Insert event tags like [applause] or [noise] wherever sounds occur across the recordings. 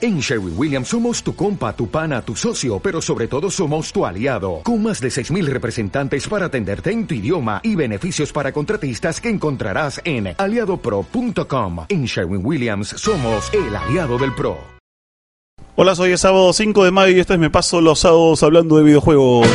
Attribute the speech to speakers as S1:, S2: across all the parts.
S1: En Sherwin Williams somos tu compa, tu pana, tu socio, pero sobre todo somos tu aliado, con más de 6.000 representantes para atenderte en tu idioma y beneficios para contratistas que encontrarás en aliadopro.com. En Sherwin Williams somos el aliado del PRO.
S2: Hola, soy el sábado 5 de mayo y este es Me Paso los sábados hablando de videojuegos.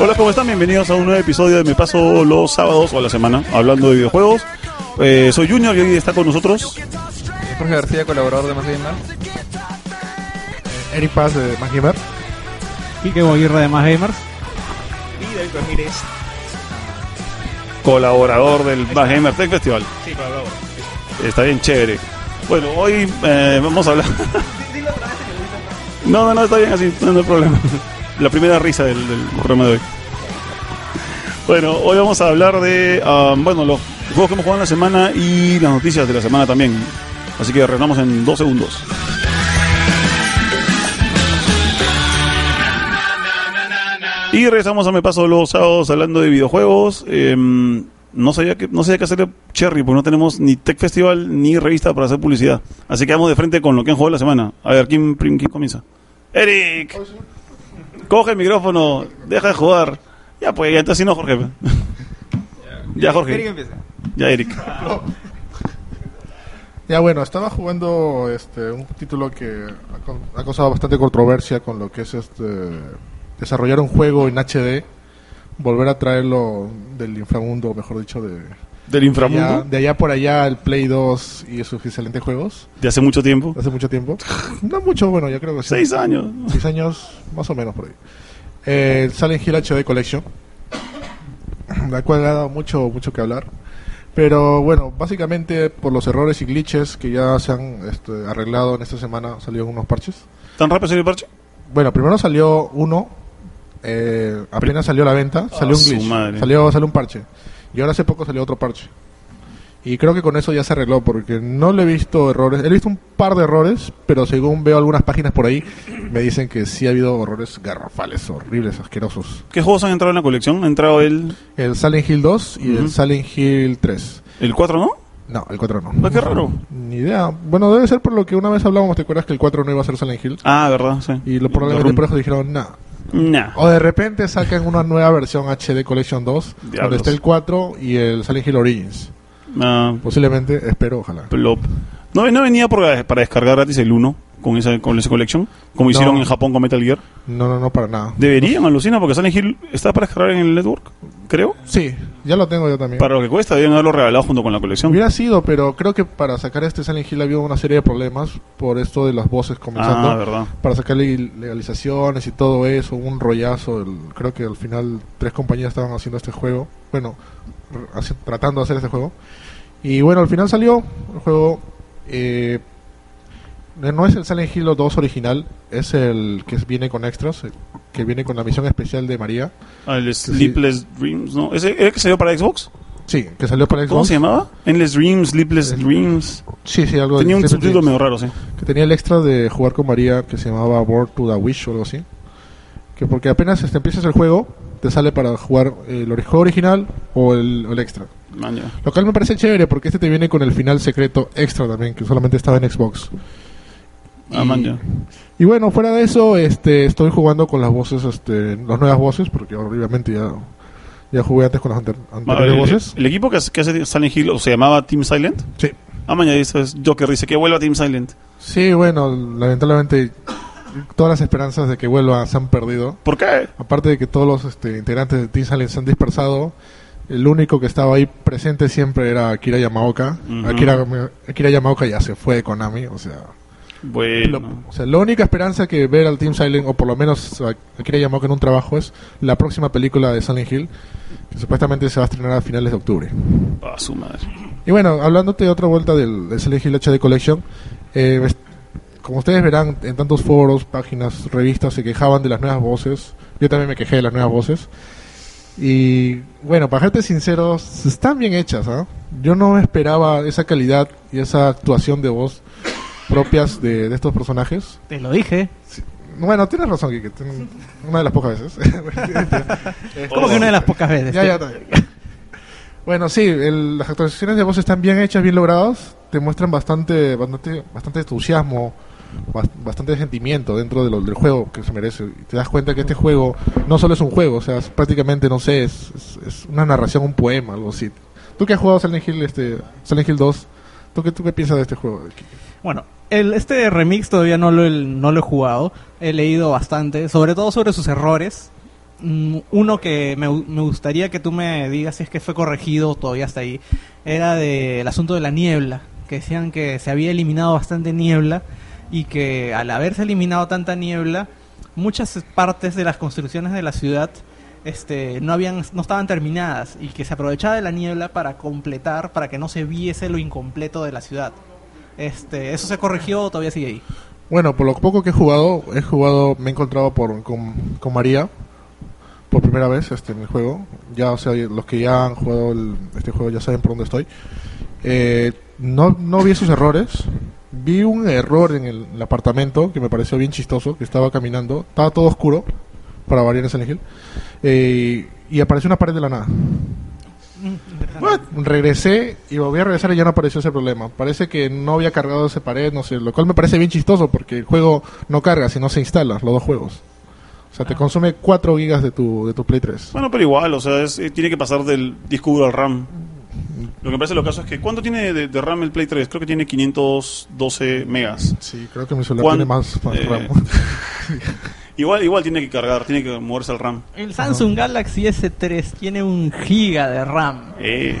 S2: Hola, ¿cómo están? Bienvenidos a un nuevo episodio de Me Paso los sábados o a la semana hablando de videojuegos. Eh, soy Junior y hoy está con nosotros.
S3: Jorge García, colaborador de Más Gamer.
S2: Eh,
S3: Eric Paz de Más Gamer.
S4: Quique Boguirra de Más Gamers.
S5: Y David Ramírez.
S2: colaborador del Gamer Tech Festival.
S5: Sí, colaborador.
S2: Está bien chévere. Bueno, hoy eh, vamos a hablar. [laughs] No, no, no, está bien así, no, no hay problema. La primera risa del, del programa de hoy. Bueno, hoy vamos a hablar de ah, bueno, los juegos que hemos jugado en la semana y las noticias de la semana también. Así que retornamos en dos segundos. Y regresamos a Me Paso los sábados hablando de videojuegos. Em, no sabía que no sabía qué hacerle Cherry, porque no tenemos ni Tech Festival ni revista para hacer publicidad. Así que vamos de frente con lo que han jugado la semana. A ver, ¿quién, prim- quién comienza? ¡Eric! Coge el micrófono, deja de jugar. Ya, pues, ya entonces si no, Jorge. Ya,
S5: Eric
S2: Jorge.
S5: empieza.
S2: Ya, Eric.
S3: Ya bueno, estaba jugando este un título que ha con- ha causado bastante controversia con lo que es este desarrollar un juego en HD, volver a traerlo del inframundo, mejor dicho, de,
S2: Del
S3: allá-
S2: inframundo,
S3: de allá por allá el Play 2 y sus excelentes juegos,
S2: de hace mucho tiempo.
S3: hace mucho tiempo. [laughs] No mucho, bueno, yo creo que sí.
S2: Seis años.
S3: Seis años, más o menos por ahí. Eh, Silent Hill HD Collection, la cual ha dado mucho, mucho que hablar. Pero bueno, básicamente por los errores y glitches que ya se han este, arreglado en esta semana, salieron unos parches.
S2: ¿Tan rápido salió el parche?
S3: Bueno, primero salió uno, eh, apenas salió a la venta, salió un
S2: Ah, su
S3: glitch,
S2: madre.
S3: salió, salió un parche. Y ahora hace poco salió otro parche. Y creo que con eso ya se arregló, porque no le he visto errores. He visto un par de errores, pero según veo algunas páginas por ahí, me dicen que sí ha habido errores garrafales, horribles, asquerosos.
S2: ¿Qué juegos han entrado en la colección? Ha entrado el,
S3: El Silent Hill 2 y
S2: Ujú.
S3: el Silent Hill 3.
S2: el 4, ¿no?
S3: No, el 4
S2: Ah,
S3: no.
S2: qué raro.
S3: Ni idea. Bueno, debe ser por lo que una vez hablábamos, ¿te acuerdas que el 4 no iba a ser Silent Hill?
S2: Ah, verdad, sí.
S3: Y lo
S2: Room.
S3: probablemente por eso dijeron, nada.
S2: Nah.
S3: O de repente sacan una nueva versión HD Collection 2,
S2: Diablos.
S3: donde está el 4 y el Silent Hill Origins.
S2: Ah,
S3: Posiblemente, espero, ojalá.
S2: plop. No, no venía por- para descargar gratis el 1 con esa, con esa collection, como
S3: No.
S2: hicieron en Japón con Metal Gear.
S3: No, no, no, para nada.
S2: Deberían, alucina, porque Silent Hill está para descargar en el network, creo.
S3: Sí, ya lo tengo yo también.
S2: Para lo que cuesta, deben haberlo regalado junto con la colección.
S3: Hubiera sido, pero creo que para sacar este Silent Hill había una serie de problemas por esto de las voces comenzando.
S2: Ah, verdad.
S3: para sacar le- legalizaciones y todo eso, un rollazo. el- creo que al final tres compañías estaban haciendo este juego. Bueno, r- haci- tratando de hacer este juego. Y bueno, al final salió el juego. eh, no es el Silent Hill 2 original, es el que viene con extras, el que viene con la misión especial de María.
S2: Ah, el Sleepless Dreams, ¿no? ¿Ese era el que salió para Xbox?
S3: Sí, que salió para Xbox.
S2: ¿Cómo se llamaba? Endless Dreams, Sleepless
S3: Eh,
S2: Dreams.
S3: Sí, sí, algo de-
S2: Tenía un
S3: siempre
S2: subtítulo
S3: tiene-
S2: medio raro, sí.
S3: que tenía el extra de jugar con María que se llamaba Born to the Wish o algo así. Que porque apenas este, empiezas el juego, te sale para jugar el ori- juego original o el, o el extra.
S2: Man, ya.
S3: Lo cual me parece chévere porque este te viene con el final secreto extra también, que solamente estaba en Xbox.
S2: Ah, man, ya.
S3: Y bueno, fuera de eso, este, estoy jugando con las voces, este, las nuevas voces, porque obviamente ya, ya jugué antes con las anter-
S2: Ah,
S3: anteriores
S2: el,
S3: voces.
S2: el equipo que, hace- que hace Silent Hill o se llamaba Team Silent.
S3: Sí.
S2: Ah, man, ya, eso es Joker dice que vuelva Team Silent.
S3: sí, bueno, lamentablemente todas las esperanzas de que vuelva se han perdido.
S2: ¿Por qué?
S3: Aparte de que todos los este, integrantes de Team Silent se han dispersado, el único que estaba ahí presente siempre era Akira Yamaoka.
S2: Ujú.
S3: Akira, Akira Yamaoka ya se fue de Konami, o sea,
S2: Bueno.
S3: lo- o sea, la única esperanza que ver al Team Silent, o por lo menos a Akira Yamaoka en un trabajo, es la próxima película de Silent Hill, que supuestamente se va a estrenar a finales de octubre.
S2: Ah, su madre.
S3: Y bueno, hablándote otra vuelta del, del Silent Hill HD Collection, eh, es- como ustedes verán en tantos foros, páginas, revistas, se quejaban de las nuevas voces. Yo también me quejé de las nuevas voces. Y bueno, para serte sinceros, están bien hechas. ¿ah? Yo no esperaba esa calidad y esa actuación de voz propias de, de estos personajes.
S4: Te lo dije. ¿eh?
S3: Bueno, tienes razón, Kike. ten- Una de las pocas veces. [laughs]
S4: Como que una de las pocas veces.
S3: Ya, ya, está bien. Bueno, sí, el- las actuaciones de voz están bien hechas, bien logradas. Te muestran bastante, bastante, bastante entusiasmo, bas- bastante sentimiento dentro de lo- del juego que se merece. Y te das cuenta que este juego no solo es un juego, o sea, es prácticamente, no sé, es, es- es una narración, un poema, algo así. ¿Tú que has jugado Silent Hill, este, Silent Hill 2? ¿Tú qué, ¿Tú qué piensas de este juego?
S4: Bueno, el, este remix todavía no lo, el- no lo he jugado. He leído bastante, sobre todo sobre sus errores. Mm, Uno que me, gu- me gustaría que tú me digas si es que fue corregido o todavía hasta ahí, era del asunto de la niebla, que decían que se había eliminado bastante niebla y que al haberse eliminado tanta niebla, muchas partes de las construcciones de la ciudad este, no, habían, no estaban terminadas y que se aprovechaba de la niebla para completar, para que no se viese lo incompleto de la ciudad. Este, ¿Eso se corrigió o todavía sigue ahí?
S3: Bueno, por lo poco que he jugado, he jugado, me he encontrado por, con, con María por primera vez este, en el juego. Ya, o sea, los que ya han jugado el- este juego ya saben por dónde estoy. Eh, no, no vi sus errores. Vi un error en el, el apartamento que me pareció bien chistoso, que estaba caminando, estaba todo oscuro, para variar en Silent Hill, eh, y apareció una pared de la nada. What? Regresé y volví a regresar y ya no apareció ese problema. Parece que no había cargado esa pared, no sé, lo cual me parece bien chistoso porque el juego no carga, sino se instala, los dos juegos. O sea, te consume 4 gigas de tu, de tu Play 3.
S2: Bueno, pero igual, o sea, es- eh, tiene que pasar del disco duro al RAM. Lo que me parece lo caso es que, ¿cuánto tiene de, de RAM el Play 3? Creo que tiene 512 megas.
S3: Sí, creo que mi celular
S2: ¿Cuán-
S3: tiene más, más
S2: eh,
S3: RAM.
S2: Igual, igual tiene que cargar, tiene que moverse al RAM.
S4: El Samsung Galaxy S3 tiene un giga de RAM.
S2: Eh,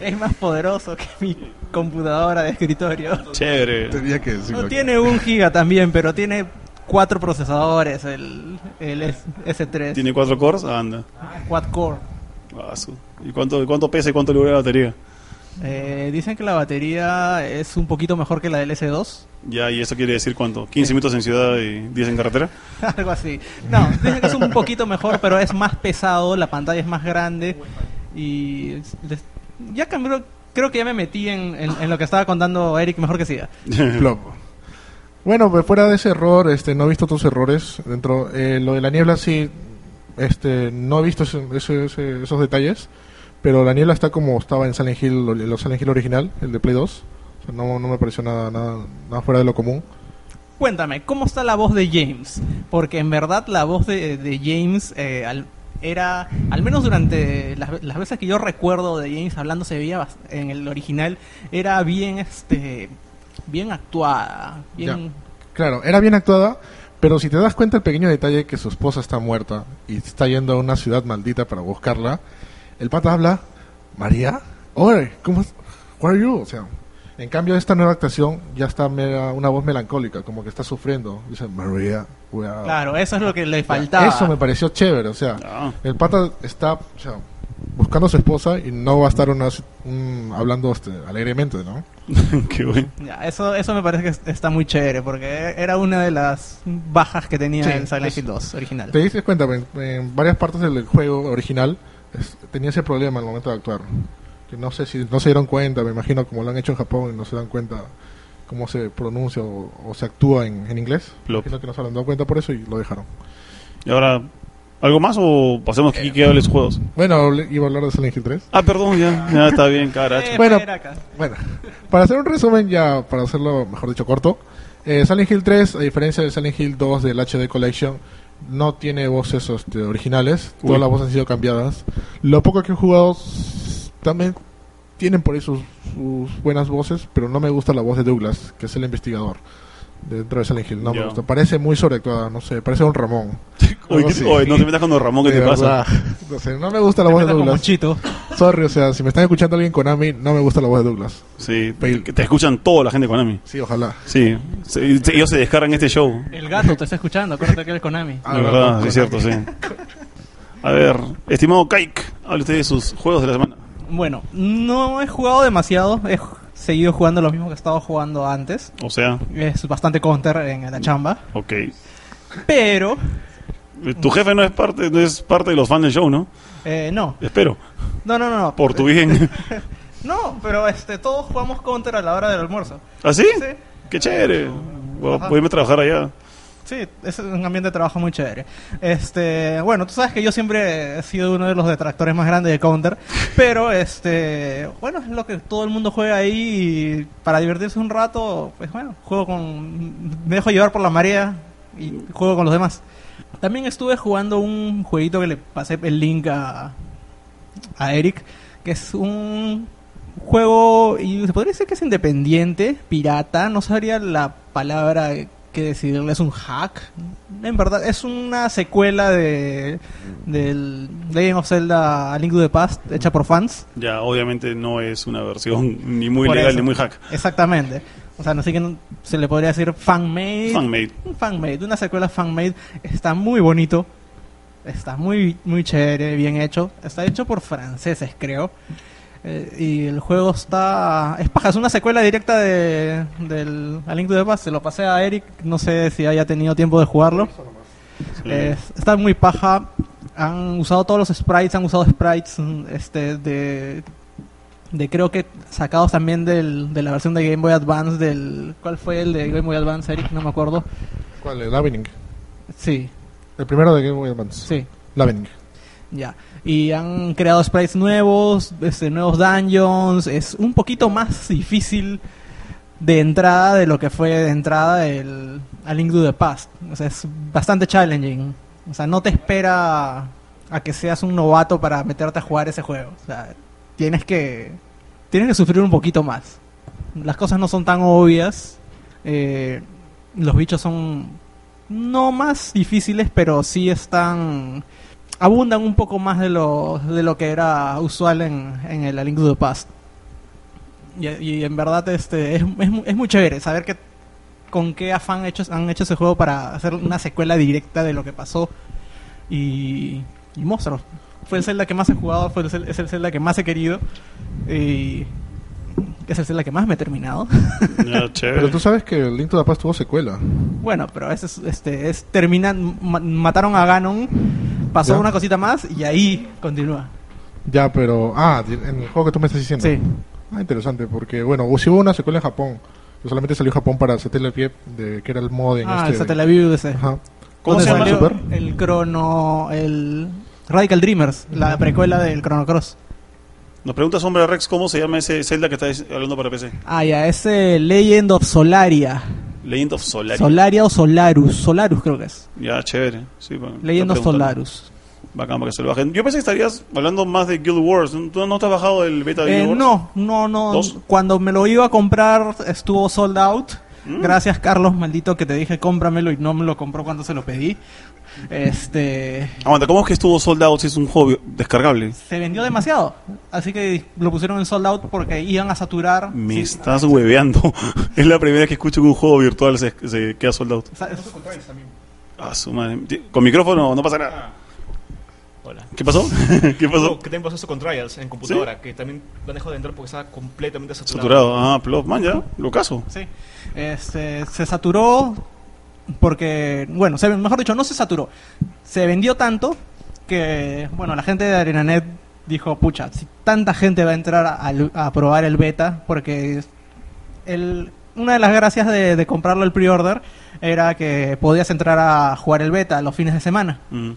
S4: Es más poderoso que mi computadora de escritorio.
S2: chévere.
S3: Tenía que decirlo
S4: No
S3: aquí.
S4: tiene un giga también, pero tiene cuatro procesadores el, el S- S3.
S2: Tiene cuatro cores, anda.
S4: quad core.
S2: Ah, su- ¿Y cuánto, cuánto pesa y cuánto le dura la batería?
S4: Eh, dicen que la batería es un poquito mejor que la del S2.
S2: Ya, y eso quiere decir cuánto? 15 minutos en ciudad y 10 en carretera.
S4: [laughs] Algo así. No, dicen que es un poquito mejor, pero es más pesado, la pantalla es más grande. Y es- les- ya cambió, creo que ya me metí en, en- en lo que estaba contando Eric, mejor que siga.
S3: Plop. Bueno, pues fuera de ese error, este, no he visto otros errores dentro. Eh, lo de la niebla sí, este, no he visto ese- ese- ese- esos detalles, pero la niebla está como estaba en Silent Hill, el el Silent Hill original, el de Play 2. O sea, no, no me pareció nada, nada, nada fuera de lo común.
S4: Cuéntame, ¿cómo está la voz de James? Porque en verdad la voz de, de James eh, al- era, al menos durante las, las veces que yo recuerdo de James hablando, se veía bas- en el original, era bien, este, bien actuada, bien...
S3: Claro, era bien actuada, pero si te das cuenta el pequeño detalle que su esposa está muerta y está yendo a una ciudad maldita para buscarla, el pata habla, María, oye, ¿cómo es? Where are you? O sea, en cambio esta nueva actuación ya está mera- una voz melancólica, como que está sufriendo. Dice, María, where are-"
S4: Claro, eso es lo que le
S3: O sea,
S4: faltaba.
S3: Eso me pareció chévere, o sea,
S2: Ah, [laughs]
S3: el pata está, o sea, buscando a su esposa y no va a estar una- un- hablando este, alegremente, ¿no?
S2: qué bueno.
S4: Ya, eso, eso me parece que es- está muy chévere, porque era una de las bajas que tenía
S3: Sí,
S4: el Silent
S3: es-
S4: Hill 2 original.
S3: Te dices cuenta, en, en varias partes del juego original es- tenía ese problema al momento de actuar. Que no sé si no se dieron cuenta, me imagino como lo han hecho en Japón y no se dan cuenta cómo se pronuncia o, o se actúa en, en inglés.
S2: Plop.
S3: Imagino que no se han dado cuenta por eso y lo dejaron.
S2: Y ahora, ¿algo más o pasemos que Kike hable sus juegos?
S3: Bueno, hablé- iba a hablar de Silent Hill 3.
S2: Ah, perdón, ya, ya está bien, caracho.
S4: Eh,
S3: bueno.
S4: espera acá.
S3: Bueno, para hacer un resumen ya, para hacerlo, mejor dicho, corto, eh, Silent Hill 3, a diferencia de Silent Hill 2 del HD Collection, no tiene voces este, originales,
S2: Uy.
S3: todas las voces han sido cambiadas. Lo poco que he jugado s- también tienen por ahí sus, sus buenas voces, pero no me gusta la voz de Douglas, que es el investigador dentro de Silent Hill, no
S2: Ya.
S3: me gusta, parece muy sobreactuada, no sé, parece un Ramón.
S2: Oye, ¿qué-
S3: Sí.
S2: oye, no te metas con Don Ramón, ¿qué
S3: De
S2: te pasa?
S3: verdad, No sé, no me gusta la voz de
S4: Como
S3: Douglas.
S4: Chito.
S3: Sorry, o sea, si me están escuchando alguien con Ami, no me gusta la voz de Douglas.
S2: Sí,
S3: Fail.
S2: que te escuchan toda la gente de Konami.
S3: Sí, ojalá.
S2: Sí, se- se- ellos se descargan este show.
S4: El gato te está escuchando, acuérdate que eres Konami.
S3: Ah,
S2: la
S3: no,
S2: verdad,
S3: no,
S2: sí, es cierto,
S3: Konami.
S2: sí. A ver, estimado Kaik, hable usted de sus juegos de la semana.
S4: Bueno, no he jugado demasiado, he ju- seguido jugando lo mismo que estaba jugando antes.
S2: O sea,
S4: Es bastante counter en la chamba.
S2: ok.
S4: Pero
S2: Tu jefe no es parte, no es parte de los fans del show, ¿no?
S4: Eh, no,
S2: Espero.
S4: no, no, no.
S2: Por tu bien.
S4: No, pero este, todos jugamos Counter a la hora del almuerzo.
S2: ¿Así?
S4: Sí,
S2: ¿Ah, Qué chévere. Voy
S4: Ajá.
S2: a- voy a irme a trabajar allá.
S4: sí, es un ambiente de trabajo muy chévere. Este, bueno, tú sabes que yo siempre he sido uno de los detractores más grandes de Counter, [laughs] pero este, bueno, es lo que todo el mundo juega ahí y para divertirse un rato, pues bueno, juego con me dejo llevar por la marea y juego con los demás. También estuve jugando un jueguito que le pasé el link a a Eric, que es un juego, y se podría decir que es independiente, pirata, no sabría la palabra que decirle, es un hack. En verdad, es una secuela de del Legend of Zelda A Link to the Past, hecha por fans.
S2: Ya, obviamente no es una versión ni muy
S4: Por
S2: legal
S4: eso.
S2: ni muy hack.
S4: Exactamente. O sea, no sé que se le podría decir fan-made.
S2: Fanmade.
S4: Un fanmade, una secuela fanmade. Está muy bonito. Está muy, muy chévere, bien hecho. Está hecho por franceses, creo. Eh, y el juego está. Es paja, es una secuela directa de, del A Link to the Past. Se lo pasé a Eric, no sé si haya tenido tiempo de jugarlo.
S2: Sí.
S4: Eh, está muy paja. Han usado todos los sprites, han usado sprites mm, este, de, de creo que sacados también del, de la versión de Game Boy Advance. Del, ¿Cuál fue el de Game Boy Advance, Eric? No me acuerdo.
S3: ¿Cuál? El Lavening.
S4: Sí,
S3: El primero de Game Boy Advance.
S4: sí,
S3: Lavening.
S4: ya. Y han creado sprites nuevos, este, nuevos dungeons. Es un poquito más difícil de entrada de lo que fue de entrada el A Link to the Past. O sea, es bastante challenging. O sea, no te espera a que seas un novato para meterte a jugar ese juego. O sea, tienes que, tienes que sufrir un poquito más. Las cosas no son tan obvias. eh, los bichos son no más difíciles, pero sí están abundan un poco más de lo, de lo que era usual en, en el A Link to the Past. Y, y en verdad este es, es, mu- es muy chévere saber que con qué afán hecho, han hecho ese juego para hacer una secuela directa de lo que pasó y, y monstruos. Fue el Zelda que más he jugado, fue el, Zel- es el Zelda que más he querido y es el Zelda que más me he terminado. [laughs]
S2: Ya, chévere.
S3: Pero tú sabes que el Link to the Past tuvo secuela.
S4: Bueno, pero ese es, este, es, terminan, ma- mataron a Ganon, pasó
S3: Ya.
S4: una cosita más y ahí continúa.
S3: Ya, pero. Ah, en el juego que tú me estás diciendo.
S4: Sí.
S3: Ah, interesante, porque, bueno, si hubo una secuela en Japón. Que solamente salió en Japón para Satellite View, de que era el mod en
S4: Ah,
S3: este.
S4: el Satellaview ese.
S3: Ajá.
S2: ¿Cómo
S4: Donde
S2: se llama?
S4: salió
S3: Super?
S4: El Chrono, el Radical Dreamers, la precuela del Chrono Cross.
S2: Nos pregunta Sombra Rex cómo se llama ese Zelda que estás hablando para PC.
S4: Ah, ya, ese Legend of Solaria.
S2: Legend of Solaria.
S4: Solaria o Solarus, Solarus creo que es.
S2: ya, chévere. Sí, bueno,
S4: Legend of
S2: está preguntando.
S4: Solarus.
S2: Bacán para que se lo bajen. Yo pensé que estarías hablando más de Guild Wars. ¿Tú no te has bajado el beta de
S4: Eh,
S2: Guild Wars?
S4: no, no, no.
S2: ¿Dos?
S4: Cuando me lo iba a comprar estuvo sold out.
S2: Mm.
S4: Gracias, Carlos, maldito, que te dije cómpramelo y no me lo compró cuando se lo pedí. Este.
S2: Aguanta, ¿cómo es que estuvo Sold Out si es un juego descargable?
S4: Se vendió demasiado. Así que lo pusieron en sold out porque iban a saturar.
S2: Me
S4: Sí.
S2: estás hueveando. [laughs] es la primera que escucho que un juego virtual se, se queda Sold Out.
S4: O sea, es-
S2: Ah, su madre. Ti- Con micrófono no pasa nada.
S5: Hola.
S2: ¿Qué pasó? [laughs] ¿Qué pasó?
S5: Que también pasó eso con Trials en computadora, que también lo han dejado de entrar porque estaba completamente saturado.
S2: Saturado. Ah, plop. Man, ya. Lo caso.
S4: Sí. Este, se saturó porque, bueno, se- mejor dicho, no se saturó. Se vendió tanto que, bueno, la gente de ArenaNet dijo, pucha, si tanta gente va a entrar a, al- a probar el beta, porque el, una de las gracias de, de comprarlo el pre-order era que podías entrar a jugar el beta los fines de semana.
S2: Mm.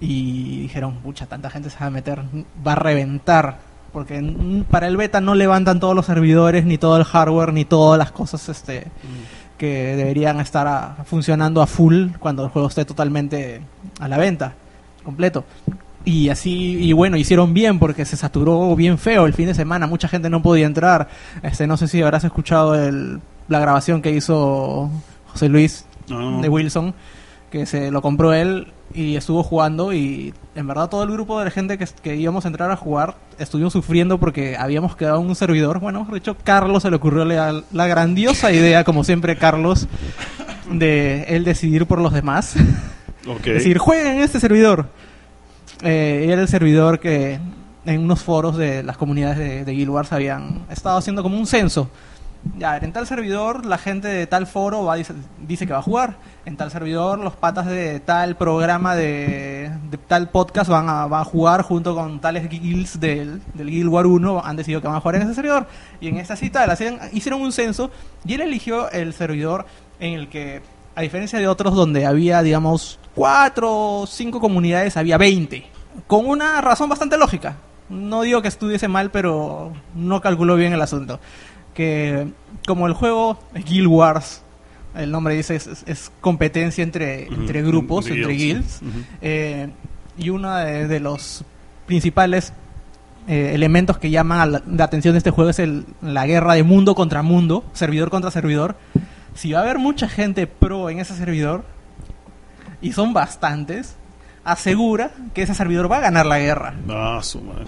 S4: Y dijeron, pucha, tanta gente se va a meter, va a reventar. Porque mm, para el beta no levantan todos los servidores, ni todo el hardware, ni todas las cosas este que deberían estar a- funcionando a full cuando el juego esté totalmente a la venta, completo. Y así, y bueno, hicieron bien porque se saturó bien feo el fin de semana, mucha gente no podía entrar. Este, no sé si habrás escuchado el- la grabación que hizo José Luis
S2: No, no.
S4: de Wilson, que se lo compró él y estuvo jugando y en verdad todo el grupo de la gente que, que íbamos a entrar a jugar estuvimos sufriendo porque habíamos quedado en un servidor. Bueno, mejor dicho, Carlos se le ocurrió la,
S2: [laughs]
S4: la grandiosa idea, como siempre Carlos, de él decidir por los demás.
S2: Ok.
S4: Es [laughs] decir, jueguen en este servidor. Eh, y era el servidor que en unos foros de las comunidades de, de Guild Wars habían estado haciendo como un censo ya, en tal servidor la gente de tal foro va, dice, dice que va a jugar. En tal servidor los patas de tal programa de, de tal podcast van a, van a jugar junto con tales guilds del, del Guild War 1. Han decidido que van a jugar en ese servidor. Y en esta cita le hacían- hicieron un censo y él eligió el servidor en el que, a diferencia de otros donde había, digamos, cuatro o cinco comunidades, había 20. Con una razón bastante lógica. No digo que estuviese mal, pero no calculó bien el asunto que como el juego es Guild Wars, el nombre dice es, es- es competencia entre,
S2: Ujú,
S4: entre grupos,
S2: entre
S4: entre
S2: guilds.
S4: guilds,
S2: Ujú.
S4: eh, y uno de, de los principales eh, elementos que llaman a la, la atención de este juego es el- la guerra de mundo contra mundo, servidor contra servidor. Si va a haber mucha gente pro en ese servidor, y son bastantes, asegura que ese servidor va a ganar la guerra
S2: Ah, su madre.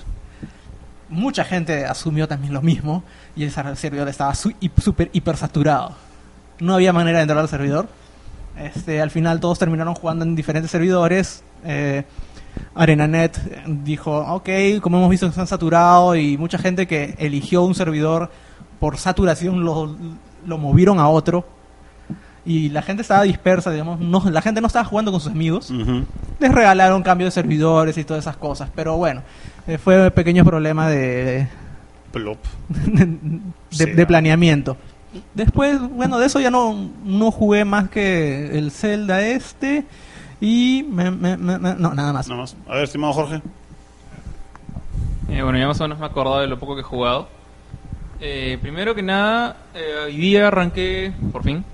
S4: mucha gente asumió también lo mismo y el ser- servidor estaba su- hi- super hiper saturado. No había manera de entrar al servidor. Este, al final todos terminaron jugando en diferentes servidores. Eh, ArenaNet dijo, ok, como hemos visto están saturados y mucha gente que eligió un servidor por saturación lo, lo movieron a otro. Y la gente estaba dispersa, digamos, no, la gente no estaba jugando con sus amigos
S2: Ujú.
S4: les regalaron cambio de servidores y todas esas cosas. Pero bueno, eh, fue un pequeño problema de,
S2: Plop.
S4: de, de- de planeamiento. Después, bueno, de eso ya no, no jugué más que el Zelda este. Y. me- me- me- me- no, nada más.
S2: Nada más. A ver, estimado Jorge.
S6: Eh, bueno, ya más o menos me he acordado de lo poco que he jugado. Eh, primero que nada, eh, hoy día arranqué, por fin,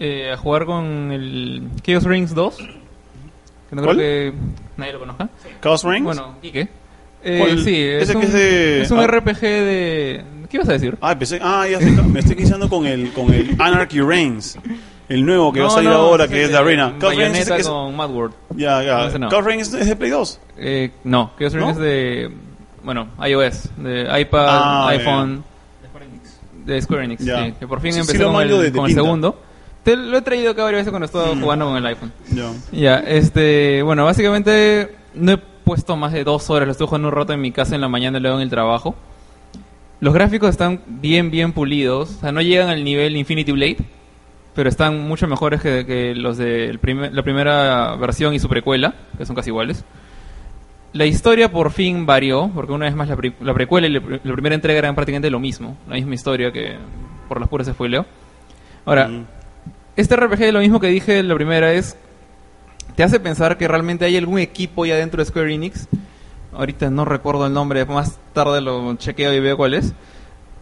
S6: eh, a jugar con el Chaos Rings 2. Que no
S2: ¿Cuál?
S6: creo que nadie lo conozca.
S2: Chaos Rings.
S6: Bueno, Quique.
S2: ¿Cuál?
S6: Eh, sí, es
S2: Ese que
S6: un,
S2: es de-
S6: es un
S2: ah.
S6: RPG de... ¿Qué ibas a decir?
S2: Ah, empecé, ah ya sé, me estoy quisando con el, con el Anarchy Reigns. El nuevo que va a
S6: No,
S2: salir
S6: no,
S2: ahora,
S6: es
S2: que
S6: el
S2: es de Arena. Chaos Reigns es,
S6: Bayonetta
S2: es-
S6: con Mad World.
S2: ya, ya.
S6: no, ese no.
S2: Chaos Reigns es de Play 2.
S6: Eh, no, Chaos Ring
S2: ¿No?
S6: es de. Bueno, iOS, de iPad,
S2: Ah,
S6: iPhone. De Square Enix.
S2: Ya.
S6: sí, que por fin
S2: Sí, sí
S6: empezó
S2: lo
S6: con,
S2: manjo
S6: el,
S2: de- de
S6: con el
S2: pinta. Mm.
S6: segundo. Te lo he traído acá varias veces cuando estaba jugando con el iPhone.
S2: Ya.
S6: Ya, este. Bueno, básicamente no he puesto más de dos horas. Lo estuve jugando un rato en mi casa en la mañana y luego en el trabajo. Los gráficos están bien, bien pulidos. O sea, no llegan al nivel Infinity Blade. Pero están mucho mejores que, que los de el primer- la primera versión y su precuela, que son casi iguales. La historia por fin varió, porque una vez más la, pre- la precuela y la, pr- la primera entrega eran prácticamente lo mismo. La misma historia que por las puras se spoileó. Ahora,
S2: Mm.
S6: este RPG, lo mismo que dije la primera, es. Te hace pensar que realmente hay algún equipo ya dentro de Square Enix. Ahorita no recuerdo el nombre, más tarde lo chequeo y veo cuál es.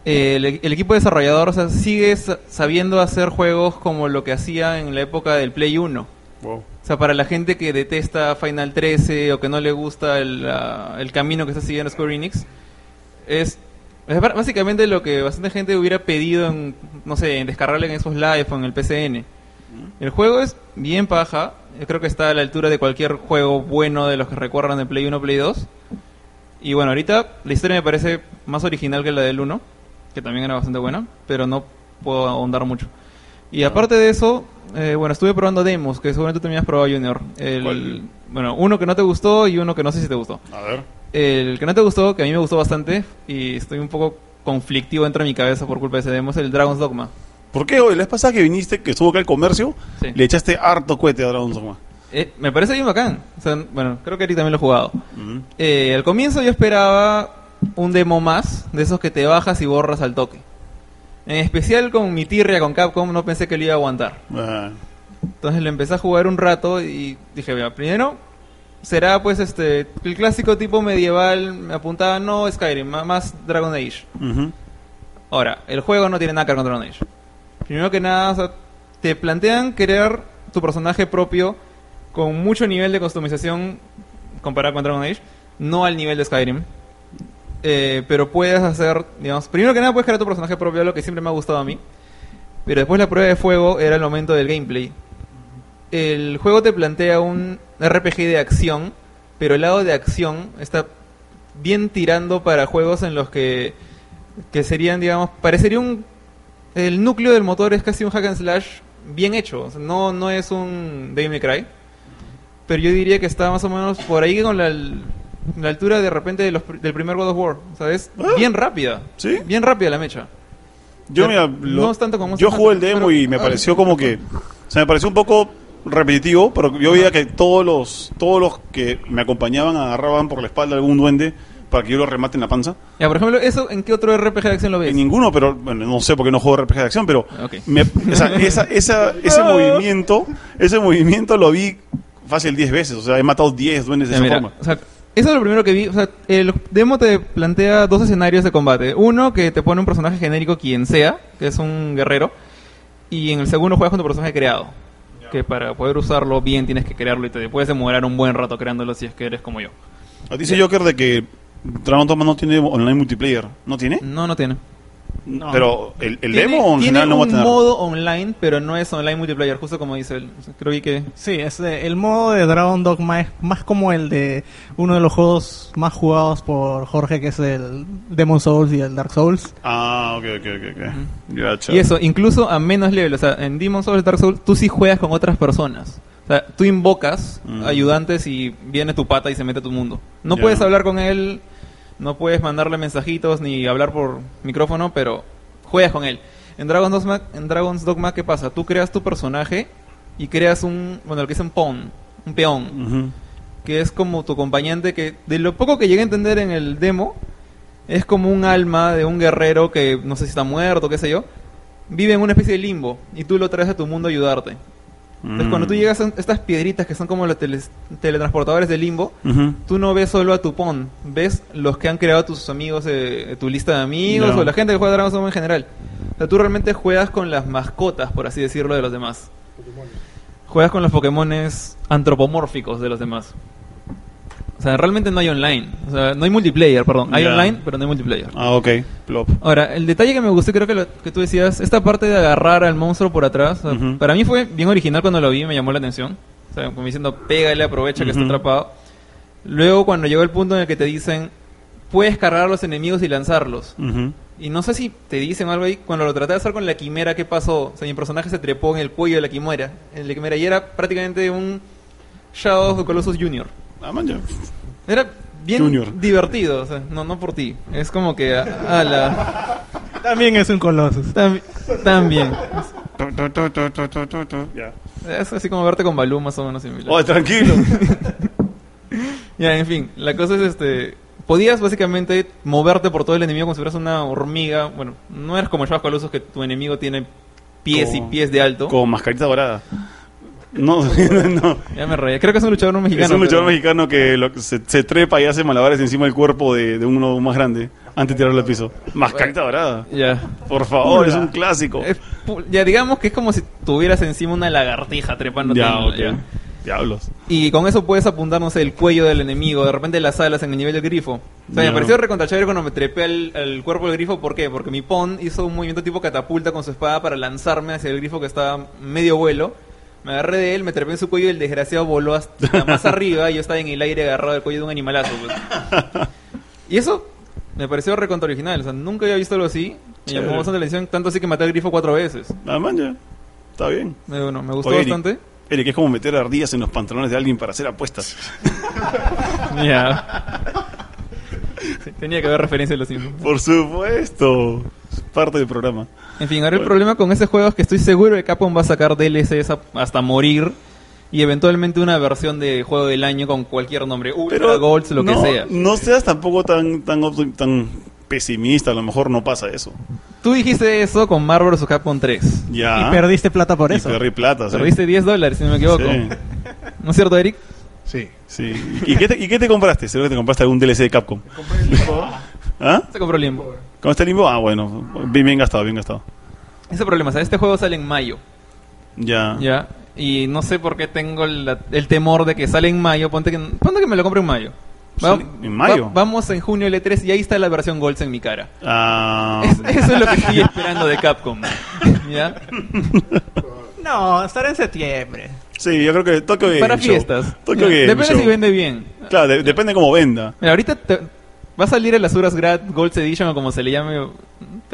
S6: Eh, el, el equipo desarrollador o sea, sigue sa- sabiendo hacer juegos como lo que hacía en la época del Play 1.
S2: Wow.
S6: O sea, para la gente que detesta Final 13 o que no le gusta el, ah, el camino que está siguiendo Square Enix, es, es ba- básicamente lo que bastante gente hubiera pedido en, no sé, en descargarle en esos live o en el PCN. El juego es bien paja, yo creo que está a la altura de cualquier juego bueno de los que recuerdan de Play 1 Play 2. Y bueno, ahorita la historia me parece más original que la del 1, que también era bastante buena, pero no puedo ahondar mucho. Y aparte de eso, eh, bueno, estuve probando demos, que seguramente tú también has probado, Junior. El-
S2: ¿Cuál?
S6: bueno, uno que no te gustó y uno que no sé si te gustó.
S2: A ver.
S6: El que no te gustó, que a mí me gustó bastante, y estoy un poco conflictivo dentro de mi cabeza por culpa de ese demo, es el Dragon's Dogma.
S2: ¿Por qué hoy? La vez pasada que viniste, que estuvo acá el comercio,
S6: Sí.
S2: le echaste harto cohete a Dragon's Dogma.
S6: Eh, me parece bien bacán. O sea, bueno, creo que Eric también lo ha jugado.
S2: Mm.
S6: Eh, al comienzo yo esperaba un demo más, de esos que te bajas y borras al toque. En especial con mi tirria con Capcom, no pensé que lo iba a aguantar.
S2: Ah,
S6: Entonces lo empecé a jugar un rato y dije, mira, primero será pues este el clásico tipo medieval, me apuntaba no Skyrim, ma- más Dragon Age.
S2: ujú.
S6: Ahora, el juego no tiene nada que ver con Dragon Age. Primero que nada, o sea, te plantean crear tu personaje propio con mucho nivel de customización comparado con Dragon Age, no al nivel de Skyrim. Eh, pero puedes hacer, digamos, primero que nada puedes crear tu personaje propio, lo que siempre me ha gustado a mí. Pero después la prueba de fuego era el momento del gameplay. El juego te plantea un RPG de acción, pero el lado de acción está bien tirando para juegos en los que que serían, digamos, parecería un... El núcleo del motor es casi un hack and slash bien hecho, o sea, no, no es un Devil May Cry, pero yo diría que está más o menos por ahí con la, al- la altura de repente de los pr- del primer God of War, o sea, es bien rápida,
S2: ¿Sí?
S6: bien rápida la mecha.
S2: Yo, mira, lo-
S6: no es tanto como
S2: yo
S6: Monster
S2: jugué el
S6: Hunter,
S2: demo
S6: pero-
S2: y me pareció como que. O sea, me pareció un poco repetitivo, pero yo veía que todos los, todos los que me acompañaban agarraban por la espalda algún duende para que yo lo remate en la panza.
S6: Ya, por ejemplo, ¿eso en qué otro RPG de acción lo ves?
S2: En ninguno, pero bueno, no sé porque no juego RPG de acción, pero
S6: Pues. Ok.
S2: me- o sea, esa- esa-
S6: [laughs]
S2: ese movimiento, ese movimiento lo vi fácil 10 veces, o sea, he matado 10 duendes de
S6: Ya,
S2: esa
S6: mira,
S2: forma.
S6: o sea, eso es lo primero que vi. O sea, el demo te plantea dos escenarios de combate. Uno, que te pone un personaje genérico quien sea, que es un guerrero. Y en el segundo juegas con tu personaje creado. Que para poder usarlo bien tienes que crearlo y te puedes demorar un buen rato creándolo si es que eres como yo.
S2: Dice Joker de que Dragon Dogma no tiene online multiplayer, ¿no tiene?
S6: No, no tiene.
S2: Pero el, el
S6: Tiene-
S2: demo en
S6: tiene
S2: general no va a
S6: un
S2: tener.
S6: modo online, pero no es online multiplayer, justo como dice él. O sea, creo que
S4: Sí, es, eh, el modo de Dragon Dogma es más como el de uno de los juegos más jugados por Jorge, que es el Demon Souls y el Dark Souls.
S2: Ah, ok, ok, ok. ok. Gotcha.
S6: Y eso, incluso a menos level. O sea, en Demon Souls Dark Souls, tú sí juegas con otras personas. O sea, tú invocas
S2: Mm.
S6: ayudantes y viene tu pata y se mete a tu mundo. No
S2: Ya.
S6: puedes hablar con él, no puedes mandarle mensajitos ni hablar por micrófono, pero juegas con él. En Dragon's Dogma, en Dragon's Dogma ¿qué pasa? Tú creas tu personaje y creas un, bueno, lo que es un pawn, un peón
S2: Ujú.
S6: que es como tu acompañante, que de lo poco que llegué a entender en el demo, es como un alma de un guerrero que no sé si está muerto, qué sé yo, vive en una especie de limbo y tú lo traes a tu mundo a ayudarte. Entonces
S2: Mm.
S6: cuando tú llegas a estas piedritas que son como los teles- teletransportadores del limbo,
S2: Ujú.
S6: tú no ves solo a tu pon, ves los que han creado tus amigos, eh, tu lista de amigos
S2: Ya.
S6: o la gente que juega Dragon's Dogma en general. O sea, tú realmente juegas con las mascotas, por así decirlo, de los demás. Juegas con los Pokémones antropomórficos de los demás. O sea, realmente no hay online. O sea, no hay multiplayer, perdón. Hay
S2: Ya.
S6: online, pero no hay multiplayer.
S2: Ah, ok. Plop.
S6: Ahora, el detalle que me gustó, creo que lo que tú decías, esta parte de agarrar al monstruo por atrás, o sea,
S2: Ujú.
S6: para mí fue bien original cuando lo vi, me llamó la atención. O sea, como diciendo, pégale, aprovecha que está
S2: Ujú.
S6: atrapado. Luego, cuando llegó el punto en el que te dicen, puedes cargar a los enemigos y lanzarlos.
S2: Ujú.
S6: Y no sé si te dicen algo ahí, cuando lo traté de hacer con la quimera, ¿qué pasó? O sea, mi personaje se trepó en el cuello de la quimera. En la quimera, y era prácticamente un Shadow of the Colossus Junior.
S2: Ah, man, ya.
S6: Era bien
S2: Junior.
S6: divertido, o sea, no, no por ti. Es como que a- a la...
S4: También es un Colossus.
S6: Tambi- También.
S2: Tu, tu, tu, tu, tu, tu, tu, tu. Ya.
S6: Es así como verte con Balú más o menos similar.
S2: Oh, tranquilo.
S6: Ya, en fin, la cosa es este. Podías básicamente moverte por todo el enemigo como si fueras una hormiga. Bueno, no eres como Shadow Colossus que tu enemigo tiene pies
S2: Como-
S6: y pies de
S2: [laughs]
S6: alto.
S2: Con mascarita dorada. No, [laughs] no, no.
S6: Ya me reí. Creo que es un luchador mexicano.
S2: es un luchador
S6: pero-
S2: mexicano que lo- se, se trepa y hace malabares encima del cuerpo de, de uno más grande antes de tirarlo al piso. Mascarita dorada.
S6: Ya.
S2: Por favor,
S6: Ula.
S2: es un clásico.
S6: Es pu- ya digamos que es como si tuvieras encima una lagartija trepándote.
S2: Ya,
S6: en-
S2: ok. Diablos.
S6: Y con eso puedes apuntar, no sé, el cuello del enemigo, de repente las alas en el nivel del grifo. O sea,
S2: Ya.
S6: me pareció recontra chévere cuando me trepé al, al cuerpo del grifo. ¿Por qué? Porque mi pon hizo un movimiento tipo catapulta con su espada para lanzarme hacia el grifo que estaba medio vuelo. Me agarré de él, me trepé en su cuello y el desgraciado voló hasta
S2: [laughs]
S6: más arriba y yo estaba en el aire agarrado del cuello de un animalazo. pues. Y eso me pareció recontra original. O sea, nunca había visto algo así. Me
S2: Chévere.
S6: llamó bastante la atención, tanto así que maté al grifo cuatro veces.
S2: Ah, man, ya. Está bien.
S6: Eh, Bueno, me gustó
S2: Oye, Eric.
S6: bastante.
S2: Eric, es como meter ardillas en los pantalones de alguien para hacer apuestas.
S6: Ya. Sí, [laughs] tenía que haber referencia de los Simpsons.
S2: Por supuesto. Es parte del programa.
S6: En fin, ahora el problema con ese juego es que estoy seguro que Capcom va a sacar DLCs a- hasta morir y eventualmente una versión de juego del año con cualquier nombre, Ultra Golds, lo
S2: no,
S6: que sea.
S2: No seas tampoco tan, tan, optim- tan pesimista, a lo mejor no pasa eso.
S6: Tú dijiste eso con Marvel vs. Capcom 3.
S2: Ya.
S4: Ah. Y perdiste plata por
S2: Y
S4: eso.
S2: perdí plata, sí.
S6: Perdiste 10 dólares, si no me equivoco. ¿No es cierto, Eric?
S3: Sí.
S2: Sí, sí. ¿Y, qué te, y qué te compraste? Seguro que te compraste algún DLC de Capcom. [laughs] ¿Ah?
S6: Se compró el Limbo.
S2: ¿Cómo está el limbo? Ah, bueno. Bien, bien gastado, bien gastado.
S6: Ese problema, o sea, este juego sale en mayo.
S2: Ya.
S6: Ya. Y no sé por qué tengo la- el temor de que sale en mayo. Ponte que, ponte que me lo compre en mayo.
S2: Sale en mayo.
S6: va- vamos en junio el E3 y ahí está la versión Golds en mi cara.
S2: Ah,
S6: Es- eso es lo que estoy esperando de Capcom.
S2: [laughs]
S6: ¿Ya?
S4: No, estará en septiembre.
S2: sí, yo creo que Tokyo Game
S6: Para
S2: Show.
S6: fiestas.
S2: Tokyo
S6: Ya.
S2: Game
S6: Depende
S2: Show.
S6: si vende bien.
S2: Claro, de- depende cómo venda.
S6: Mira, ahorita te- va a salir el Asuras Grad Golds Edition o como se le llame.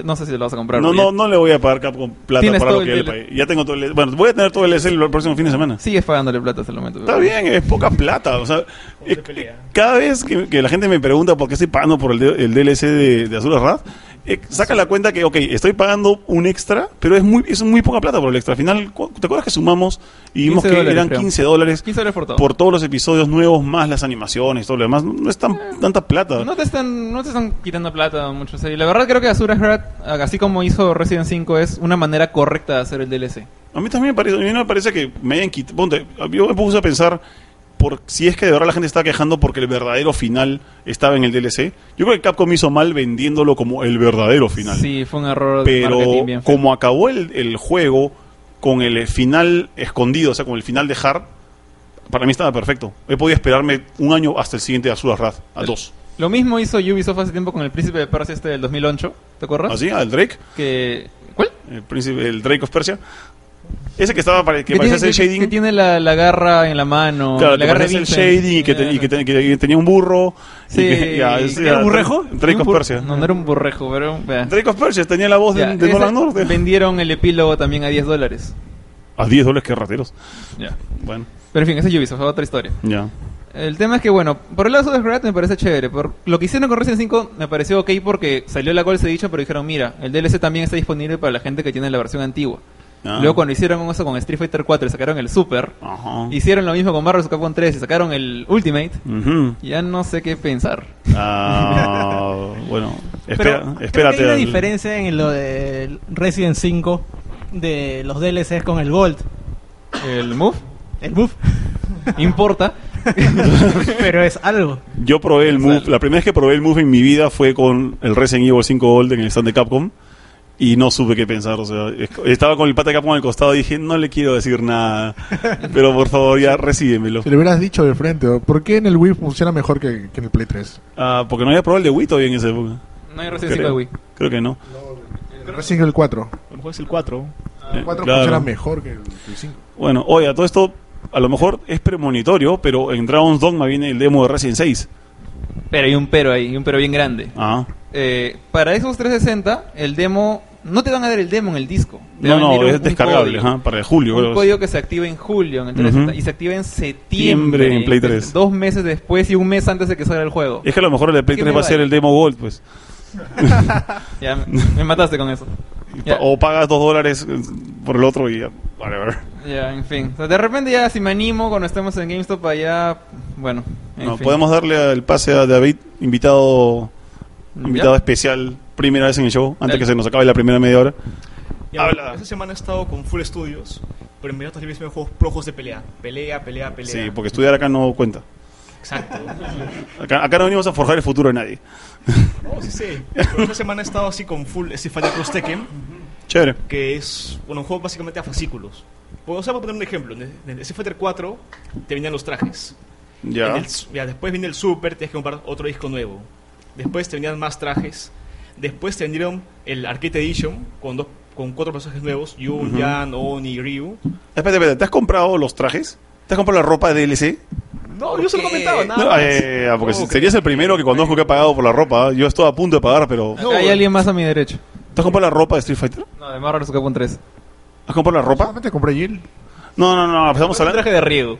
S6: No sé si lo vas a comprar.
S2: No,
S6: pero
S2: no,
S6: ya-
S2: no le voy a pagar Capcom plata
S6: Tienes
S2: para lo
S6: todo
S2: que
S6: el
S2: él
S6: DL.
S2: pague. Ya tengo todo el Bueno, voy a tener todo el DLC el próximo fin de semana.
S6: Sigues pagándole plata hasta el momento.
S2: Está bien, es poca plata. O sea, eh, es- cada vez que, que la gente me pregunta por qué estoy pagando por el, D- el DLC de, de Azul Wrath, eh, saca la cuenta que, ok, estoy pagando un extra, pero es muy es muy poca plata por el extra. Al final, ¿cu- ¿te acuerdas que sumamos y vimos
S6: 15
S2: que
S6: dólares,
S2: eran
S6: creo.
S2: 15 dólares
S6: 15 dólares por todo.
S2: por todos los episodios nuevos, más las animaciones y todo lo demás? No es
S6: Eh.
S2: tan, tanta plata.
S6: No te están, no te están quitando plata mucho. O sea, y la verdad creo que Asura Heart, así como hizo Resident 5, es una manera correcta de hacer el DLC.
S2: A mí también me parece, a mí no me parece que me hayan quitado. Ponte, yo me puse a pensar por si es que de verdad la gente está quejando porque el verdadero final estaba en el DLC. Yo creo que Capcom hizo mal vendiéndolo como el verdadero final.
S6: Sí, fue un error de marketing
S2: pero
S6: bien feo.
S2: como acabó el, el juego con el final escondido, o sea, con el final de Hard, para mí estaba perfecto. He podido esperarme un año hasta el siguiente Azura Wrath, a dos.
S6: Lo mismo hizo Ubisoft hace tiempo con el Príncipe de Persia este del 2008, ¿te acuerdas?
S2: ¿Así? ¿Ah, ¿Al Drake?
S6: Que ¿Cuál?
S2: El, príncipe, el Drake of Persia. Ese que estaba para, que
S6: tiene,
S2: parecía cel shading.
S6: que tiene la, la garra en la mano,
S2: Claro,
S6: la
S2: que
S6: garra
S2: parecía el
S6: Vincent.
S2: shading y que, te- y que
S6: Eh,
S2: te- que- que tenía un burro. y
S6: Sí.
S2: que- [laughs] ya, ese
S6: ¿Era un
S4: burrejo?
S2: Drake
S6: no,
S2: of
S6: un bur-
S2: Persia.
S6: No, no era un burrejo, pero vea.
S2: Drake of Persia tenía la voz de,
S6: Ya,
S2: de
S6: ese-
S2: Nolan North.
S6: Vendieron el epílogo también a 10 dólares.
S2: A 10 dólares, que rateros.
S6: Ya.
S2: Bueno,
S6: Pero en fin, ese es Ubisoft, otra historia.
S2: ya.
S6: El tema es que, bueno, por el lado de Rat me parece chévere. Por lo que hicieron con Resident 5 me pareció ok porque salió la cual se dicho, pero dijeron, mira, el DLC también está disponible para la gente que tiene la versión antigua.
S2: Ah.
S6: Luego cuando hicieron eso con Street Fighter 4 y sacaron el Super,
S2: Ajá.
S6: hicieron lo mismo con Marvel Capcom 3 y sacaron el Ultimate,
S2: Ujú.
S6: ya no sé qué pensar. [laughs]
S2: Ah, bueno, espera,
S4: Pero creo
S2: espérate.
S4: que hay una
S2: al-
S4: diferencia en lo de Resident 5 de los DLCs con el Gold.
S2: [laughs]
S6: El Move
S4: El buff, [laughs]
S6: importa.
S4: pero es algo.
S2: Yo probé el Move. La primera vez que probé el Move en mi vida fue con el Resident Evil 5 Gold en el stand de Capcom. Y no supe qué pensar. O sea, es- estaba con el pata de Capcom al costado y dije, no le quiero decir nada. Pero por favor,
S6: [laughs]
S2: ya recíbemelo.
S3: Si le hubieras dicho de frente, ¿o? ¿por qué en el Wii funciona mejor que, que en el Play 3?
S2: Ah, porque no había probado el de Wii todavía en esa época.
S6: No hay Resident 5 de
S2: Creo,
S6: Wii.
S2: Creo que no.
S3: Recién el 4.
S5: A lo mejor es el 4.
S3: El
S2: Eh,
S3: 4
S2: claro.
S3: funciona mejor que el, 5.
S2: Bueno, oye, a todo esto a lo mejor es premonitorio, pero en Dragon's Dogma viene el demo de Resident 6.
S6: Pero hay un pero ahí, y un pero bien grande.
S2: Ah.
S6: Eh, para Xbox 360, el demo, no te van a dar el demo en el disco. Te
S2: No,
S6: van a
S2: no,
S6: venir un-
S2: es
S6: un
S2: descargable,
S6: código.
S2: ajá, para el julio.
S6: un
S2: creo.
S6: código que se activa en julio en el 360
S2: Ujú.
S6: y se activa en septiembre
S2: en Play Eh. 3.
S6: Dos meses después y un mes antes de que salga el juego.
S2: Es que a lo mejor el de Play
S6: ¿Qué
S2: 3
S6: me
S2: va a ser
S6: vale?
S2: el demo Gold, pues. [laughs]
S6: Ya me, me mataste con eso.
S2: Y
S6: Ya.
S2: pa- O pagas dos dólares eh, por el otro y ya. Whatever.
S6: Ya, en fin. O sea, de repente ya si me animo cuando estemos en GameStop allá, bueno, en
S2: No,
S6: fin.
S2: podemos darle el pase a David, invitado
S6: Ya.
S2: invitado especial, primera vez en el show, antes
S6: Dale.
S2: que se nos acabe la primera media hora.
S5: Ya,
S2: Habla.
S5: Esta semana he estado con Full Studios, pero en mi datos libres me juegos flojos de pelea. Pelea, pelea, pelea.
S2: Sí, porque estudiar acá no cuenta.
S5: Exacto.
S2: Acá, acá no venimos a forjar el futuro de nadie.
S5: No, Oh, sí, sí. Pero esta semana he estado así con Full Street Fighter Cross Tekken,
S2: Chévere.
S5: que es bueno, un juego básicamente a fascículos. Pues, o sea, voy a poner un ejemplo. En el- en el Street Fighter 4 te venían los trajes. En
S2: Ya.
S5: el su- ya, después viene el Super, tienes que comprar otro disco nuevo. Después te venían más trajes. Después te vendieron el Arcade Edition con, dos, con cuatro personajes nuevos: Yun,
S2: Ujú.
S5: Yan, Oni, Ryu.
S2: Espérate, espérate, ¿te has comprado los trajes? ¿Te has comprado la ropa de DLC?
S5: No, yo se lo comentaba, nada.
S2: No,
S5: más.
S2: eh, ah, porque
S5: No,
S2: si-
S5: creo-
S2: serías el primero que conozco que ha pagado por la ropa. ¿eh? Yo estoy a punto de pagar, pero.
S6: Acá hay alguien más a mi derecho.
S2: ¿Te has comprado la ropa de Street Fighter?
S6: No, de Marvel Capcom 3.
S2: ¿Has comprado la ropa?
S3: Solamente compré Jill.
S2: No, no, no, estamos
S6: Un
S2: hablando.
S6: traje de riego.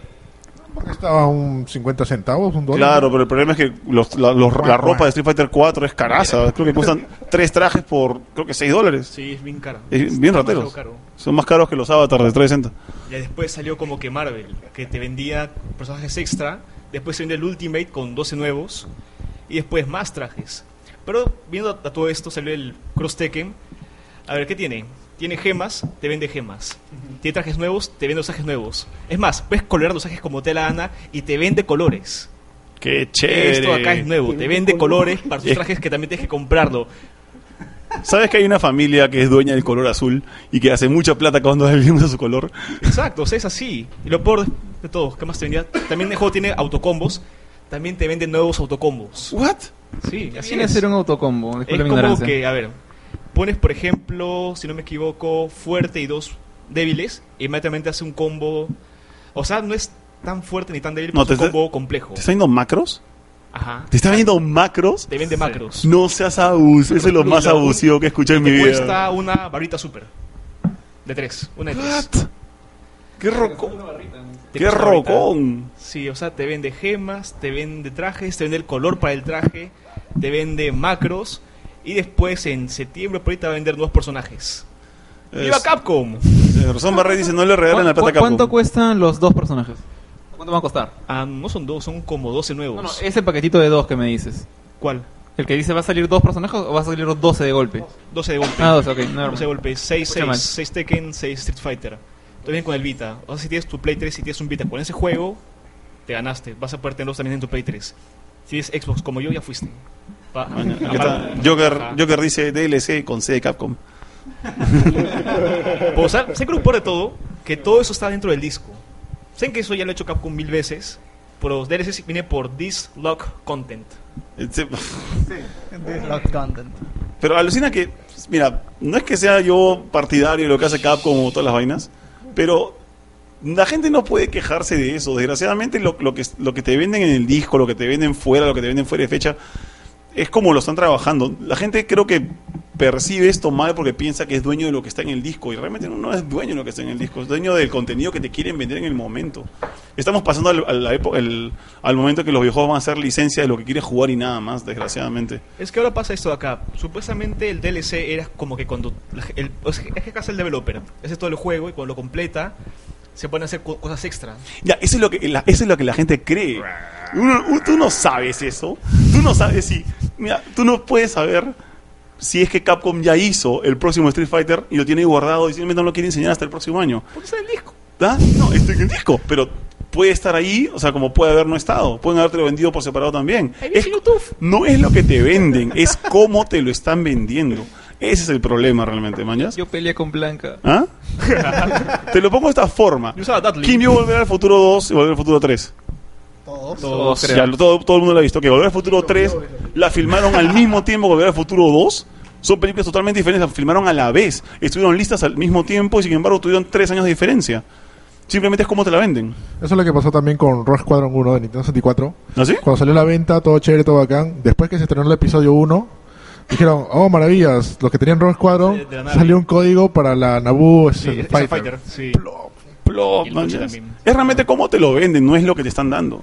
S3: Porque estaba a un 50 centavos, un dólar.
S2: Claro, pero el problema es que los- la, los- la ropa
S3: Bueno, bueno.
S2: de Street Fighter 4 es caraza. Creo que cuestan tres trajes por, creo que 6 dólares.
S5: Sí, es bien caro.
S2: Es bien
S5: Está
S2: rateros.
S5: demasiado caro.
S2: Son más caros que los avatars de 360.
S5: Y después salió como que Marvel, que te vendía personajes extra. Después se vende el Ultimate con 12 nuevos. Y después más trajes. Pero viendo a todo esto, salió el Cross Tekken. A ver, ¿qué tiene? Tiene gemas, te vende gemas. Tiene trajes nuevos, te vende los trajes nuevos. Es más, puedes colorear los trajes como te la gana y te vende colores.
S2: ¡Qué
S5: Esto acá es
S2: chévere!
S5: nuevo, te vende colores para tus
S2: Es-
S5: trajes que también tienes que comprarlo.
S2: ¿Sabes que hay una familia que es dueña del color azul y que hace mucha plata cuando [laughs] le vimos a su color?
S5: Exacto, o sea, es así. Y lo peor de todo, ¿qué más te vendía? También el juego tiene autocombos. También te vende nuevos autocombos.
S2: ¿What?
S5: Sí, así
S6: Viene a
S5: es.
S6: ser un autocombo.
S5: es
S6: Disculpe mi
S5: como
S6: ignorancia.
S5: que, a ver, pones, por ejemplo, si no me equivoco, fuerte y dos débiles, y inmediatamente hace un combo. O sea, no es tan fuerte ni tan débil,
S2: No,
S5: pero es
S2: te
S5: un
S2: está-
S5: combo complejo.
S2: ¿Te está viendo macros?
S5: Ajá.
S2: ¿Te está viendo macros?
S5: Te vende macros.
S2: No seas abuso, eso es lo
S5: Lo-
S2: más
S5: lo-
S2: abusivo que he escuchado en mi
S5: Te
S2: vida.
S5: cuesta una varita super. De tres, una de tres.
S2: What? ¡Qué rocón!
S5: Te
S2: ¡Qué
S5: cuesta una varita.
S2: rocón!
S5: Sí, o sea, te vende gemas, te vende trajes, te vende el color para el traje, te vende macros Y después en septiembre por ahí te va a vender nuevos personajes.
S2: Es-
S5: ¡Viva Capcom!
S2: eh, Rosón Barret dice, no le regalen la
S6: ¿Cu-
S2: plata a
S6: cu- ¿Cuánto
S2: Capcom.
S6: cuestan los dos personajes? ¿Cuánto van a costar?
S5: Ah, no son dos, son como 12 nuevos.
S6: No, no, ese paquetito de dos que me dices.
S5: ¿Cuál?
S6: ¿El que dice va a salir dos personajes o va a salir los 12 de golpe?
S5: 12 de golpe.
S6: Ah, 12, ok. no,
S5: 12 de golpe. 6,
S6: Escucha mal.
S5: 6, 6 Tekken, 6 Street Fighter. También con el Vita. O sea, si tienes tu Play 3, si tienes un Vita con ese juego, te ganaste. Vas a poder tenerlos también en tu Play 3. Si tienes Xbox como yo, ya fuiste. Pa-
S2: Acá
S5: Aparte-
S2: está. Joker,
S5: Ajá.
S2: Joker dice DLC con C de Capcom.
S5: Pues, o sea, sé que lo peor de todo, que todo eso está dentro del disco. Sé que eso ya lo he hecho Capcom mil veces, pero los DLCs viene por This Lock Content.
S2: Este-
S4: Locked content.
S2: Pero alucina que, mira, no es que sea yo partidario de lo que hace Capcom o todas las vainas, pero la gente no puede quejarse de eso. Desgraciadamente, lo, lo que, lo que te venden en el disco, lo que te venden fuera, lo que te venden fuera de fecha, es como lo están trabajando. La gente creo que percibe esto mal porque piensa que es dueño de lo que está en el disco y realmente no, no es dueño de lo que está en el disco, es dueño del contenido que te quieren vender en el momento. Estamos pasando al, a la epo- el- al momento que los videojuegos van a hacer licencia de lo que quieres jugar y nada más, desgraciadamente.
S5: Es que ahora pasa esto de acá. Supuestamente el DLC era como que cuando. la ge- el- o sea, es que acá hace el developer. Ese es todo el juego y cuando lo completa, se pueden hacer co- cosas extra.
S2: Ya, eso es lo que la, eso es lo que la gente cree. Uno- u- tú no sabes eso. Tú no sabes si. Mira, tú no puedes saber si es que Capcom ya hizo el próximo Street Fighter y lo tiene ahí guardado y simplemente no lo quiere enseñar hasta el próximo año.
S5: Porque está en el disco.
S2: ¿Ah? No, está en el disco, pero puede estar ahí, o sea, como puede haber no estado. Pueden haberte vendido por separado también.
S5: Ahí
S2: Es-
S5: dice YouTube.
S2: no es lo que te venden, es cómo te lo están vendiendo. Ese es el problema realmente, mañas.
S6: Yo peleé con Blanca.
S2: ¿Ah? [laughs] te lo pongo de esta forma.
S5: Yo usaba Dudley.
S2: ¿Quién vio Volver al Futuro 2 y Volver al Futuro 3?
S4: Todos.
S6: Todos, creo.
S2: Ya, lo- todo, todo el mundo la ha visto. Que Volver al Futuro 3 la filmaron al mismo tiempo que Volver al Futuro 2. Son películas totalmente diferentes, las filmaron a la vez. Estuvieron listas al mismo tiempo y sin embargo tuvieron tres años de diferencia. Simplemente es como te la venden.
S3: Eso es lo que pasó también con Rogue Squadron 1 de Nintendo 64.
S2: ¿Así?
S3: Cuando salió a la venta, todo chévere, todo bacán. Después que se estrenó el episodio 1, dijeron, oh, maravillas, los que tenían Rogue
S5: De-
S3: Squadron,
S5: de la nave.
S3: salió un código para la Naboo
S5: Sí,
S3: Fighter.
S5: es el Fighter. Sí.
S2: Plop,
S5: Y el
S2: man,
S5: coche
S2: ya.
S5: también.
S2: es realmente como te lo venden, no es lo que te están dando.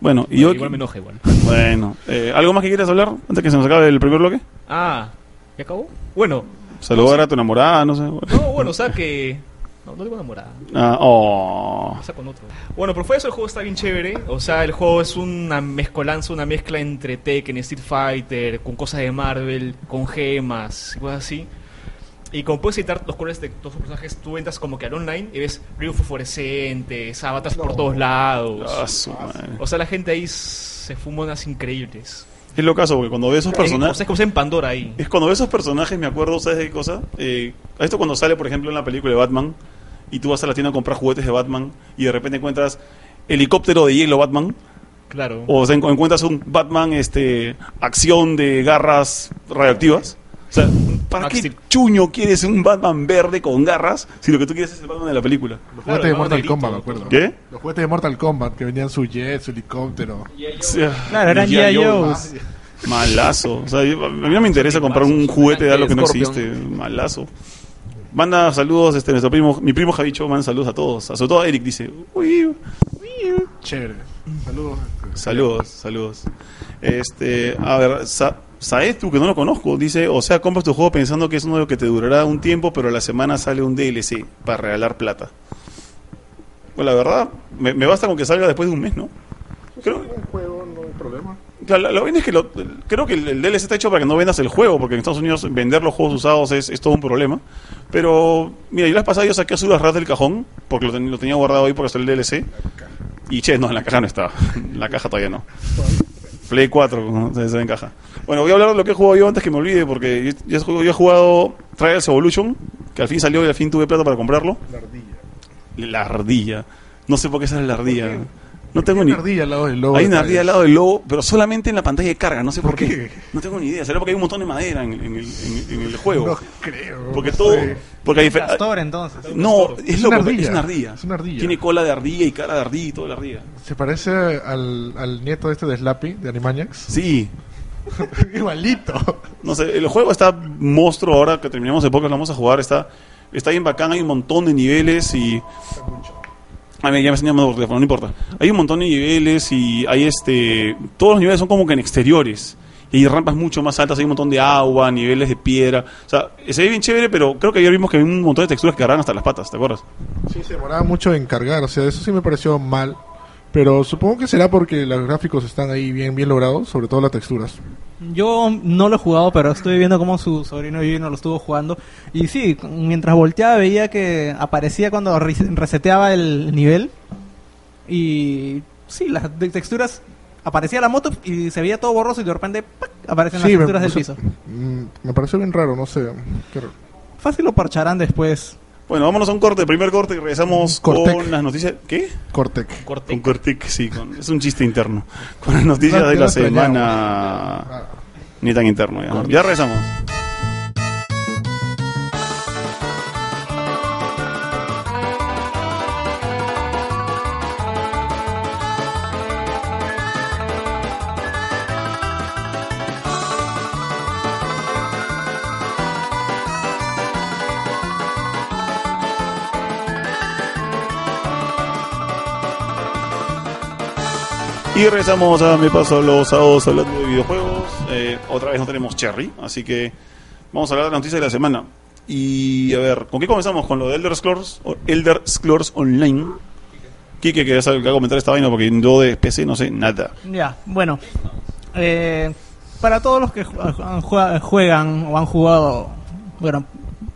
S2: Bueno, y yo.
S5: Igual me enoja igual.
S2: Bueno, eh, ¿algo más que quieras hablar antes que se nos acabe el primer bloque?
S5: Ah, ¿ya acabó? Bueno,
S2: Saludar a tu enamorada, no sé.
S5: no, bueno, o sea que. No, no digo enamorada.
S2: Ah, oh.
S5: Pasa con otro. Bueno, pero fue eso, el juego está bien chévere. O sea, el juego es una mezcolanza, una mezcla entre Tekken, Street Fighter, con cosas de Marvel, con gemas y cosas así. Y como puedes editar los colores de todos los personajes, tú entras como que al online y ves ríos fluorescentes, avatars por todos lados.
S2: Ah, su madre.
S5: O sea, la gente ahí se fuma unas increíbles.
S2: Es lo caso, porque cuando ves esos
S5: Es, o
S2: personajes.
S5: sea, es como si en Pandora ahí.
S2: Es cuando ves esos personajes, me acuerdo, ¿sabes de qué cosa? Eh, esto cuando sale, por ejemplo, en la película de Batman, y tú vas a la tienda a comprar juguetes de Batman, y de repente encuentras helicóptero de hielo Batman,
S5: Claro.
S2: o se encu- encuentras un Batman, este, acción de garras radioactivas. O sea, ¿para
S5: Max
S2: qué
S5: Steel.
S2: chuño quieres un Batman verde con garras si lo que tú quieres es el Batman de la película?
S3: Los
S5: Claro,
S3: juguetes de
S5: el
S3: Mortal
S5: negrito,
S3: Kombat, me
S5: todo.
S3: acuerdo.
S2: ¿Qué?
S3: Los juguetes de Mortal Kombat, que vendían su jet, su helicóptero.
S4: Claro, eran
S2: Ya
S4: G.I.
S2: yo-
S4: Joes.
S2: Malazo. O sea, yo- a mí no me interesa comprar un juguete de algo que no existe. Malazo. Manda saludos, este, nuestro primo, mi primo Javicho, manda saludos a todos. A- Sobre todo a Eric dice, "Uy,
S3: Chévere. Saludos.
S2: saludos, saludos. Este, a ver, Sa Saetu, que no lo conozco, dice, o sea, compras tu juego pensando que es uno que te durará un tiempo, pero a la semana sale un DLC para regalar plata. Pues la verdad, me, me basta con que salga después de un mes, ¿no? Creo,
S3: Pues, Un juego, no hay problema.
S2: Claro, la, la vaina es que lo- creo que el, el DLC está hecho para que no vendas el juego, porque en Estados Unidos vender los juegos usados es, es todo un problema. Pero, mira, yo las pasadas yo saqué a Sudas Rat del cajón, porque lo, ten- lo tenía guardado ahí porque está el DLC. Y che, no, en la caja no estaba. En [laughs] la caja todavía no. Play 4, como se se ve en caja. Bueno, voy a hablar de lo que he jugado yo antes que me olvide, porque yo, yo he jugado- yo he jugado Trials Evolution, que al fin salió y al fin tuve plata para comprarlo.
S3: La ardilla.
S2: La ardilla. No sé por qué esa es la ardilla.
S3: qué?
S2: No tengo
S3: Una
S2: ni...
S3: ardilla al lado del logo.
S2: Hay una
S3: de
S2: ardilla al
S3: Tales.
S2: lado del lobo, pero solamente en la pantalla de carga, no sé por,
S3: ¿Por
S2: qué?
S3: qué?
S2: No tengo ni idea, será porque hay un montón de madera en, en el, en- en el juego.
S3: No creo.
S2: porque
S3: no
S2: todo.
S3: sé.
S2: Porque hay
S4: Castor, entonces.
S2: No, es,
S3: Es
S2: lo
S3: una
S2: que-
S3: ardilla.
S2: es una ardilla.
S3: Es una ardilla.
S2: Tiene cola de ardilla y cara de ardilla y todo la ardilla.
S3: Se parece al, al nieto este de Slappy, de Animaniacs. [laughs]
S2: Sí.
S3: Igualito.
S2: No sé, el juego está monstruo ahora que terminamos de poco, lo vamos a jugar. Está, está bien bacán, hay un montón de niveles y. A mí ya me enseñan por teléfono, no importa. Hay un montón de niveles y hay este. Todos los niveles son como que en exteriores. Y hay rampas mucho más altas, hay un montón de agua, niveles de piedra. O sea, se ve bien chévere, pero creo que ayer vimos que hay un montón de texturas que agarran hasta las patas, ¿te acuerdas?
S3: Sí, se demoraba mucho en cargar, o sea, eso sí me pareció mal. Pero supongo que será porque los gráficos están ahí bien, bien logrados, sobre todo las texturas.
S4: Yo no lo he jugado, pero estoy viendo cómo su sobrino Gino lo estuvo jugando. Y sí, mientras volteaba veía que aparecía cuando re- reseteaba el nivel. Y sí, las de- texturas... Aparecía la moto y se veía todo borroso y de repente ¡pac! aparecen las
S3: Sí, me-
S4: texturas del
S3: o sea,
S4: piso.
S3: mm, me pareció bien raro, no sé. qué raro.
S4: Fácil lo parcharán después.
S2: Bueno, vámonos a un corte, primer corte, y regresamos
S3: Cortec.
S2: con las noticias. ¿Qué?
S3: Cortec.
S5: Corte.
S2: Con Cortic, sí, con- es un chiste interno. Con las noticias
S3: No,
S2: de
S3: yo
S2: la
S3: lo extrañaba.
S2: semana.
S3: Ah,
S2: Ni tan interno ya. Ya regresamos. Y regresamos a Me Paso los sábados hablando de videojuegos. Eh, otra vez no tenemos Cherry, así que vamos a hablar de la noticia de la semana. Y a ver, ¿con qué comenzamos? Con lo de Elder Scrolls, o Elder Scrolls Online. Kike, quería saber- quería comentar esta vaina porque yo de PC no sé nada.
S4: Ya, bueno. eh, para todos los que ju- han jua- juegan o han jugado, bueno,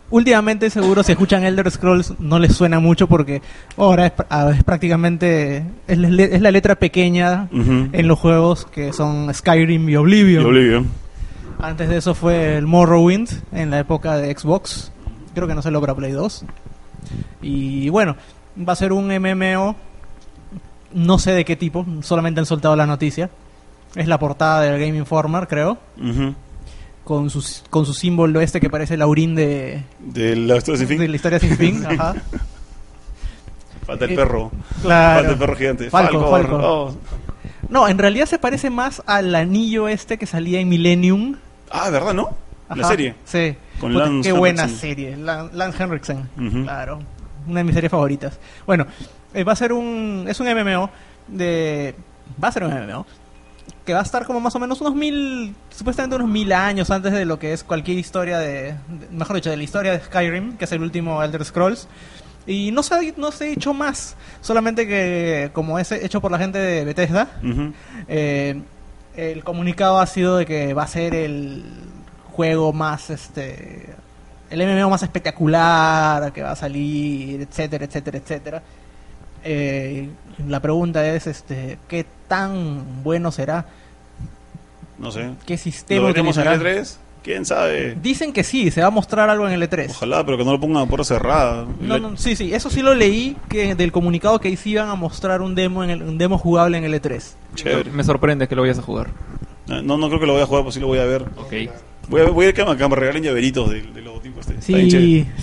S4: últimamente seguro si escuchan Elder Scrolls no les suena mucho porque ahora es, pr- ah, es prácticamente es, la le- es la letra pequeña
S2: Ujú.
S4: en los juegos que son Skyrim y Oblivion.
S2: Y Oblivion.
S4: Antes de eso fue el Morrowind en la época de Xbox. Creo que no salió para Play 2. Y bueno, va a ser un MMO. No sé de qué tipo, solamente han soltado la noticia. Es la portada del Game Informer, creo.
S2: Ujú.
S4: Con su, con su símbolo este que parece el aurín de,
S2: De la historia sin fin.
S4: de la historia
S2: [laughs]
S4: sin fin. Ajá.
S2: Falta el
S4: eh,
S2: perro. Falta el
S4: Claro.
S2: perro gigante.
S4: Falco,
S2: Falcor.
S4: Falco.
S2: Oh.
S4: No, en realidad se parece más al anillo este que salía en Millennium.
S2: Ah, ¿verdad, no? La
S4: Ajá,
S2: serie.
S4: Sí.
S2: Con
S4: Puta,
S2: Lance
S4: qué buena
S2: Henriksen.
S4: serie. Lan- Lance Henriksen.
S2: Ujú.
S4: Claro. Una de mis series favoritas. Bueno, eh, va a ser un. Es un MMO. De, va a ser un MMO. Que va a estar como más o menos unos mil. Supuestamente unos mil años antes de lo que es cualquier historia de. de- mejor dicho, de la historia de Skyrim, que es el último Elder Scrolls. Y no se ha, di- no se ha dicho más. Solamente que, como es hecho por la gente de Bethesda,
S2: Ujú.
S4: eh, el comunicado ha sido de que va a ser el juego más, este, el MMO más espectacular que va a salir, etcétera, etcétera, etcétera. Eh, la pregunta es, este, ¿qué tan bueno será?
S2: No sé.
S4: ¿Qué
S2: ¿Lo
S4: sistema
S2: veremos en E
S4: utilizará?
S2: E3? ¿Quién sabe?
S4: Dicen que sí, se va a mostrar algo en el E3.
S2: Ojalá, pero que no lo pongan a puerta cerrada.
S4: No,
S2: La-
S4: no, sí, sí, eso sí lo leí que del comunicado que ahí sí iban a mostrar un demo, en el- un demo jugable en el E E3.
S2: Chévere.
S6: Me sorprende que lo vayas a jugar.
S2: No, no creo que lo voy a jugar, pues sí lo voy a ver.
S6: Ok.
S2: Voy a, voy a ir que me, que me regalen llaveritos del, del logotipo este. Está bien
S4: Sí,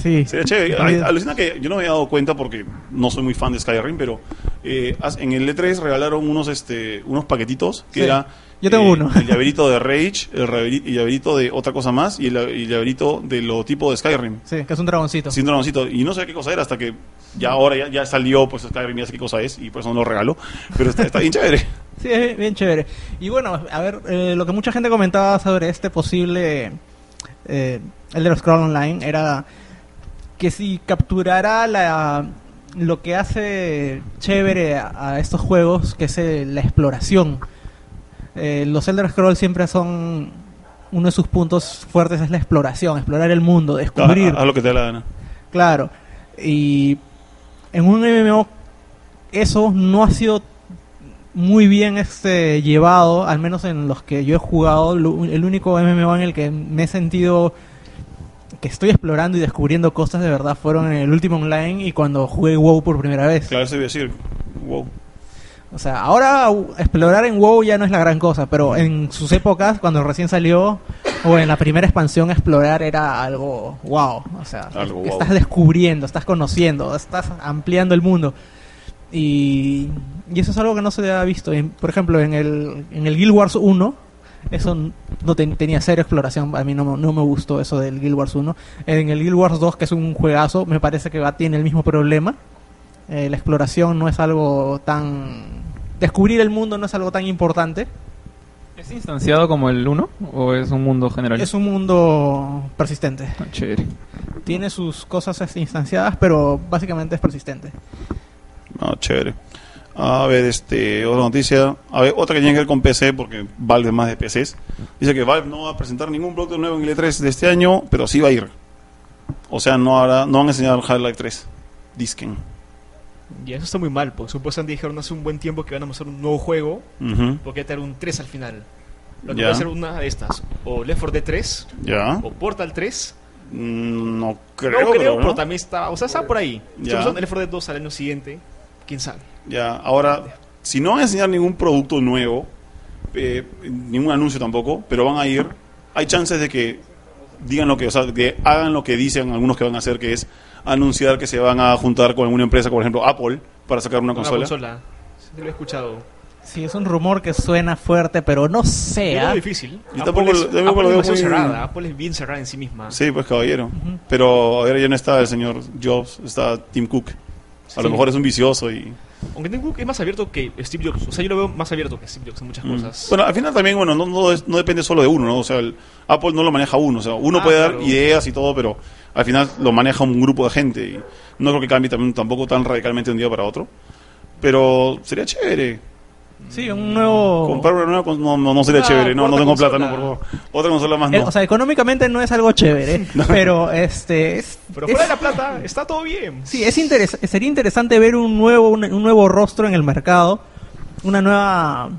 S2: chévere.
S4: sí.
S2: Sería chévere. Ay, alucina que yo no me había dado cuenta porque no soy muy fan de Skyrim, pero eh, as- en el E3 regalaron unos este unos paquetitos que
S4: Sí.
S2: era
S4: Yo tengo
S2: eh,
S4: uno.
S2: el llaverito de Rage, el raveri- el llaverito de otra cosa más y el, el llaverito del logotipo de Skyrim.
S4: Sí, que es un dragoncito.
S2: Sin dragoncito. Y no sé qué cosa era hasta que ya ahora ya, ya salió, pues Skyrim ya sé qué cosa es y por eso no lo regalo. Pero está, está bien chévere.
S4: Sí, es bien- bien chévere. Y bueno, a ver, eh, lo que mucha gente comentaba sobre este posible eh, Elder Scroll Online era que si capturara la, lo que hace chévere a, a estos juegos, que es eh, la exploración. Eh, los Elder Scrolls siempre son uno de sus puntos fuertes es la exploración, explorar el mundo,
S2: A-
S4: descubrir.
S2: a- Haz lo que te dé la gana.
S4: Claro. Y en un MMO eso no ha sido muy bien este llevado, al menos en los que yo he jugado, lo- el único MMO en el que me he sentido que estoy explorando y descubriendo cosas de verdad fueron en el último online y cuando jugué WoW por primera vez.
S2: Claro, eso iba a decir. Wow.
S4: O sea, ahora u- explorar en WoW ya no es la gran cosa, pero en sus épocas, cuando recién salió, o en la primera expansión, explorar era algo wow. O sea,
S2: Algo
S4: que
S2: wow.
S4: estás descubriendo, estás conociendo, estás ampliando el mundo. Y, y eso es algo que no se ha visto. En- por ejemplo, en el, en el Guild Wars 1, eso n- no ten- tenía cero exploración. A mí no, me- no me gustó eso del Guild Wars 1. En el Guild Wars 2, que es un juegazo, me parece que va, tiene el mismo problema. Eh, la exploración no es algo tan... Descubrir el mundo no es algo tan importante.
S6: ¿Es instanciado como el 1 o es un mundo general?
S4: Es un mundo persistente.
S6: Ah, chévere.
S4: Tiene sus cosas este, instanciadas, pero básicamente es persistente.
S2: No, chévere. A ver, este, otra noticia. A ver, otra que tiene que ver con PC, porque Valve es más de PCs. Dice que Valve no va a presentar ningún producto nuevo en el E3 de este año, pero sí va a ir. O sea, no, habrá, no van a enseñar Half-Life 3. Disquen.
S5: Y eso está muy mal, pues. Supuestamente dijeron hace un buen tiempo que van a mostrar un nuevo juego,
S2: Ujú,
S5: porque va a tener un 3 al final. Lo que
S2: Ya.
S5: va a ser una de estas. O Left 4 Dead 3,
S2: Ya.
S5: o Portal 3.
S2: Mm, Oh. No creo,
S5: no creo,
S2: pero,
S5: pero,
S2: bueno.
S5: también está... O sea, está por ahí.
S2: Ya.
S5: Estamos hablando de Left 4 Dead 2 al año siguiente. ¿Quién sabe?
S2: Ya, ahora, si no van a enseñar ningún producto nuevo, eh, ningún anuncio tampoco, pero van a ir, hay chances de que digan lo que, o sea, que hagan lo que dicen algunos que van a hacer, que es anunciar que se van a juntar con alguna empresa, por ejemplo Apple, para sacar una, consola.
S5: Una consola. Sí, lo he escuchado.
S4: Sí, es un rumor que suena fuerte, pero no
S6: Eh,
S5: Yo
S6: ah.
S5: lo veo
S4: sea.
S5: difícil.
S2: Yo tampoco
S5: es,
S2: lo- tampoco lo
S5: Apple
S2: veo
S5: es demasiado
S2: muy-
S5: cerrada. Apple es bien cerrada en sí misma.
S2: Sí, pues caballero. Pero ahora ya no está el señor Jobs, está Tim Cook. A
S5: Sí.
S2: lo mejor es un vicioso y...
S5: Aunque Tim Cook es más abierto que Steve Jobs. O sea, yo lo veo más abierto que Steve Jobs en muchas cosas.
S2: Mm. Bueno, al final también, bueno, no, no, es- no depende solo de uno, ¿no? O sea, el- Apple no lo maneja uno, o sea, uno
S5: Ah,
S2: puede dar
S5: claro.
S2: ideas y todo, pero al final lo maneja un grupo de gente y no creo que cambie también, tampoco tan radicalmente de un día para otro. Pero sería chévere.
S4: Sí, un nuevo.
S2: Comprar una nueva cons- no, no, no sería
S4: Ah,
S5: Una
S2: chévere, no, no
S5: cuarta
S2: tengo
S5: consola.
S2: plata, no, por favor. Otra consola más
S4: Eh,
S2: no.
S4: O sea, económicamente no es algo
S5: [laughs]
S4: chévere, pero este es,
S5: Pero
S4: es-
S2: eh.
S5: fuera de la plata, está todo bien.
S4: sí, es interes- sería interesante ver un nuevo un, un nuevo rostro en el mercado, una nueva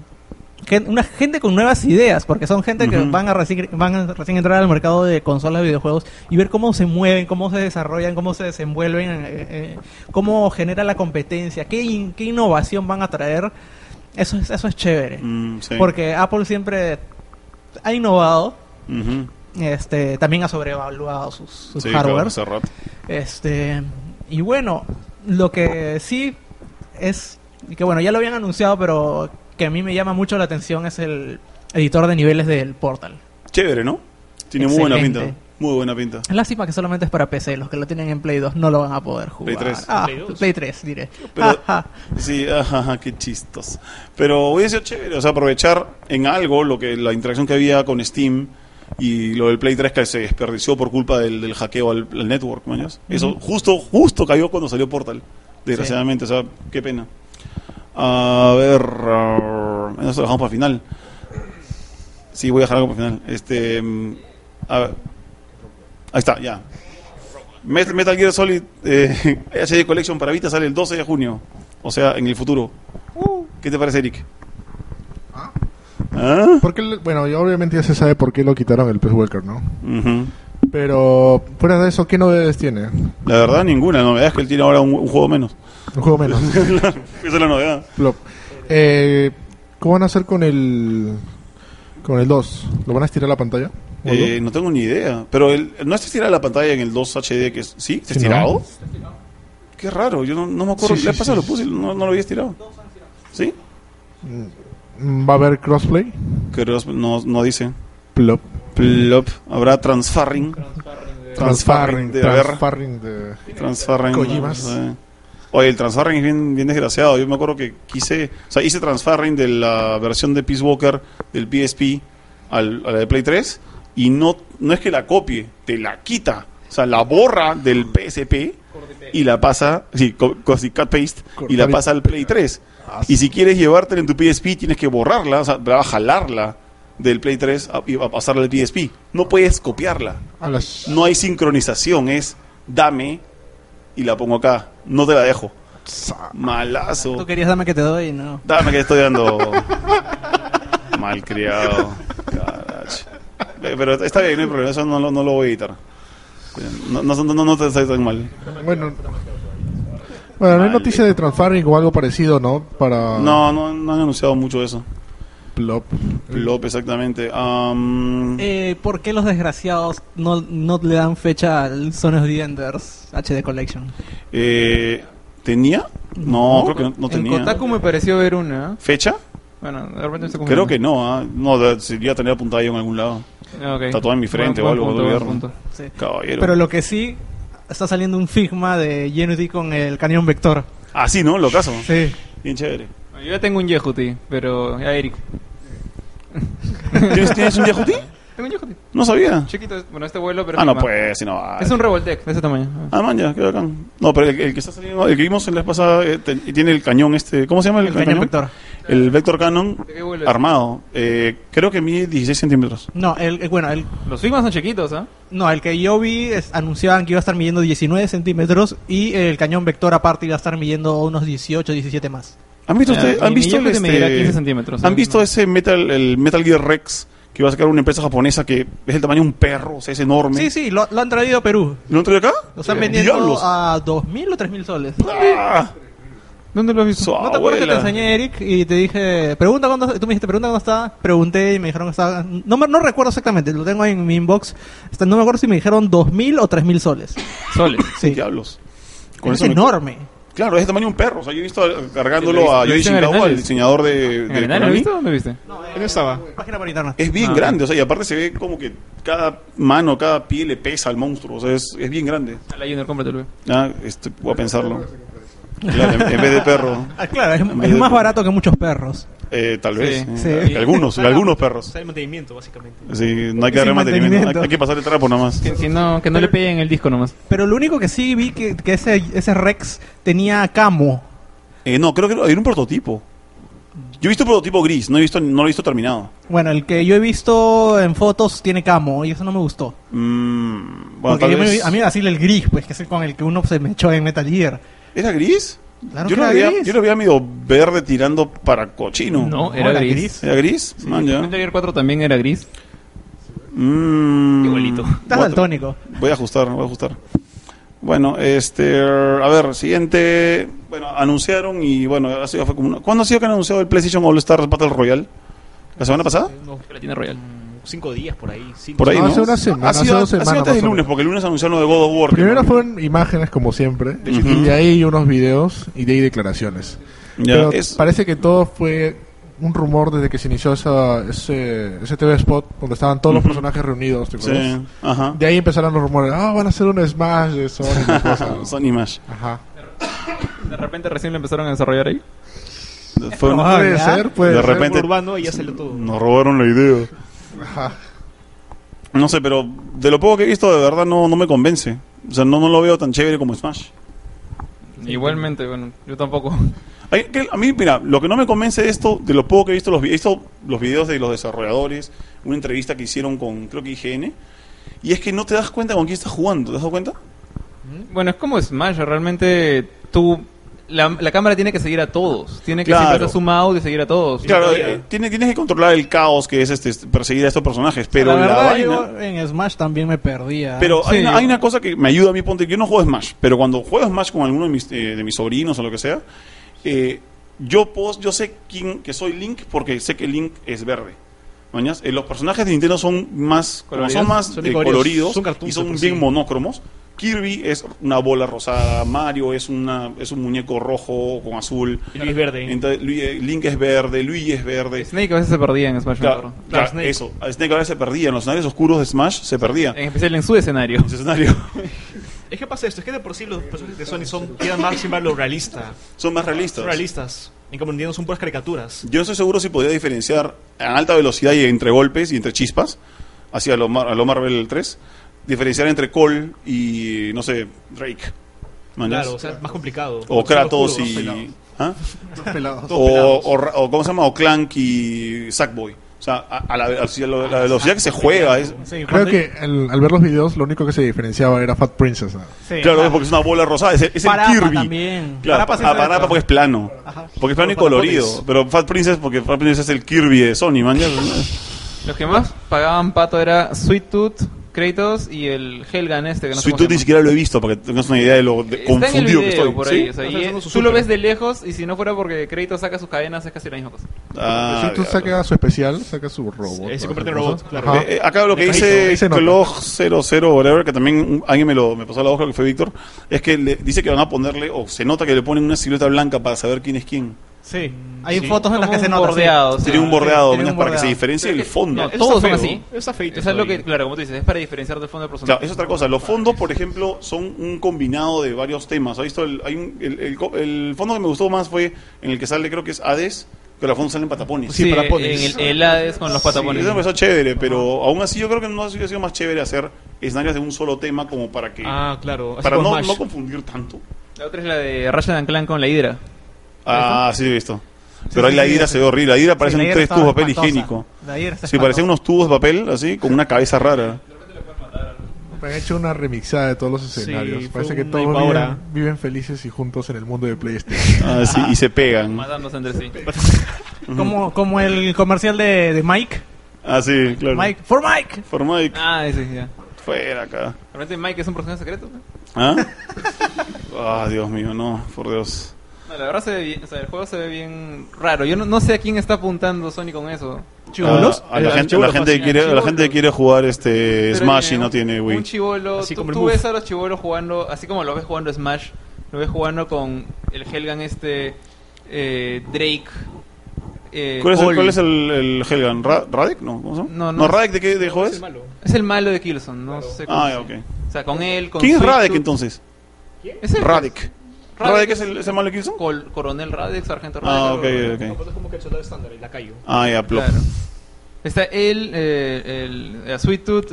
S4: gen- una gente con nuevas ideas, porque son gente que
S2: Ujú.
S4: van a recién van a recién entrar al mercado de consolas de videojuegos y ver cómo se mueven, cómo se desarrollan, cómo se desenvuelven, eh, eh, cómo genera la competencia, qué in- qué innovación van a traer. Eso es, eso es chévere,
S2: Mm, sí.
S4: porque Apple siempre ha innovado,
S2: Ujú.
S4: este, también ha sobrevaluado sus, sus
S2: Sí, claro,
S4: hardware.
S2: hace rato.
S4: este, y bueno, lo que sí es, y que bueno, ya lo habían anunciado, pero que a mí me llama mucho la atención es el editor de niveles del Portal.
S2: Chévere, ¿no? Tiene muy buena
S4: Excelente.
S2: pinta. Muy buena pinta.
S4: Lástima que solamente es para PC, los que lo tienen en Play 2 no lo van a poder jugar.
S2: Play 3.
S4: Ah,
S5: Play 2.
S4: Play 3, diré. Ah,
S2: Pero-
S4: Ajá.
S2: Sí, ajá, ajá, qué chistos. Pero hubiese sido chévere, o sea, aprovechar en algo lo que la interacción que había con Steam y lo del Play 3 que se desperdició por culpa del, del hackeo al, al network, mañas. Eso justo, justo cayó cuando salió Portal, desgraciadamente, o sea, qué pena. A ver, ah, eso lo dejamos para final. Sí, voy a dejar algo para final. Este, mm, a ver. Ahí está, ya. Met- Metal Gear Solid eh, [laughs] HD Collection para Vita sale el 12 de junio. O sea, en el futuro. ¿Qué te parece, Eric?
S3: Uh. Ah.
S2: ¿Ah?
S3: ¿Por qué le- bueno, ya obviamente ya se sabe por qué lo quitaron el pez Walker, ¿no?
S2: Ujú.
S3: Pero fuera de eso, ¿qué novedades tiene? Un
S2: La verdad, ninguna. La novedad es que él tiene ahora un, un juego menos. [laughs]
S3: juego menos.
S2: Esa es la novedad.
S3: Flop. Eh, ¿Cómo van a hacer con el con el 2? ¿Lo van a estirar la pantalla? ¿O algo?
S2: Eh, no tengo ni idea. Pero el, no está estirada la pantalla en el 2 HD. Que es, ¿Sí? ¿Está
S3: Sí,
S2: estirado?
S3: ¿no?
S2: Qué raro. Yo no, no me acuerdo.
S3: Sí, sí,
S2: la vez pasada
S3: sí,
S2: lo puse y no, no lo había estirado. ¿Sí?
S3: Mm, ¿Va a haber crossplay?
S2: Creo- no, no dice.
S3: Plop.
S2: Plop. Habrá transferring.
S3: Transferring.
S2: de haber-
S3: Transferring de...
S2: Transferring.
S3: Kojimas.
S2: no sé. Oye, el Transferring es bien, bien desgraciado. Yo me acuerdo que quise, o sea, hice Transferring de la versión de Peace Walker del PSP al, a la de Play 3 y no, no es que la copie, te la quita. O sea, la borra del PSP y la pasa, sí, co- co- sí, cut paste y la
S3: Cortar y-
S2: pasa al Play 3. Y si quieres llevártela en tu PSP, tienes que borrarla, o sea, va a jalarla del Play 3 a- y va a pasarla al PSP. No puedes copiarla
S3: A las...
S2: no hay sincronización, es dame y la pongo acá, no te la dejo.
S4: Tú
S2: Malazo.
S4: querías dame que te doy, no.
S2: Dame que estoy
S4: [laughs]
S2: dando. Malcriado. Caracho. Eh, Pero está bien, no hay problema, eso no, lo- no lo voy a editar. No, no, no, no te estoy tan mal.
S3: Bueno... Bueno, no hay
S2: Maldito.
S3: noticia de Transferring o algo parecido, ¿no? Para...
S2: No, no, no han anunciado mucho eso.
S3: Plop.
S2: Plop, exactamente. Am,
S4: Eh, ¿Por qué los desgraciados no, no le dan fecha al Son of the Enders HD Collection?
S2: eh, ¿Tenía? No, creo que no, no
S6: En
S2: tenía.
S6: Kotaku me pareció ver una. ¿eh?
S2: ¿Fecha?
S6: Bueno, de repente se
S2: Creo que no, ¿ah? No, de- si ya tenía apuntado ahí en algún lado.
S6: Ah,
S2: tatuado en mi frente o algo, voy a olvidarlo.
S4: Sí.
S2: Caballero.
S4: Pero lo que sí, está saliendo un Figma de Unity con el cañón vector.
S2: Así, Ah, ¿no? Lo caso.
S4: Sí.
S2: Bien chévere.
S6: Yo ya tengo un Yehuti, pero ya Eric.
S2: ¿Tienes, tienes un Yahoo
S6: Tengo un Yojoti.
S2: No sabía.
S6: Chiquito, es- bueno, este vuelo, pero.
S2: Ah,
S6: que
S2: no,
S6: ma-
S2: pues, si no. ah,
S6: Es un Revoltec de ese tamaño.
S2: Ah, man, ya, qué bacán. No, pero el, el que está saliendo, el que vimos en la vez pasada, eh, te- y tiene el cañón este, ¿cómo se llama el,
S4: El cañón vector.
S2: El Vector Cannon
S6: ¿De qué vuelo es?
S2: armado. Eh, creo que mide 16 centímetros.
S4: No, el, el- bueno, el,
S6: Los Figmas son chiquitos, ¿ah?
S4: no, el que yo vi es- anunciaban que iba a estar midiendo 19 centímetros y el cañón vector aparte iba a estar midiendo unos 18, 17 más.
S2: ¿Han visto
S6: Ya,
S2: ustedes?
S6: mi-
S2: ¿Han
S6: mi
S2: visto el,
S6: Yojoti
S2: este,
S6: medirá 15 centímetros,
S2: ¿Han
S6: ¿no?
S2: visto ese Metal, el Metal Gear Rex que va a sacar una empresa japonesa que es el tamaño de un perro, o sea, es enorme?
S4: Sí, sí, lo, lo han traído a Perú.
S2: ¿Lo han traído acá?
S4: Lo están
S2: Sí.
S4: vendiendo
S2: ¡Diablos!
S4: a 2.000 o 3.000 soles.
S2: ¡Ah!
S6: ¿Dónde lo has visto?
S2: Su
S4: ¿No te acuerdas que te
S2: abuela.
S4: enseñé, Eric? Y te dije, pregunta cuándo, tú me dijiste, pregunta cuándo está. Pregunté y me dijeron que estaba. No, me- no recuerdo exactamente, lo tengo ahí en mi inbox. Está- no me acuerdo si me dijeron 2.000 o 3.000 soles.
S6: Soles.
S4: Sí.
S2: Diablos. Con
S4: Es
S2: eso me-
S4: enorme.
S2: Claro, es el tamaño de un perro. O sea, yo he visto
S6: Sí,
S2: cargándolo
S6: lo
S2: a
S6: viste- lo
S2: Yoshi
S6: viste en
S2: Shinkawa, el
S6: Arenales.
S2: diseñador de, de
S6: ¿En el lo
S2: Konami.
S6: viste o no lo viste?
S5: ¿En eso estaba?
S4: Página por internet.
S2: Es bien
S6: Ah.
S2: grande, o sea, y aparte se ve como que cada mano, cada pie le pesa al monstruo, o sea, es, es bien grande.
S6: A la Junior, cómpratelo.
S2: Ah, este, voy a pensarlo. Claro, en, en vez de perro,
S4: Ah, claro, es,
S2: En vez
S4: es
S2: de-
S4: más barato que muchos perros.
S2: eh, tal
S6: Sí,
S2: vez.
S4: sí.
S2: eh, y Algunos, y algunos perros.
S5: Está el mantenimiento, básicamente.
S2: Sí, no hay que
S4: Es
S2: darle mantenimiento,
S4: el mantenimiento.
S2: hay, hay que pasarle trapo nada más.
S6: Que, que no, que no le peguen el disco nomás.
S4: Pero lo único que sí vi que, que ese, ese Rex tenía camo.
S2: Eh, no, creo que era un prototipo. Yo he visto un prototipo gris, no, he visto, no lo he visto terminado.
S4: Bueno, el que yo he visto en fotos tiene camo y eso no me gustó.
S2: Mm, bueno,
S4: Porque
S2: tal
S4: yo me
S2: vez-
S4: vi- a mí me vacila el gris, pues, que es el con el que uno se me echó en Metal Gear.
S2: ¿Era gris?
S4: Claro
S2: yo,
S4: que
S2: lo
S4: era
S2: veía,
S4: gris.
S2: yo lo veía medio verde tirando para cochino.
S6: No, era
S4: Hola,
S6: gris.
S2: ¿Era gris? Man, ya.
S6: Metal Gear 4 también era gris.
S2: Mm.
S5: Igualito.
S4: Estás
S2: Voy a-
S4: daltónico.
S2: Voy a ajustar, voy a ajustar. Bueno, este, a ver, siguiente. Bueno, anunciaron y bueno, ha sido- fue como una- ¿cuándo ha sido que han anunciado el PlayStation All Stars Battle Royale? ¿La semana pasada?
S5: Unos
S6: La tiene Royal.
S5: cinco días por ahí. Cinco,
S2: Por ahí,
S3: No,
S2: ¿no?
S3: hace una semana,
S2: Ha sido,
S3: hace dos
S2: ha sido
S3: semanas,
S2: antes
S3: más
S2: del
S3: o
S2: lunes,
S3: menos.
S2: porque el lunes anunciaron lo de God of War. que
S3: Primero
S2: no-
S3: fueron imágenes, como siempre,
S2: De Shifu.
S3: y de ahí unos videos, y de ahí declaraciones.
S2: Ya,
S3: Pero
S2: es-
S3: parece que todo fue un rumor desde que se inició esa- ese, ese TV spot donde estaban todos
S2: Ujú.
S3: los personajes reunidos. ¿te acuerdas?
S2: sí, ajá.
S3: De ahí empezaron los rumores. Ah, van a hacer un Smash de Sonic. y cosas.
S2: Sony Mash.
S3: Ajá.
S6: De repente recién lo empezaron a desarrollar ahí.
S2: Fue una-
S4: Ah,
S3: Puede
S4: ya.
S3: ser, puede
S2: De
S3: ser.
S2: repente-
S5: urbano y ya salió todo.
S2: nos robaron la idea.
S3: Ajá.
S2: No sé, pero de lo poco que he visto, de verdad no, no me convence. O sea, no, no lo veo tan chévere como Smash.
S6: Igualmente, bueno, yo tampoco. [laughs]
S2: Hay que- A mí, mira, lo que no me convence de esto, de lo poco que he visto, los, vi- he visto los videos de los desarrolladores, una entrevista que hicieron con, creo que IGN, y es que no te das cuenta con quién estás jugando, ¿te has dado cuenta?
S6: Bueno, es como Smash, realmente tú... La, la cámara tiene que seguir a todos. Tiene que
S2: Claro.
S6: siempre estar zoom out y seguir a todos.
S2: Claro,
S5: todavía.
S2: eh, tiene- tienes que controlar el caos que es este, este, perseguir a estos personajes, pero
S4: la
S2: la,
S4: verdad,
S2: vaina-
S4: yo en Smash también me perdía.
S2: Pero hay,
S6: Sí,
S2: una,
S6: yo-
S2: hay una cosa que me ayuda a mí, ponte, yo no juego Smash, pero cuando juego Smash con alguno de mis, eh, de mis sobrinos o lo que sea, eh, yo puedo, yo sé quién, que soy Link porque sé que Link es verde. ¿Mañas? Eh, los personajes de Nintendo son más, como son
S6: Coloridos,
S2: más
S5: son
S2: eh,
S5: coloridos,
S2: coloridos
S5: son cartoons
S2: y
S5: de
S2: son
S5: por
S2: bien
S5: sí.
S2: monócromos. Kirby es una bola rosada, Mario es una es un muñeco rojo con azul,
S5: Y Luis Verde.
S2: Entonces, Lu- eh, Link es verde, Luigi es verde.
S6: Snake a veces se perdía en Smash. me
S2: Claro,
S6: acuerdo.
S2: claro,
S5: Snake.
S2: eso. A Snake a veces se perdía, en los escenarios oscuros de Smash se perdía.
S6: En especial en su escenario.
S2: En ese escenario.
S5: Es que pasa esto, es que de por sí los personajes de Sony son, quedan más sin lo realista.
S2: Son más realistas.
S5: Son realistas. En cambio, Nintendo son puras caricaturas.
S2: Yo no estoy seguro si podría diferenciar a alta velocidad y entre golpes y entre chispas, hacia lo, Mar- a lo Marvel 3, diferenciar entre Cole y, no sé, Drake. ¿Mañas?
S5: Claro, o sea, es más complicado.
S2: o
S5: Son
S2: Kratos
S5: oscuros,
S2: y...
S5: pelados.
S2: ¿Ah?
S3: Los pelados.
S2: O, o Ra- o ¿Cómo se llama? O Clank y Sackboy. O sea, a, a la, a la- a la velocidad que se juega. Es,
S4: Sí,
S3: Creo
S4: cuando-
S5: ¿eh?
S3: que el- al ver los videos, lo único que se diferenciaba era Fat Princess. ¿no?
S4: sí,
S5: Ah,
S2: claro, es porque es una bola rosada. Es, el- es el
S4: Parapa
S2: Kirby.
S4: también.
S2: Claro,
S4: Parapa sí
S2: pa-
S4: se
S2: a- Parapa
S4: ve.
S2: porque es plano.
S4: Ajá.
S2: Porque es plano y
S5: Pero para
S2: colorido.
S5: ponis.
S2: Pero Fat Princess, porque Fat Princess es el Kirby de Sony, man.
S6: [laughs] Los que más pagaban pato era Sweet Tooth, Kratos y el Helgan este que no sé
S2: Sweet Tooth
S6: cómo se
S2: ni
S6: llama.
S2: siquiera lo he visto para que tengas una idea de lo de-
S6: Está en el
S2: confundido que
S6: video
S2: estoy.
S6: por
S2: ¿sí?
S6: ahí, o sea,
S5: Está
S6: y
S5: haciendo su
S6: tú lo
S5: super.
S6: ves de lejos y si no fuera porque Kratos saca sus cadenas es casi pues. la misma cosa.
S2: Ah,
S3: si tú
S2: diablo.
S3: saca su especial, saca su robot.
S5: Eh,
S3: todas
S5: se convierte en
S3: esas
S5: robot,
S3: cosas.
S5: claro.
S3: Ajá.
S2: Eh, eh, acá lo que
S5: De
S2: dice
S3: Ese no.
S2: Clog00, whatever, que también un- alguien me, lo, me pasó la voz, creo que fue Víctor, es que le, dice que van a ponerle, o se nota que le ponen una silueta blanca para saber quién es quién.
S6: Ah,
S4: sí. Hay
S5: Sí.
S4: fotos en las
S6: Como
S4: que se
S6: un
S4: nota. sí.
S6: bordeado, sí.
S2: Tiene un bordeado,
S4: tiene
S2: ¿no?
S4: un
S2: para que se
S4: bordeado.
S2: diferencie el fondo.
S6: No,
S5: Eso
S6: todos
S5: está
S6: son
S5: feo,
S6: así.
S5: eso está feito,
S6: Eso es lo
S5: todavía.
S6: que, claro, como tú dices, es para diferenciar del fondo del
S2: Claro,
S6: personaje.
S2: es otra cosa. Los fondos, por ejemplo, son un combinado de varios temas. ¿Has visto? El, hay un- el, el co- el fondo que me gustó más fue en el que sale, creo que es Hades, creo Pero al fondo salen patapones.
S6: Sí,
S3: Sí, para ponis.
S6: en el, el Hades con los patapones.
S2: Sí, eso empezó chévere, pero aún así yo creo que no ha sido más chévere hacer escenarios de un solo tema como para que...
S5: Ah, claro. así
S2: para
S5: como
S2: no,
S5: Smash.
S2: no confundir tanto.
S6: La otra es la de Ratchet and Clank con la Hidra.
S2: Ah, sí, he visto. Pero
S4: Sí,
S2: ahí la
S4: sí,
S2: ira
S4: sí.
S2: se ve horrible. La ira parecen
S4: Sí, la ayer
S2: tres
S4: estaba
S2: tubos de papel
S4: espantosa.
S2: higiénico.
S4: La ayer está
S2: Sí, parecen
S4: espantosa.
S2: unos tubos de papel, así, con una cabeza rara.
S3: Han hecho una remixada de todos los
S5: Sí,
S3: escenarios.
S5: fue
S3: Parece que
S5: una
S3: todos
S5: hipahora.
S3: viven, viven felices y juntos en el mundo de
S2: [laughs]
S3: PlayStation.
S2: Ah, sí, y se pegan.
S6: Matándose entre sí.
S4: Como, como el comercial de, de Mike.
S2: Ah, sí, claro.
S4: Mike. For Mike.
S2: For Mike.
S6: Ah, ese ya.
S2: Fuera acá.
S6: Realmente Mike es un personaje secreto. ¿no?
S2: ¿Ah? Ah, Dios mío, no, por Dios.
S6: No, la verdad se ve bien, o sea, el juego se ve bien raro. Yo no, no sé a quién está apuntando Sony con eso.
S4: Chibolos.
S2: Ah, a la
S5: Eh,
S2: gente,
S5: chibolos
S2: la gente que
S5: fácil.
S2: quiere, la
S6: Chibolos.
S2: gente que quiere jugar este
S6: Pero
S2: Smash y
S6: un-
S2: no tiene
S6: Un
S2: Wii.
S6: chibolo,
S5: Así
S6: tú,
S5: como el
S6: tú
S5: Move.
S6: ves a los chibolos jugando, así como lo ves jugando Smash, lo ves jugando con el Helgan este, eh, Drake. eh,
S2: ¿Cuál es el,
S6: Cole.
S2: cuál es el, el Helgan? Ra- ¿Radek? No, ¿cómo se llama?
S6: No, no.
S2: ¿Radek de qué de juego
S5: Es
S2: es?
S5: el malo.
S6: Es el malo de Killzone, no sé cómo
S2: Ah,
S6: se
S2: ok.
S6: llama. O sea, con él, con
S2: ¿Quién es
S6: Sweet
S2: Radek
S6: Tooth.
S2: entonces?
S6: Es el
S2: Radek. ¿Radek es el, es el malo que hizo?
S6: Col- coronel Radek, sargento Radek.
S2: Ah,
S6: algo
S2: ok,
S6: por ahí.
S5: No,
S2: ok.
S5: pero es como que el soldado estándar, el lacayo.
S2: Ah, ya, plop.
S6: Claro. Está él, eh, el, eh, Sweet Tooth,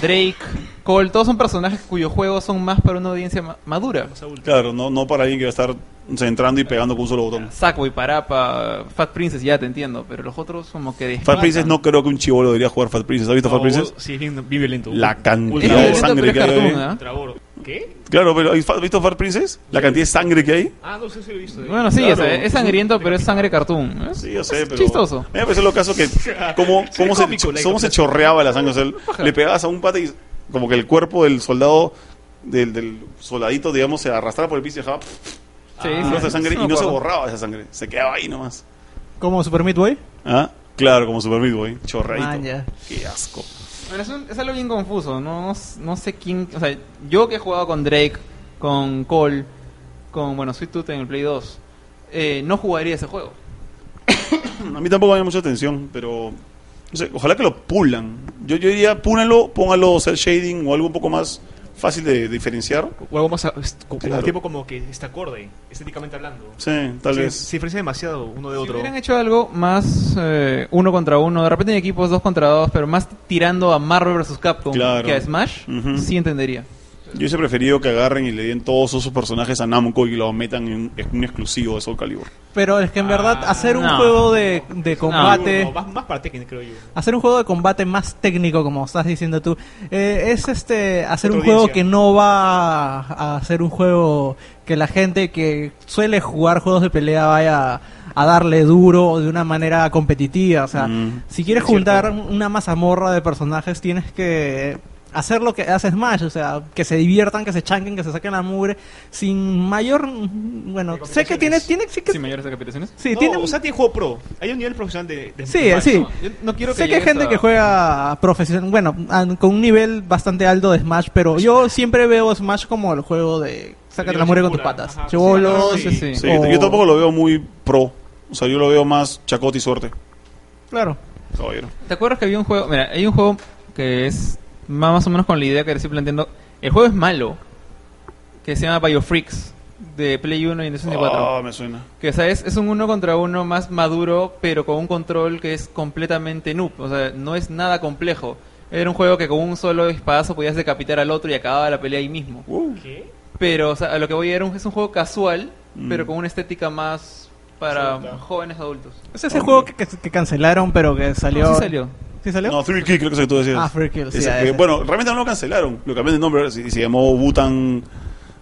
S6: Drake, Cole, todos son personajes cuyos juegos son más para una audiencia ma- madura.
S5: O sea, ultra.
S2: Claro, no, no para alguien que va a estar centrando y pegando con un solo botón.
S6: Sackboy, Parapa, Fat Princess, ya te entiendo, pero los otros como que
S2: Fat
S6: desplazan.
S2: Princess no creo que un chivolo debería jugar Fat Princess. ¿Has visto Fat
S5: No,
S2: Princess?
S5: Sí, es bien, bien violento.
S2: La
S6: Es
S2: cantidad de
S6: violento,
S2: sangre
S6: pero
S2: que
S6: es
S2: hay.
S6: cartoon,
S2: ahí.
S6: ¿ah?
S5: Ultraboro. ¿Qué?
S2: Claro, pero ¿has visto Fat Princess? La cantidad de sangre que hay.
S5: Ah, no sé si lo he visto.
S6: Bueno, sí,
S2: Claro.
S6: o sea, es sangriento, pero es sangre cartoon. Es-
S2: Sí, yo sé,
S6: es
S2: pero.
S6: chistoso.
S2: Me parece lo caso que.
S5: [laughs]
S2: ¿Cómo, cómo, se,
S5: cómico, la
S2: cómo se chorreaba la sangre? O sea, le pegabas a un pata y. Como que el cuerpo del soldado. Del, del soldadito, digamos, se arrastraba por el piso y dejaba.
S6: Sí,
S2: un trozo de sangre
S6: sí me
S2: y Ah, no se
S6: acuerdo.
S2: borraba esa sangre. Se quedaba ahí nomás.
S4: Como Super Meat Boy.
S2: ¿Ah? Claro, como Super Meat Boy. Chorreadito.
S4: Ah, ya.
S2: Qué asco.
S6: Bueno, es, un- es algo bien confuso. No, no, s- no sé quién. O sea, yo que he jugado con Drake, con Cole, con, bueno, Sweet Tooth en el Play 2, eh, no jugaría ese juego.
S2: A mí tampoco me llama mucha atención, pero no sé, ojalá que lo pulan. Yo, yo diría, púnalo, póngalo cel shading o algo un poco más fácil de diferenciar.
S5: O algo más. a- es- co-
S2: Claro.
S5: El tiempo como que está acorde, estéticamente hablando.
S2: Sí, tal
S5: Sí,
S2: vez.
S5: Se diferencia demasiado uno de
S6: Si
S5: otro.
S6: hubieran hecho algo más eh, uno contra uno, de repente en equipos dos contra dos, pero más tirando a Marvel vs. Capcom
S2: Claro.
S6: que a Smash,
S2: Ujú.
S6: sí entendería.
S2: Yo hubiese preferido que agarren y le den todos esos personajes a Namco y lo metan en un, en un exclusivo de Soul Calibur.
S4: Pero es que en verdad
S6: Ah,
S4: hacer un
S6: no.
S4: juego de, de combate...
S5: No, más, más para Tekken, creo yo.
S4: Hacer un juego de combate más técnico, como estás diciendo tú, eh, es este hacer
S5: Otra
S4: un juego
S5: audiencia.
S4: que no va a a ser un juego que la gente que suele jugar juegos de pelea vaya a darle duro de una manera competitiva. O sea,
S2: Mm.
S4: si quieres
S5: Es
S4: juntar
S5: cierto.
S4: una mazamorra de personajes, tienes que hacer lo que hace Smash, o sea, que se diviertan, que se chanquen, que se saquen la mugre, sin mayor, bueno, sé que tiene, tiene, sí que,
S6: Sin mayores capitalizaciones.
S4: sí,
S5: no,
S4: tiene,
S5: o sea, tiene juego pro. Hay un nivel profesional de. de
S4: sí,
S5: de-
S4: sí,
S6: Yo no quiero que
S4: sé que hay
S6: llegues
S4: gente
S6: a-
S4: que juega profesional, bueno, an- con un nivel bastante alto de Smash, pero yo siempre veo Smash como el juego de sácate la mugre con tus
S5: Pura,
S4: patas.
S5: ajá,
S4: Chibolos,
S6: sí, sí,
S2: Sí,
S4: o-
S2: Yo tampoco lo veo muy pro. O sea, yo lo veo más chacote y suerte.
S4: Claro.
S2: Caballero.
S6: ¿Te acuerdas que había un juego? Mira, hay un juego que es más más o menos con la idea que te estoy planteando. El juego es malo, que se llama Biofreaks, de Play 1 y Nintendo 64.
S2: Ah, me suena.
S6: Que, ¿sabes? Es un uno contra uno más maduro, pero con un control que es completamente noob. O sea, no es nada complejo. Era un juego que con un solo espadazo podías decapitar al otro y acababa la pelea ahí mismo.
S2: Uh.
S5: ¿Qué?
S6: Pero, o sea, a lo que voy a ir es un juego casual,
S2: Mm.
S6: pero con una estética más para
S2: Adulta.
S6: jóvenes adultos.
S4: Es ese juego que, que- que cancelaron, pero que salió.
S6: No, sí salió.
S4: ¿Sí salió?
S2: No, Thrill Kill creo que es lo que tú decías.
S4: Ah, Thrill Kill, sí,
S2: Ese
S4: ah,
S2: que-
S4: ese.
S2: Bueno, realmente no lo cancelaron. Lo cambiaron de nombre ahora sí, y se llamó Wutan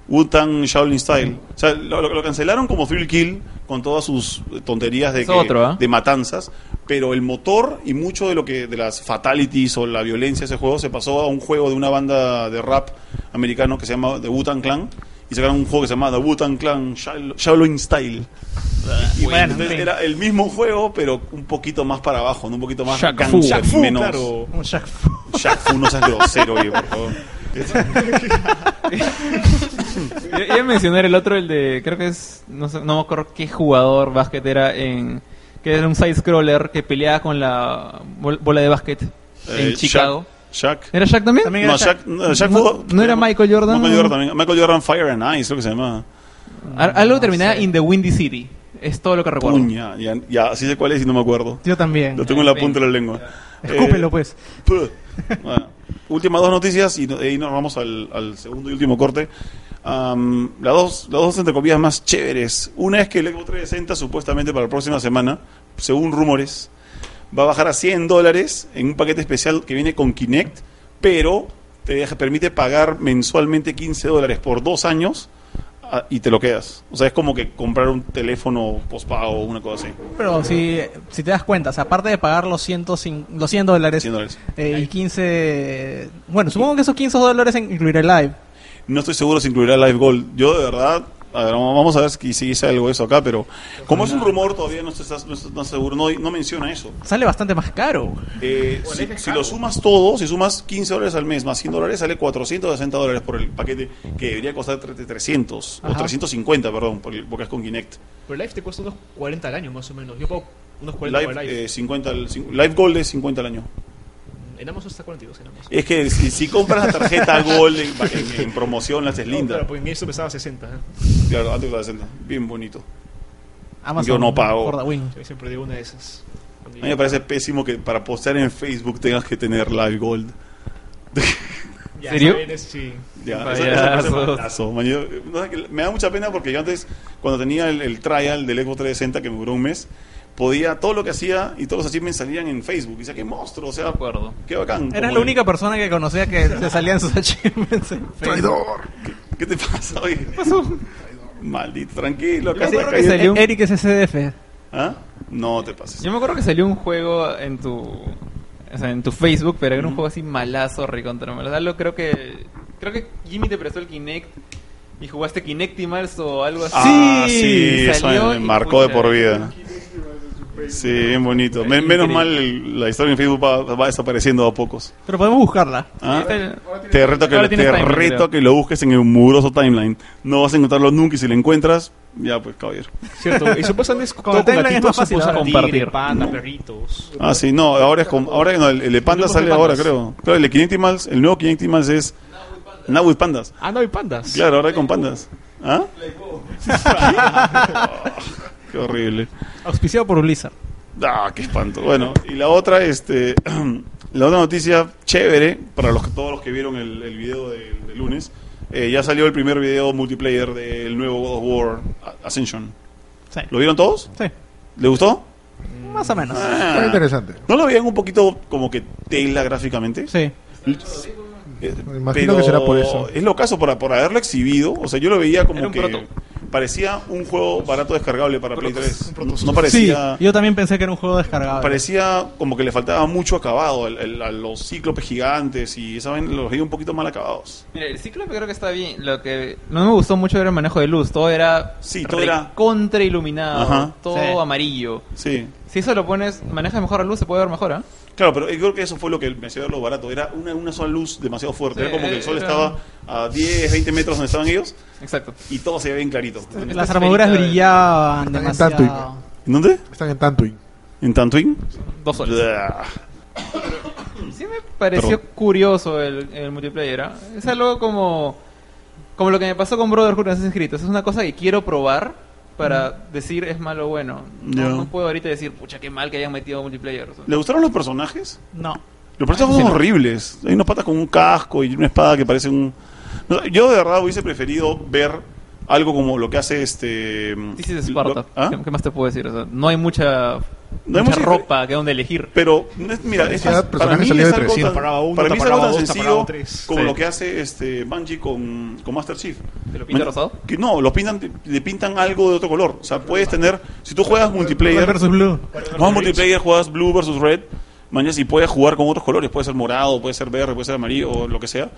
S2: Wutan Shaolin Style. O sea, lo, lo- lo cancelaron como Thrill Kill con todas sus tonterías de,
S6: Es
S2: que-
S6: otro, ¿ah?
S2: de matanzas, pero el motor y mucho de lo que de las fatalities o la violencia de ese juego se pasó a un juego de una banda de rap americano que se llama The Wutan Clan. Y sacaron un juego que se llama The Wutan Clan Shaol- Shaolin Style. Y
S4: Bueno, en
S2: entonces
S4: fin.
S2: era el mismo juego, pero un poquito más para abajo, ¿no? un poquito más
S6: Shaq
S2: gancho
S6: Fu.
S2: y
S5: Shaq Fu,
S2: menos-
S5: claro.
S4: Un Shaq Fu.
S2: Shaq Fu, no seas grosero, oye, por favor.
S6: Yo yo iba a mencionar el otro, el de. Creo que es. No, sé, no me acuerdo qué jugador básquet era en. Que era un side-scroller que peleaba con la bol- bola de básquet
S2: Eh,
S6: [laughs] en Chicago.
S2: Shaq. Shaq.
S6: ¿Era Shaq también?
S4: También
S2: No,
S4: era Shaq.
S2: Shaq, no, Shaq
S6: No-
S2: Fu-
S6: ¿no era Michael Jordan?
S2: Michael Jordan, también. Michael Jordan Fire and Ice, lo que se llama.
S6: Al- Algo terminaba in the Windy City. Es todo lo que recuerdo.
S2: Puña, ya, ya, así sé cuál es y no me acuerdo.
S4: Yo también.
S2: Lo tengo en la punta de la lengua.
S4: Escúpelo,
S2: Eh,
S4: pues.
S2: Puh. Bueno, últimas dos noticias y, no- y nos vamos al, al segundo y último corte. Am, las, dos, las dos, entre comillas, más chéveres. Una es que el Xbox 360, supuestamente para la próxima semana, según rumores, va a bajar a 100 dólares en un paquete especial que viene con Kinect, pero te deja- permite pagar mensualmente 15 dólares por dos años ah, y te lo quedas. O sea, es como que comprar un teléfono postpago o una cosa así.
S4: Pero si, si te das cuenta, o sea, aparte de pagar los, 105 los 100 dólares
S2: 100 dólares.
S4: eh, y 15... Bueno, supongo que esos 15 dólares en- incluirá el live.
S2: No estoy seguro si incluirá Live Gold. Yo de verdad, a ver, vamos a ver si si dice algo de eso acá, pero como es un rumor todavía no estás, no estás tan seguro, no, no menciona eso.
S4: Sale bastante más caro.
S2: Eh, si, si lo sumas todo, si sumas 15 dólares al mes más 100 dólares, sale 460 dólares por el paquete que debería costar tre- tre- 300 o
S4: Ajá.
S2: 350, perdón, por el- porque es con Kinect.
S5: Pero Live te cuesta unos 40 al año, más o menos. Yo pago unos 40
S2: Live,
S5: por Live.
S2: eh, 50 al- cin- Live Gold es 50 al año.
S5: En Amazon está 42 en Amazon.
S2: Es que si, si compras la tarjeta [laughs] Gold en, en- en promoción, la haces
S5: No, pues,
S2: linda.
S5: claro, porque en esto pesaba 60. ¿eh?
S2: Claro, antes de la 60. Bien bonito.
S4: Amazon
S2: Yo no pago.
S4: for the win.
S5: Yo siempre digo una de esas.
S2: A mí me parece pésimo que para postear en Facebook tengas que tener Live Gold.
S5: Ya
S6: ¿Serio?
S5: saben, es- sí.
S2: Ya,
S6: Payasos.
S2: esa- esa frase matazo, man. Yo- no sé, que me da mucha pena porque yo antes, cuando tenía el, el trial del Xbox 360 que me duró un mes, podía, todo lo que hacía y todos los achievements salían en Facebook. Y decía, qué monstruo, o
S6: De
S2: sea,
S6: acuerdo.
S2: qué bacán.
S4: Eras
S2: Como
S4: la
S2: el-
S4: única persona que conocía
S2: [laughs]
S4: que se salían sus achievements. en Facebook.
S3: ¡Traidor!
S2: ¿Qué te pasa, oye? ¿Qué pasó? [laughs] Maldito, tranquilo, acá
S6: Yo me
S2: está
S6: acuerdo que
S2: cayendo-
S6: salió un-
S4: Eric es SDF.
S2: ¿Ah? No te pases.
S6: Yo me acuerdo que salió un juego en tu. O sea, en tu Facebook, pero era un juego así malazo, recontra malo. Algo creo que. Creo que Jimmy te prestó el Kinect y jugaste Kinectimals o algo así.
S2: Ah,
S4: Sí,
S2: sí, eso
S6: salió
S2: me
S6: y
S2: marcó de
S6: pucha.
S2: por vida. Sí, bien bonito. Men- menos mal el- la historia en Facebook va, va desapareciendo a pocos.
S4: Pero podemos buscarla.
S2: ¿Ah?
S6: Está el-
S2: Te reto, que,
S6: Ahora
S2: te
S6: tienes timeline,
S2: reto
S6: creo.
S2: que lo busques en el muroso timeline. No vas a encontrarlo nunca y si lo encuentras, ya pues caballero.
S5: Cierto. Y supuestamente es
S4: Con
S5: todo con
S4: timeline es
S5: gatitos,
S4: más fácil
S5: supuestamente
S6: compartir.
S5: tigre, panda, perritos.
S2: Ah, sí, no, ahora es como, ahora no, el, el de Panda
S5: Grupos
S2: sale
S5: de
S2: ahora,
S5: pandas.
S2: creo. Claro, el de Kinetimals, el nuevo Kinetimals es Now with Pandas.
S5: Ah, no, hay pandas.
S2: Claro, ahora hay con pandas. ¿Ah? [laughs] Qué horrible.
S4: Auspiciado por Blizzard.
S2: Ah, qué espanto. Bueno, y la otra, este, [clears throat] la otra noticia chévere para los que- todos los que vieron el, el video del del lunes, eh, ya salió el primer video multiplayer del nuevo God of War A- Ascension.
S4: Sí.
S2: ¿Lo vieron todos?
S4: Sí,
S2: ¿Le gustó?
S4: más o menos.
S2: Ah.
S3: Está interesante.
S2: ¿No lo veían un poquito como que tela gráficamente?
S4: Sí.
S2: Eh,
S3: Imagino que será por eso.
S2: Es lo caso para, por haberlo exhibido. O sea, yo lo veía como
S6: Era un
S2: que
S6: proto.
S2: parecía un juego barato descargable para Play 3. No
S4: Sí,
S2: parecía.
S4: yo también pensé que era un juego descargable.
S2: Parecía como que le faltaba mucho acabado al- al- a los cíclopes gigantes y saben los veía un poquito mal acabados.
S6: Mira, el cíclope creo que está bien. Lo que no me gustó mucho era el manejo de luz. Todo era.
S2: Sí, todo era-
S6: Contra iluminado.
S2: Ajá.
S6: Todo
S4: Sí.
S6: amarillo.
S2: Sí.
S6: Si eso lo pones, manejas mejor la luz, se puede ver mejor, ¿ah?
S2: Claro, pero yo creo que eso fue lo que me hacía verlo barato. Era una, una sola luz demasiado fuerte.
S6: Sí,
S2: era como que el sol
S6: era-
S2: estaba a 10, 20 metros donde estaban ellos
S6: Exacto.
S2: y todo se veía bien clarito.
S4: Las armaduras
S6: esferita de-
S4: brillaban
S3: Están en tanto
S4: demasiado.
S2: ¿En dónde?
S3: Están en Tantuin.
S2: ¿En Tantuin?
S6: Dos soles. Sí me pareció
S2: Perdón.
S6: curioso el, el multiplayer. ¿ah? Es algo como, como lo que me pasó con Brotherhood en Assassin's Creed. Es una cosa que quiero probar para decir es malo o bueno. No,
S2: Mm. Ya.
S6: no puedo ahorita decir, pucha, qué mal que hayan metido multiplayer. O sea,
S2: ¿Le gustaron los personajes?
S4: No.
S2: Los personajes son horribles. Hay unos patas con un casco y una espada que parece un. No, yo de verdad hubiese preferido ver algo como lo que hace este.
S6: This is
S2: lo-
S6: Sparta.
S2: ¿Ah?
S6: ¿Qué, qué más te puedo decir? O sea, no hay mucha,
S2: No hay mucha-
S6: mucha ropa que donde elegir.
S2: Pero, no es- mira, es,
S3: Parecía
S2: para
S3: personaje
S2: mí
S3: salido
S2: es
S3: de
S2: algo
S3: 300.
S2: tan,
S5: Taparaba uno,
S2: para mí es algo
S5: taparaba
S2: tan
S5: dos,
S2: sencillo
S5: taparaba tres.
S2: como
S6: Sí.
S2: lo que hace este Bungie con, con Master Chief.
S6: ¿Te lo pinta
S2: Man-
S6: rosado?
S2: Que no, lo pintan, le pintan algo de otro color. O sea, puedes tener. Si tú juegas multiplayer.
S4: Red versus Blue.
S2: Juegas multiplayer, juegas blue versus red, mañana si puedes jugar con otros colores, puede ser morado, puede ser verde, puede ser amarillo, o lo que sea,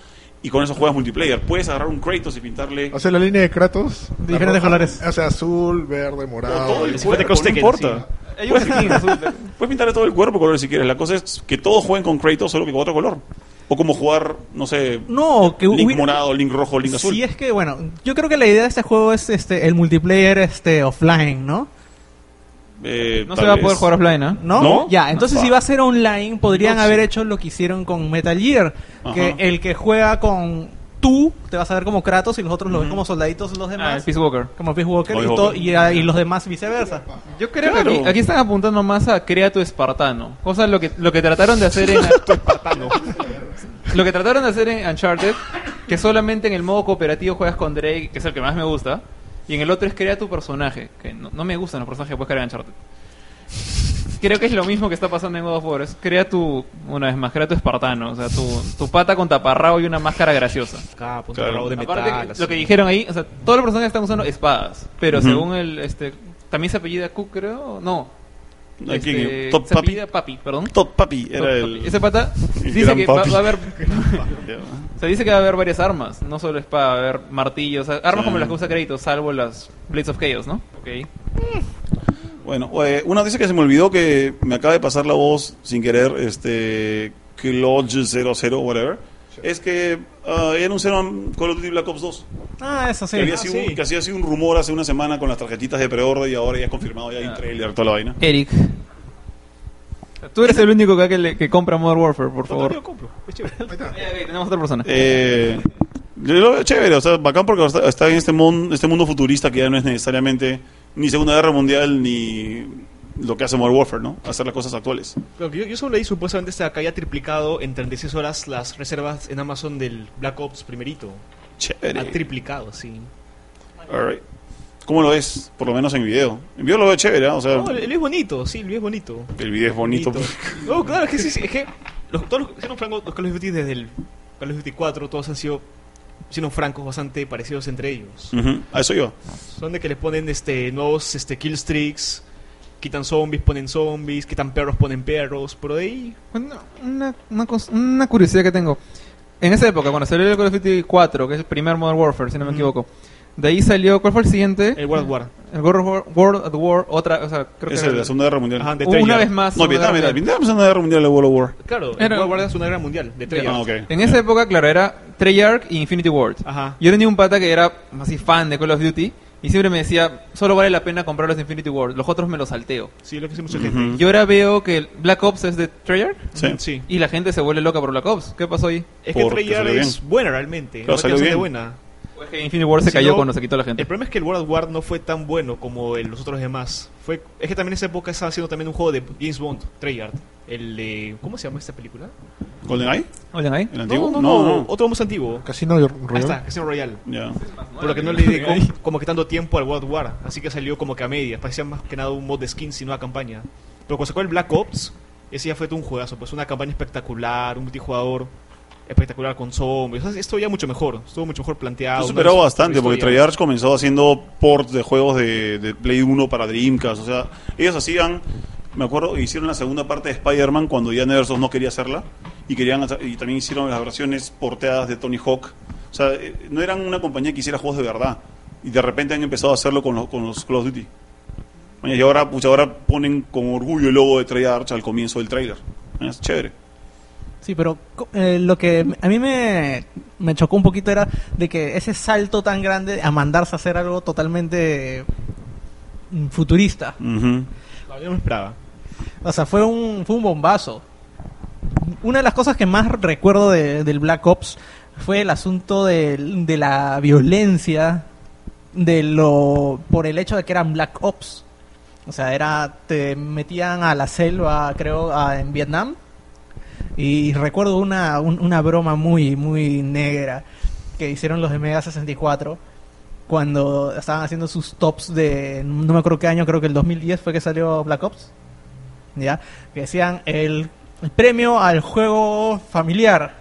S2: y con eso juegas multiplayer. Puedes agarrar un Kratos y pintarle
S3: O sea, la línea de Kratos.
S4: De diferentes
S3: la roja,
S4: colores.
S3: O sea, azul, verde,
S2: o
S3: morado.
S2: todo el
S5: si fuera
S2: cuerpo, no
S5: Tekken,
S2: importa.
S6: Hay un
S2: Puedes,
S6: skin [laughs] azul.
S2: puedes pintarle todo el cuerpo color si quieres. La cosa es que todos jueguen con Kratos, solo que con otro color. O como jugar, no sé,
S6: Mm,
S4: No, que
S2: Link
S4: hubiera-
S2: morado, Link rojo, Link azul.
S4: Si es que, bueno, yo creo que la idea de este juego es este el multiplayer este offline, ¿no?
S2: Eh,
S6: No
S2: tal
S6: se va a
S2: vez.
S6: poder jugar offline, ¿ah?
S4: ¿No?
S2: ¿No? Ah.
S4: Ya, entonces
S2: No.
S4: si va a ser online, podrían
S2: No, sí.
S4: haber hecho lo que hicieron con Metal Gear, que
S2: Ajá.
S4: el que juega con tú te vas a ver como Kratos y los otros los ven
S6: Ujú.
S4: como soldaditos los
S6: Ah, el
S4: demás.
S6: Peace Walker.
S4: como Peace Walker,
S2: Oye,
S4: y, to-
S2: Walker.
S4: y, ah, y los demás viceversa.
S6: Yo creo
S2: Claro.
S6: que aquí, aquí están apuntando más a crea tu espartano. Cosa lo que, lo que trataron de
S5: [laughs]
S6: hacer en lo que trataron de hacer en Uncharted, que solamente en el modo cooperativo juegas con Drake, que es el que más me gusta, y en el otro es crea tu personaje, que no, no me gustan los personajes que puedes crear en Uncharted. Creo que es lo mismo que está pasando en God of War. es crea tu, una vez más, crea tu espartano. O sea, tu, tu pata con taparrabo y una máscara graciosa.
S5: Capos,
S2: Claro.
S5: rabo de metal.
S6: Aparte, que-
S5: así.
S6: lo que dijeron ahí, o sea, todos los personajes están usando espadas, pero
S2: Ujú.
S6: según el, este, también se apellida Cook, creo, no.
S2: Aquí,
S6: Este,
S2: Top
S6: se
S2: Papi.
S6: apellida Papi, perdón.
S2: Top Papi
S6: Top
S2: era
S6: Papi.
S2: el.
S6: Ese pata
S2: el
S6: dice
S2: gran
S6: que va,
S2: papi.
S6: va
S2: [laughs]
S6: a haber, se dice que va a haber varias armas, no solo espada, va a haber martillos, o sea, armas
S2: Sí.
S6: como las que usa crédito, salvo las Blades of Chaos, ¿no? Ok.
S2: Bueno, eh, una dice que se me olvidó que me acaba de pasar la voz sin querer, este. Lodge 00, whatever. Es que ah, ya anunciaron Call of Duty Black Ops 2.
S4: Ah, eso sí.
S2: que, había
S4: Ah,
S2: sido
S4: sí.
S2: un, que hacía sido un rumor hace una semana con las tarjetitas de pre-order y ahora ya es confirmado, ya hay un
S6: Ah.
S2: trailer, toda la vaina.
S6: Eric. Tú eres el único acá que, le- que compra Modern Warfare, por
S5: Total, yo
S6: favor.
S5: compro. Es chévere.
S6: Eh, ok, tenemos otra persona.
S2: Eh, yo lo veo chévere, o sea, bacán porque está, está en este mundo, este mundo futurista que ya no es necesariamente ni Segunda Guerra Mundial ni lo que hace Modern Warfare, ¿no? Hacer las cosas actuales.
S5: Lo que yo, yo solo leí supuestamente está acá ya triplicado en 36 horas las reservas en Amazon del Black Ops primerito. Ha
S2: Chévere.
S5: triplicado, sí.
S2: All right. ¿Cómo lo ves? Por lo menos en video. En video lo veo chévere, ¿ah? o sea,
S5: No, el, el es bonito, sí, el es bonito.
S2: el video es bonito.
S5: No, claro, es que sí, sí, es que los, todos los, siendo francos, los Call of Duty desde el Call of Duty 4, todos han sido, siendo francos, bastante parecidos entre ellos.
S2: Ujú, A eso iba.
S5: Son de que les ponen este, nuevos este, kill streaks, quitan zombies, ponen zombies, quitan perros, ponen perros, por ahí.
S6: Una, una- una cos- una curiosidad que tengo. En esa época, cuando salió el Call of Duty 4, que es el primer Modern Warfare, si no me
S5: Ujú.
S6: equivoco, de ahí salió, ¿cuál fue el siguiente?
S5: El World War.
S6: El World, War, World at War, otra, o sea, creo que
S2: Es
S6: era-
S2: el de la Segunda Guerra Mundial.
S5: Ajá, de
S6: una
S5: Treyarch.
S6: vez Uh, más.
S2: no,
S6: Segunda
S2: Vietnam,
S6: Guerra
S2: era- Vietnam es la Segunda Guerra Mundial, el World War.
S5: Claro, el
S6: Era-
S5: World War es una guerra mundial, de Treyarch.
S2: Ah, ok.
S6: Mundial. En esa época, claro, era Treyarch y Infinity Ward.
S5: Ajá.
S6: Yo tenía un pata que era así fan de Call of Duty y siempre me decía, solo vale la pena comprar los Infinity Ward, los otros me los salteo.
S5: Sí, lo que hace mucha
S2: Ujú.
S5: gente.
S6: Y ahora veo que el Black Ops es de Treyarch
S2: Sí.
S5: Mm, Sí.
S6: y la gente se vuelve loca por Black Ops. ¿Qué pasó ahí?
S5: Es que
S2: Porque
S5: Treyarch
S2: salió
S5: es buena realmente.
S2: Claro,
S5: es
S2: salió
S5: bastante
S2: bien.
S5: buena.
S6: ¿O es Pues que Infinity Ward se
S5: Si
S6: cayó
S5: no,
S6: cuando se quitó la gente.
S5: El problema es que el World War no fue tan bueno como el- los otros demás. Fue, es que también en esa época estaba haciendo también un juego de James Bond, Treyarch. El de- ¿Cómo se llama esta película?
S2: ¿GoldenEye?
S6: Oigan ahí.
S2: ¿El
S5: No,
S2: antiguo?
S5: No, no, Otro más antiguo.
S3: Casino
S5: Ah, está,
S3: Royale.
S5: Casino Royale.
S2: Ya.
S5: Por lo que no le dedicó como que tanto tiempo al World War. Así que salió como que a medias. Parecía más que nada un mod de skins y no una campaña. Pero cuando sacó el Black Ops, ese ya fue todo un juegazo. Pues una campaña espectacular, un multijugador espectacular con zombies. O sea, esto ya mucho mejor. Estuvo mucho mejor planteado.
S2: Se
S5: una
S2: superó
S5: super
S2: bastante porque
S5: historia.
S2: Treyarch comenzó haciendo ports de juegos de, de Play 1 para Dreamcast. O sea, ellos hacían, me acuerdo, hicieron la segunda parte de Spider-Man cuando ya Neversoft no quería hacerla. Y, querían, hacer- y también hicieron las versiones porteadas de Tony Hawk. O sea, eh, no eran una compañía que hiciera juegos de verdad. Y de repente han empezado a hacerlo con los, con los Call of Duty. Y ahora, pucha, ahora ponen con orgullo el logo de Treyarch al comienzo del trailer. Es chévere.
S4: Sí, pero co- eh, lo que a mí me, me chocó un poquito era de que ese salto tan grande a mandarse a hacer algo totalmente mm, futurista.
S2: Ujú.
S5: No, yo no me esperaba.
S4: O sea, fue un, fue un bombazo. Una de las cosas que más recuerdo de- del Black Ops fue el asunto de, de la violencia de lo por el hecho de que eran Black Ops. O sea, era te metían a la selva, creo, a- en Vietnam. Y recuerdo una, un- una broma muy, muy negra que hicieron los de Mega 64 cuando estaban haciendo sus tops de, no me acuerdo qué año, creo que el 2010 fue que salió Black Ops. ¿ya? Que decían el, el premio al juego familiar.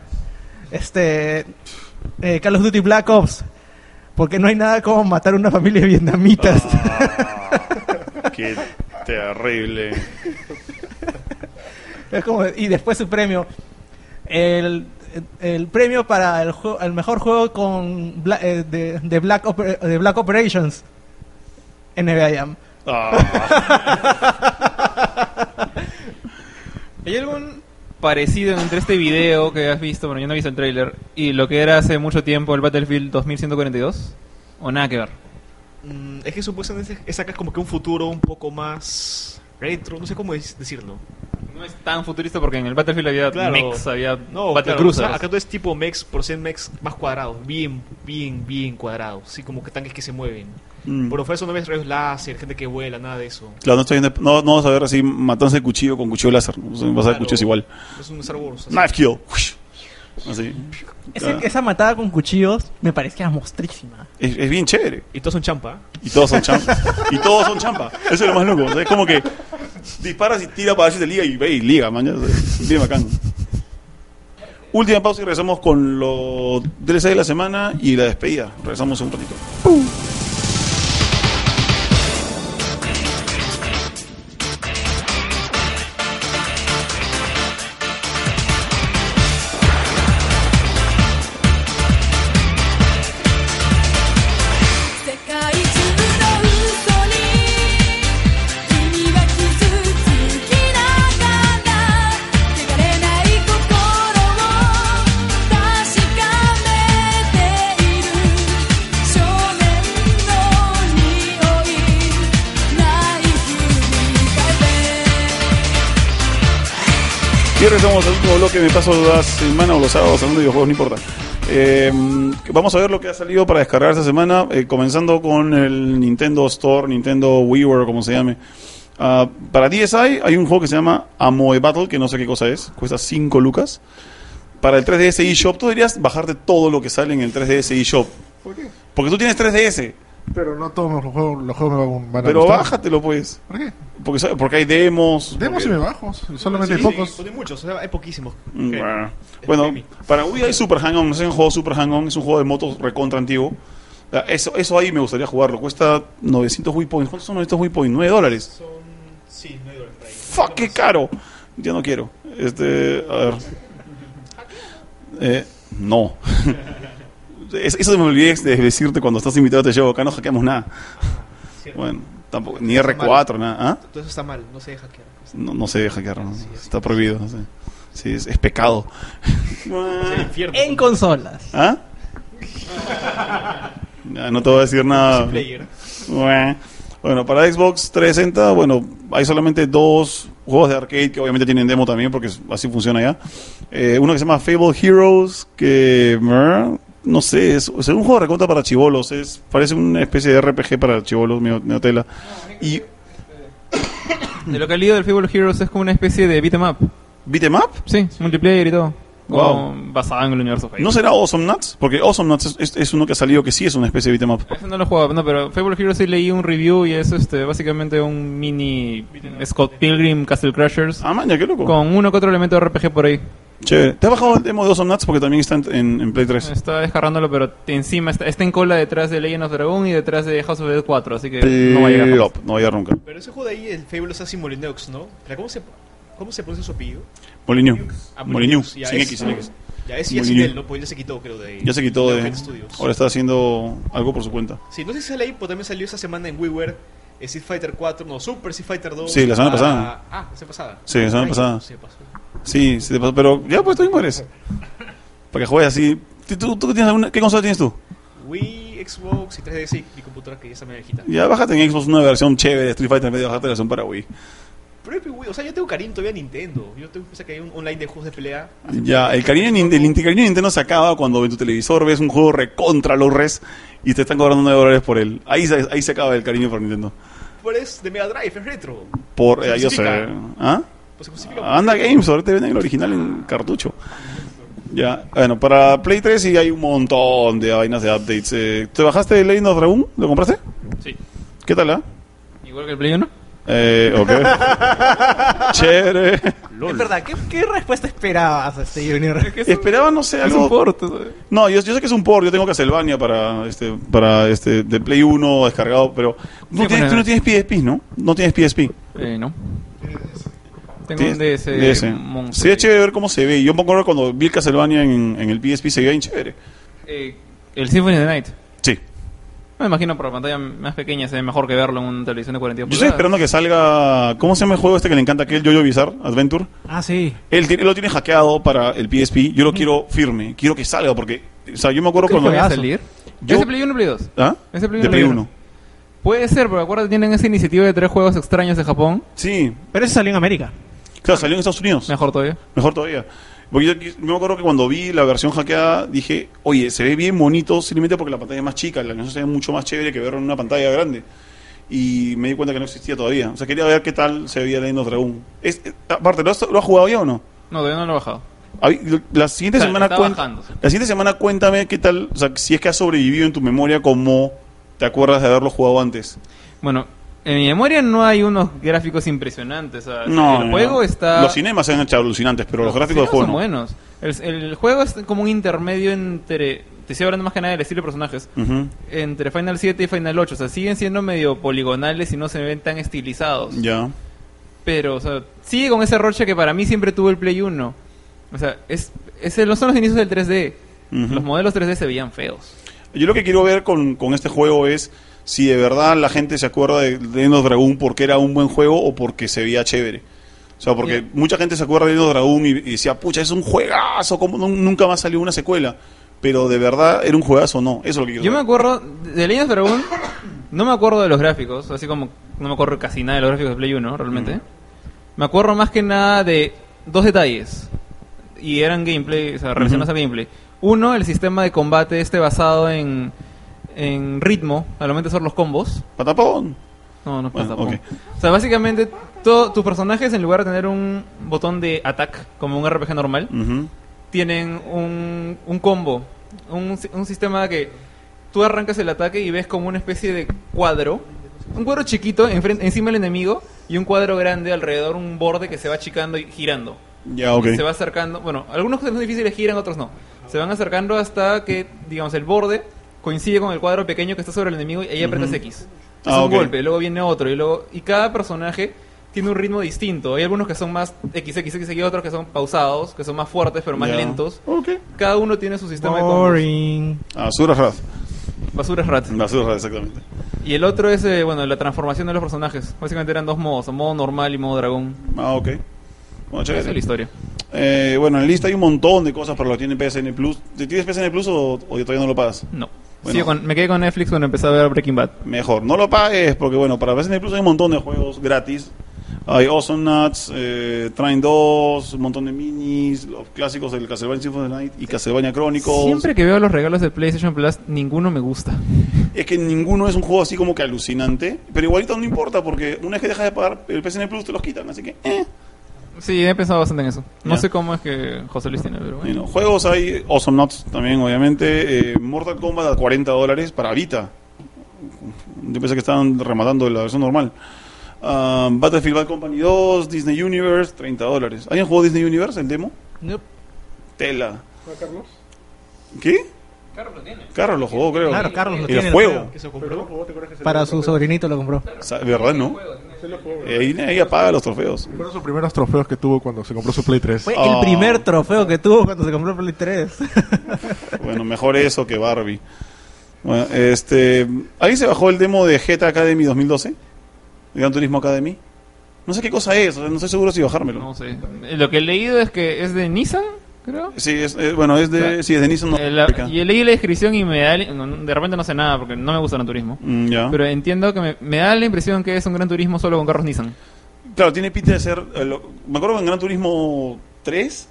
S4: Este. eh, Call of Duty Black Ops. Porque no hay nada como matar una familia de vietnamitas.
S2: Ah, qué terrible.
S4: Es como- y después su premio. El, el premio para el, jue- el mejor juego con Bla- eh, de, de Black Oper- de Black Operations. NBA Jam.
S2: Ah.
S6: ¿Hay algún parecido entre este video que has visto, bueno, yo no he visto el trailer, y lo que era hace mucho tiempo el Battlefield 2142? ¿O nada que ver?
S5: Mm, es que supuestamente es acá como que un futuro un poco más retro, no sé cómo es- decirlo.
S6: No No es tan futurista porque en el Battlefield había
S5: Claro.
S6: mechs, había
S5: No, claro,
S6: battlecruisers.
S5: acá todo es tipo mex, por ser mex más cuadrados, bien, bien, bien cuadrados, así como que tanques que se mueven.
S2: Mm.
S5: Por lo fuera eso no ves rayos láser, gente que vuela, nada de eso.
S2: Claro, no, estoy viendo- no, no vas a ver así matanza de cuchillo con cuchillo láser. ¿no? O sea, vas a ver
S5: Claro.
S2: cuchillos igual.
S5: Es un Star Wars. así.
S2: Knife kill. Ush. Así.
S4: Ese-
S2: Ah.
S4: esa matada con cuchillos me parecía mostrísima.
S2: Es, es bien chévere.
S5: Y todos son champa.
S2: Y todos son champa. y todos son champa. Eso es lo más loco. O sea, es como que disparas y tira para ver si te liga y ve y liga, man. ya, o sea, Bien bacán. Última pausa y regresamos con los DLC de la semana y la despedida. Regresamos un ratito.
S7: 世界中の嘘に君は傷つきながら汚れない心を確かめている少年の匂いない
S2: Y regresamos al último bloque, me paso la semana o los sábados hablando de videojuegos, no importa. Eh, vamos a ver lo que ha salido para descargar esta semana, eh, comenzando con el Nintendo Store, Nintendo WiiWare, como se llame. Ah, para DSi hay un juego que se llama Amoe Battle, que no sé qué cosa es, cuesta 5 lucas. Para el 3DS eShop, tú deberías bajarte todo lo que sale en el 3DS eShop.
S3: ¿Por qué?
S2: Porque tú tienes 3DS,
S3: Pero no todos los juegos, los juegos me van- van a
S2: pero
S3: gustar.
S2: bájatelo pues.
S3: ¿Por qué?
S2: Porque, sa- porque hay demos.
S3: Demos
S2: porque-
S3: y me bajo. Solamente
S5: Sí,
S3: hay pocos.
S5: sí, son de muchos, o sea, hay poquísimos.
S2: Mm,
S5: Eh,
S2: bueno. Bueno, para Wii hay Super Hang-On, no sé si han jugado Super Hang-On, es un juego de motos recontra antiguo. O sea, Eso, eso ahí me gustaría jugarlo, cuesta 900 Wii Points. ¿Cuántos son 900 Wii Points? 9 dólares.
S5: Son. Sí, no hay dólares por ahí.
S2: ¡Fuck, qué caro! Yo no quiero. Este, a ver. Eh, no. [laughs] Es- eso me olvidé de decirte cuando estás invitado te llevo acá, no hackeamos nada.
S5: Cierto.
S2: Bueno, tampoco, ni R4, nada. ¿Ah?
S5: Todo eso está mal, no se deja hackear.
S2: No, no se deja hackear, ¿no?
S5: Sí, sí.
S2: está prohibido. no sé. Sí, es, es pecado. [laughs]
S5: Es el infierno.
S4: En consolas.
S2: ¿Ah? Ya, no te voy a decir nada.
S5: Player.
S2: Bueh. Bueno, para Xbox 360, bueno, hay solamente dos juegos de arcade que obviamente tienen demo también porque es- así funciona ya. Eh, uno que se llama Fable Heroes, que mer, no sé, es, es un juego de recontra para chivolos, es, parece una especie de RPG para chivolos, neotela. Y
S6: De lo que he leído del Fable Heroes es como una especie de beat'em up.
S2: beat'em up,
S6: Sí, multiplayer y todo.
S2: Wow.
S6: Como Basado en el universo Fable.
S2: ¿no será Awesome Nuts? Porque Awesome Nuts es, es- es uno que ha salido que sí es una especie de beat'em up.
S6: Ese no lo he jugado, no, pero Fable Heroes sí leí un review y es este, básicamente un mini Scott Pilgrim Castle Crashers
S2: Ah, maña, qué loco.
S6: con uno que otro elemento de RPG por ahí.
S2: Chévere. ¿Te has bajado el demo de Awesome Nuts? Porque también está en, en- en Play 3.
S6: Está descargándolo, pero encima está, está en cola detrás de Legend of Dragon y detrás de House of the Dead 4, así que no va a llegar. jamás.
S2: Plop, Eh, no va a llegar nunca.
S5: Pero ese juego de ahí, el Fable es así Molineux, ¿no? Pero ¿Cómo se, ¿Cómo se pronuncia su apellido?
S2: Molyneux.
S5: Ah,
S2: Molyneux.
S5: ya
S2: Sin
S5: es-
S2: X, sin X.
S5: Ya es, ya es
S2: Molyneux.
S5: él, ¿no? Pues ya se quitó, creo, de ahí.
S2: Ya se quitó de.
S5: Rocket Studios.
S2: Ahora está haciendo algo por su cuenta.
S5: Sí, no sé si sale ahí, pero también salió esa semana en WiiWare eh, Street Fighter 4, no, Super Street Fighter 2.
S2: Sí, la semana
S5: Ah,
S2: pasada.
S5: Ah, la semana pasada.
S2: Sí, la semana
S5: Ay,
S2: pasada.
S5: Se pasó.
S2: Sí, se te pasó. Pero ya, pues tú mismo eres. Para que juegues así. ¿Tú, tú- tú tienes alguna- ¿Qué consola tienes tú?
S5: Wii, Xbox y 3DS y mi computadora que ya está medio viejita.
S2: Ya bájate en Xbox una versión chévere de Street Fighter en vez de bajarte la versión para Wii.
S5: Pero es mi Wii, o sea, yo tengo cariño todavía a Nintendo. Yo tengo pensé que hay un online de juegos de pelea.
S2: Ya, el cariño, nin- el cariño de Nintendo se acaba cuando en tu televisor ves un juego recontra los res y te están cobrando 9 dólares por él. Ahí, se- ahí se acaba el cariño por Nintendo.
S5: Pero es de Mega Drive, es retro.
S2: Por,
S5: Se
S2: eh, yo sé.
S5: justifica.
S2: ¿Ah?
S5: Pues se justifica.
S2: Ah, Anda Games, ahorita te venden el original en cartucho. Ya, bueno, para Play 3 sí hay un montón de vainas de updates. Eh, ¿Te bajaste el Legend of Dragon? ¿Lo compraste?
S6: Sí.
S2: ¿Qué tal, ah?
S6: Igual que el Play 1.
S2: Eh, ok.
S6: [laughs]
S2: Chévere.
S4: Es verdad, ¿qué, qué respuesta esperabas este Junior?
S2: Esperaba, no sé,
S6: Es
S2: algo...
S6: un port. ¿sabes?
S2: No, yo, yo sé que es un port, yo tengo Castlevania para este, para este, de Play 1 descargado, pero... No
S6: Sí,
S2: tienes,
S6: bueno.
S2: tú no tienes PSP, ¿no? No tienes PSP.
S6: Eh, no. Tengo un
S2: Tienes-
S6: DS.
S2: DS.
S6: monstruo.
S2: Sería chévere ver cómo se ve. Yo me acuerdo cuando vi el Castlevania en, en el PSP, se veía bien chévere.
S6: Eh, el Symphony of the Night.
S2: Sí.
S6: Me imagino por pantalla más pequeña se ve mejor que verlo en una televisión de 42
S2: Yo estoy
S6: pulgadas.
S2: esperando que salga. ¿Cómo se llama el juego este que le encanta? Que el Jojo Bizarre Adventure.
S4: Ah, sí.
S2: Él, tiene- lo tiene hackeado para el PSP. Yo lo quiero firme. Quiero que salga porque. O sea, yo me acuerdo
S6: ¿Crees Mm.
S2: cuando.
S6: que vaya a
S4: juegazo.
S6: salir?
S2: Yo-
S6: ¿Es de Play 1 o Play 2?
S2: ¿Ah?
S6: Ese Play
S2: de
S6: uno
S2: Play
S6: lo
S2: 1.
S6: Puede ser, porque acuérdate, tienen esa iniciativa de tres juegos extraños de Japón.
S2: Sí.
S4: Pero ese salió en América.
S2: Claro, salió en Estados Unidos. Mejor,
S6: Mejor todavía.
S2: todavía. Porque yo, yo me acuerdo que cuando vi la versión hackeada dije, oye, se ve bien bonito simplemente porque la pantalla es más chica, la animación se ve mucho más chévere que verlo en una pantalla grande. Y me di cuenta que no existía todavía. O sea, quería ver qué tal se veía Legend of Dragon. Es, eh, aparte, ¿lo has, lo has jugado ya o no?
S6: No, todavía no lo he bajado.
S2: Ay, La siguiente,
S6: O sea,
S2: semana
S6: está
S2: cuen-
S6: bajando, sí.
S2: la siguiente semana cuéntame qué tal, o sea, si es que has sobrevivido en tu memoria como te acuerdas de haberlo jugado antes.
S6: Bueno, en mi memoria no hay unos gráficos impresionantes. o sea,
S2: No,
S6: el
S2: no,
S6: juego
S2: no.
S6: está.
S2: Los cinemas se han hecho alucinantes, pero los, gráficos de
S6: cinemas
S2: juego
S6: son
S2: no.
S6: buenos. El, el juego es como un intermedio entre. Te estoy hablando más que nada del estilo de personajes.
S2: Ujú.
S6: Entre Final 7 y Final 8. O sea, siguen siendo medio poligonales y no se ven tan estilizados.
S2: Ya.
S6: Pero, o sea, sigue con ese roche que para mí siempre tuvo el Play 1. O sea, es, es el- son los inicios del 3D.
S2: Ujú.
S6: Los modelos 3D se veían feos.
S2: Yo lo que quiero ver con, con este juego es si de verdad la gente se acuerda de Legend of Dragon porque era un buen juego o porque se veía chévere. O sea, porque
S6: Ya.
S2: mucha gente se acuerda de Legend of Dragon y, y decía, pucha, es un juegazo, como nunca más salió una secuela. Pero de verdad era un juegazo o no. Eso es lo que quiero
S6: Yo me
S2: saber.
S6: acuerdo de Legend of Dragon, no me acuerdo de los gráficos, así como no me acuerdo casi nada de los gráficos de Play 1, realmente. Me acuerdo más que nada de dos detalles, y eran gameplay, o sea, relacionados
S2: Ujú.
S6: a gameplay. Uno, el sistema de combate este basado en, en ritmo, al momento de hacer los combos.
S2: Patapón.
S6: No, no
S2: Bueno,
S6: pasa.
S2: Ah, ok.
S6: po. O sea, básicamente, todo, tus personajes, en lugar de tener un botón de attack como un RPG normal,
S2: Ujú.
S6: tienen un, un combo, un, si- un sistema que tú arrancas el ataque y ves como una especie de cuadro, un cuadro chiquito enfrente, encima del enemigo y un cuadro grande alrededor, un borde que se va achicando y girando.
S2: Ya, ok.
S6: Y se va acercando, bueno, algunos son difíciles giran, otros no. Se van acercando hasta que, digamos, el borde coincide con el cuadro pequeño que está sobre el enemigo y ahí aprietas
S2: Ujú.
S6: X. Es
S2: Ah,
S6: un
S2: ok.
S6: golpe, luego viene otro y luego y cada personaje tiene un ritmo distinto. Hay algunos que son más XXX y otros que son pausados, que son más fuertes pero más
S2: Ya.
S6: lentos.
S2: Ok.
S6: Cada uno tiene su sistema de
S4: Boring.
S2: Basura Rat.
S6: combos. Basura es rat.
S2: Basura Rat, exactamente.
S6: Y el otro es, eh, bueno, la transformación de los personajes. Básicamente eran dos modos, o modo normal y modo dragón.
S2: Ah, ok. Bueno,
S6: Esa
S2: chévere.
S6: es la historia.
S2: Eh, bueno, en la lista hay un montón de cosas para los que tienen PSN Plus. ¿Te ¿Tienes PSN Plus o, o todavía no lo pagas?
S6: No.
S2: Bueno.
S6: Sigo con- me quedé con Netflix cuando empecé a ver Breaking Bad.
S2: Mejor, no lo pagues porque bueno, para PSN Plus hay un montón de juegos gratis. Hay Awesome Nuts, eh, Train 2, un montón de minis, los clásicos del Castlevania Symphony of the Night y Castlevania Chronicles.
S6: Siempre que veo los regalos de PlayStation Plus, ninguno me gusta.
S2: Es que ninguno es un juego así como que alucinante, pero igualito no importa porque una vez que dejas de pagar el PSN Plus te los quitan, así que... Eh.
S6: Sí, he pensado bastante en eso. No
S2: Ya.
S6: sé cómo es que José Luis tiene, pero
S2: Bueno,
S6: bueno.
S2: juegos hay Awesome Nuts también, obviamente. eh, Mortal Kombat a 40 dólares para Vita. Yo pensé que estaban rematando la versión normal. Ah, Battlefield Bad Company 2, Disney Universe, 30 dólares. ¿Alguien jugó Disney Universe, el demo?
S4: Nope.
S2: Tela. ¿Qué? Carlos lo jugó, creo.
S4: Claro, Carlos lo
S2: Y el
S4: tiene.
S2: juego.
S5: que se compró.
S4: Para su sobrinito lo compró.
S2: Sa- ¿Verdad, no? Eh, Ahí, ahí apaga los trofeos.
S3: Fueron sus primeros trofeos que tuvo cuando se compró su Play 3.
S4: Fue
S6: Ah.
S2: Oh.
S4: el primer trofeo que tuvo cuando se compró el Play 3.
S2: Bueno, mejor eso que Barbie. Bueno, este. Ahí se bajó el demo de Geta Academy 2012. Gran Turismo Academy. No sé qué cosa es, o sea, no estoy seguro si bajármelo.
S6: No sé. Eh, Lo que he leído es que es de Nissan, creo.
S2: Sí, es, eh, bueno, es de. Sí, es de Nissan.
S6: Eh, la-
S2: Norteamérica.
S6: y leí la descripción y me da... li- no, no, De repente no sé nada porque no me gusta el turismo.
S2: Mm, ya.
S6: Pero entiendo que me, me da la impresión que es un gran turismo solo con carros Nissan.
S2: Claro, tiene pinta de ser. eh, lo- me acuerdo que en Gran Turismo 3,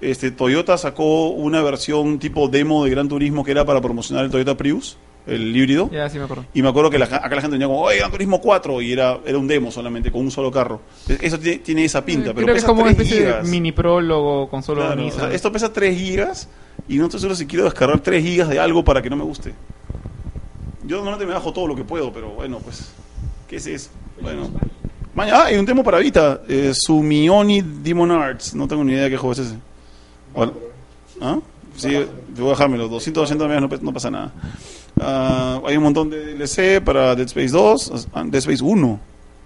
S2: este, Toyota sacó una versión tipo demo de Gran Turismo que era para promocionar el Toyota Prius, el híbrido.
S6: Ya, sí me acuerdo.
S2: Y me acuerdo que la, acá la gente venía como, oye, Gran Turismo 4, y era, era un demo solamente, con un solo carro. Es- Eso tiene, tiene esa pinta,
S6: Eh,
S2: pero
S6: creo que es
S2: pesa
S6: como una
S2: 3
S6: especie
S2: gigas.
S6: de mini prólogo con solo
S2: Claro, o
S6: Nissan.
S2: sea, esto pesa 3 gigas, y no estoy seguro si quiero descargar 3 gigas de algo para que no me guste. Yo normalmente me bajo todo lo que puedo, pero bueno, pues, ¿qué es eso? Bueno. Mañana, ah, hay un demo para Vita, eh, Sumioni Demon Arts, no tengo ni idea de qué juego es ese. Hola. ¿Ah? Sí, yo voy a dejármelo. 280 megas no, pe- no pasa nada. Ah, hay un montón de DLC para Dead Space 2, ah, Dead Space 1.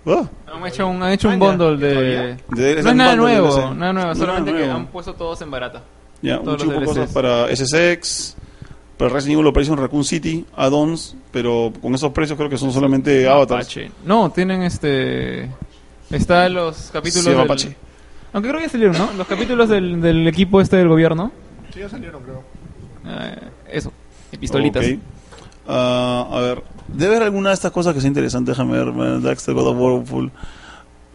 S2: Ah,
S6: Han hecho un, han hecho un
S4: Ah, ya.
S6: bundle de...
S2: de DLC,
S6: No es nada
S2: un montón de
S6: nuevo,
S2: DLC.
S6: nada nuevo.
S2: No,
S6: Solamente que
S2: nuevo.
S6: han puesto todos en barata.
S2: Ya, un
S6: todos los
S2: chupo de cosas
S6: DLCs.
S2: para SSX, para Resident Evil Operation Raccoon City, add-ons, pero con esos precios creo que son solamente avatars.
S6: Apache. No, tienen este. Está los capítulos.
S2: Sí,
S6: del-
S2: Apache.
S6: Aunque creo que ya salieron, ¿no? Los capítulos del, del equipo este del gobierno.
S3: Sí, ya salieron, creo.
S6: Eh, eso. Y pistolitas.
S2: Ok. Ah, a ver, debe haber alguna de estas cosas que sea interesante. Déjame ver, eh, Daxter, God of War, Full.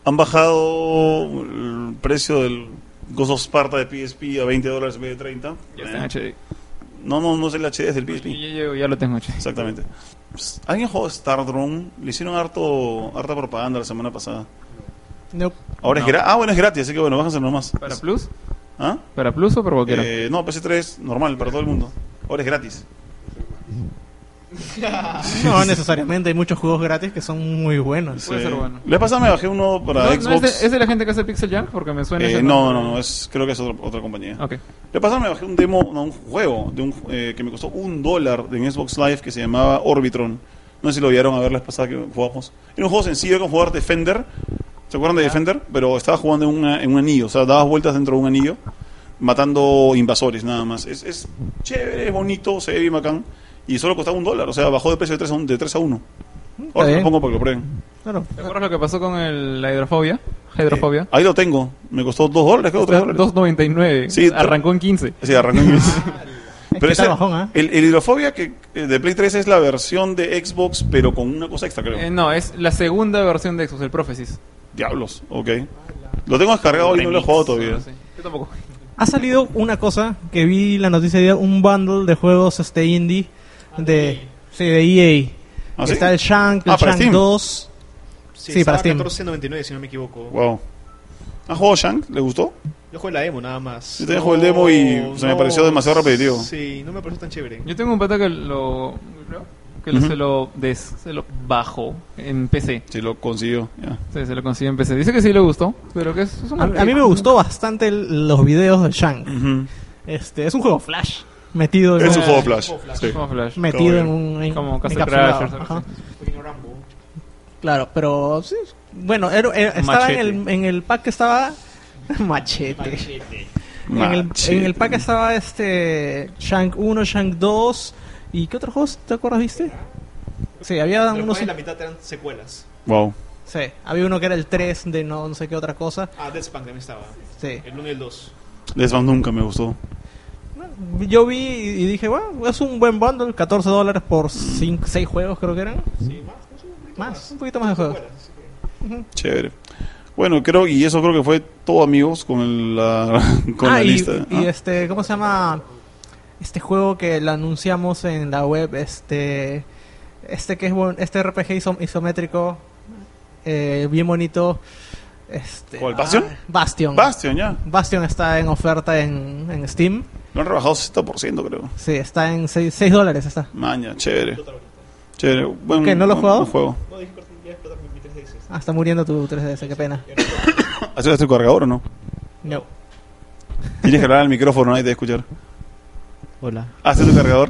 S2: Han bajado eh, el precio del Ghost of Sparta de PSP a 20 dólares en vez de 30.
S6: Ya está en
S2: eh,
S6: HD.
S2: no, no, no es el HD, es del PSP.
S6: Yo- yo- ya lo tengo en HD.
S2: Exactamente. Psst, ¿Alguien jugó Stardrome? Le hicieron harto, harta propaganda la semana pasada.
S4: Nope.
S2: Ahora
S6: No.
S2: es gratis. Ah, bueno, es gratis, así que bueno, bájense nomás.
S6: ¿Para Plus?
S2: ¿Ah?
S6: ¿Para Plus o para cualquiera?
S2: Eh, no, PC3, normal, para todo el mundo. Ahora es gratis.
S4: No necesariamente, hay muchos juegos gratis que son muy buenos.
S6: Puede ser bueno.
S2: La vez pasada me bajé uno
S6: ¿No,
S2: para
S6: no
S2: Xbox.
S6: es, de, es de la gente que hace Pixel Junk? Porque me suena
S2: Eh,
S6: ese
S2: no,
S6: nombre.
S2: no, no, es, creo que es otra, otra compañía.
S6: Ok.
S2: Le pasado me bajé un demo, no, un juego de un, eh, que me costó un dólar en Xbox Live que se llamaba Orbitron. No sé si lo vieron a ver las pasadas que jugamos. Era un juego sencillo con jugar Defender. ¿Se acuerdan de Defender? Pero estaba jugando en, una- en un anillo, o sea, dabas vueltas dentro de un anillo, matando invasores nada más. Es, es chévere, es bonito, se ve bien bacán. Y solo costaba un dólar, o sea, bajó de precio de 3 a, un- de 3 a 1. Ahora se lo
S4: bien.
S2: pongo para que lo prueben.
S4: Claro.
S6: ¿Te acuerdas lo que pasó con el, la hidrofobia? Hidrofobia.
S2: Eh, ahí lo tengo, me costó 2 dólares, creo, 3 dólares.
S6: 2.99.
S2: Sí,
S6: Arrancó en 15.
S2: Sí, arrancó en-
S4: [laughs] que
S2: Pero ese-
S4: está bajón, ¿ah?
S2: el, el Hidrofobia que, eh, de Play 3 es la versión de Xbox, pero con una cosa extra, creo.
S6: Eh, no, es la segunda versión de Exos, el Prophecies.
S2: Diablos, ok. Lo tengo descargado y no lo he
S6: Remix, ah,
S2: jugado todavía.
S6: no sé. Yo tampoco.
S4: Ha salido una cosa que vi la noticia de día, un bundle de juegos este indie de, sí, de EA.
S2: ¿Ah, sí?
S4: Está el Shank, el
S2: Ah, para
S4: Shank
S2: Steam.
S4: 2. Sí, para
S5: estaba
S4: Steam.
S5: 14.99 si no me equivoco.
S2: Wow. ¿Ha jugado Shank? ¿Le gustó?
S5: Yo jugué la demo nada más.
S2: Yo también jugué el demo y se me pareció demasiado repetitivo.
S5: Sí, no me pareció tan chévere.
S6: Yo tengo un pata que lo. que lo-
S2: Ujú.
S6: se lo des, se lo bajó en PC.
S2: Sí, lo consiguió. ya.
S6: Sí, se lo consiguió en PC. Dice que sí le gustó, pero que es, es un
S4: A, a mí me gustó bastante el- los videos del Shank. Este, es un juego Flash metido en
S2: Es
S4: un-
S2: un juego Flash. sí.
S6: Como Flash.
S4: metido en
S2: Como-
S4: un en-
S6: como Castle
S4: encapsulado.
S6: Crashers, algo
S4: Ajá.
S6: así.
S4: Claro, pero sí, bueno, era- era- estaba en
S6: Machete.
S4: el, en el pack que estaba [laughs] machete. En,
S2: Ah,
S4: el, en el pack estaba este Shank 1, Shank 2 y qué otros juegos te acuerdas viste? Sí, había
S5: Pero
S4: unos
S5: cual la mitad eran secuelas.
S2: Wow.
S4: sí, había uno que era el 3 de no, no sé qué otra cosa.
S5: Ah, Death Spank también estaba.
S4: Sí.
S5: El 1 y el 2.
S2: Deathbound nunca me gustó.
S4: Yo vi y y dije, bueno, es un buen bundle, 14 dólares por 6 juegos creo que eran.
S5: Sí, más. no sé, un
S4: Más, un poquito
S5: poquito
S4: más de juegos.
S5: Secuelas, así que-
S2: Chévere. Bueno, creo, y eso creo que fue todo, amigos, con el- la, [laughs] con
S4: ah,
S2: la
S4: y,
S2: lista.
S4: y
S2: Ah.
S4: este, ¿cómo se llama? Este juego que lo anunciamos en la web, este, este que es buen, este RPG iso- isométrico, eh, bien bonito. Este,
S2: ¿Cuál, Bastion?
S4: ah, Bastion.
S2: Bastion, ya.
S4: Bastion está en oferta en, en Steam.
S2: Lo han rebajado 60%, creo.
S4: Sí, está en 6, dólares. Está.
S2: Maña, chévere. Chévere. Buen,
S4: ¿Qué, no lo
S2: buen-
S4: has jugado?
S2: buen juego.
S5: No, dije que iba a explotar mi 3DS.
S4: Ah, está muriendo tu 3DS, qué pena.
S2: ¿Haces tu cargador o no?
S4: No.
S2: Tienes que hablar al micrófono, nadie te va a escuchar.
S8: Hola.
S2: ¿Haces tu cargador?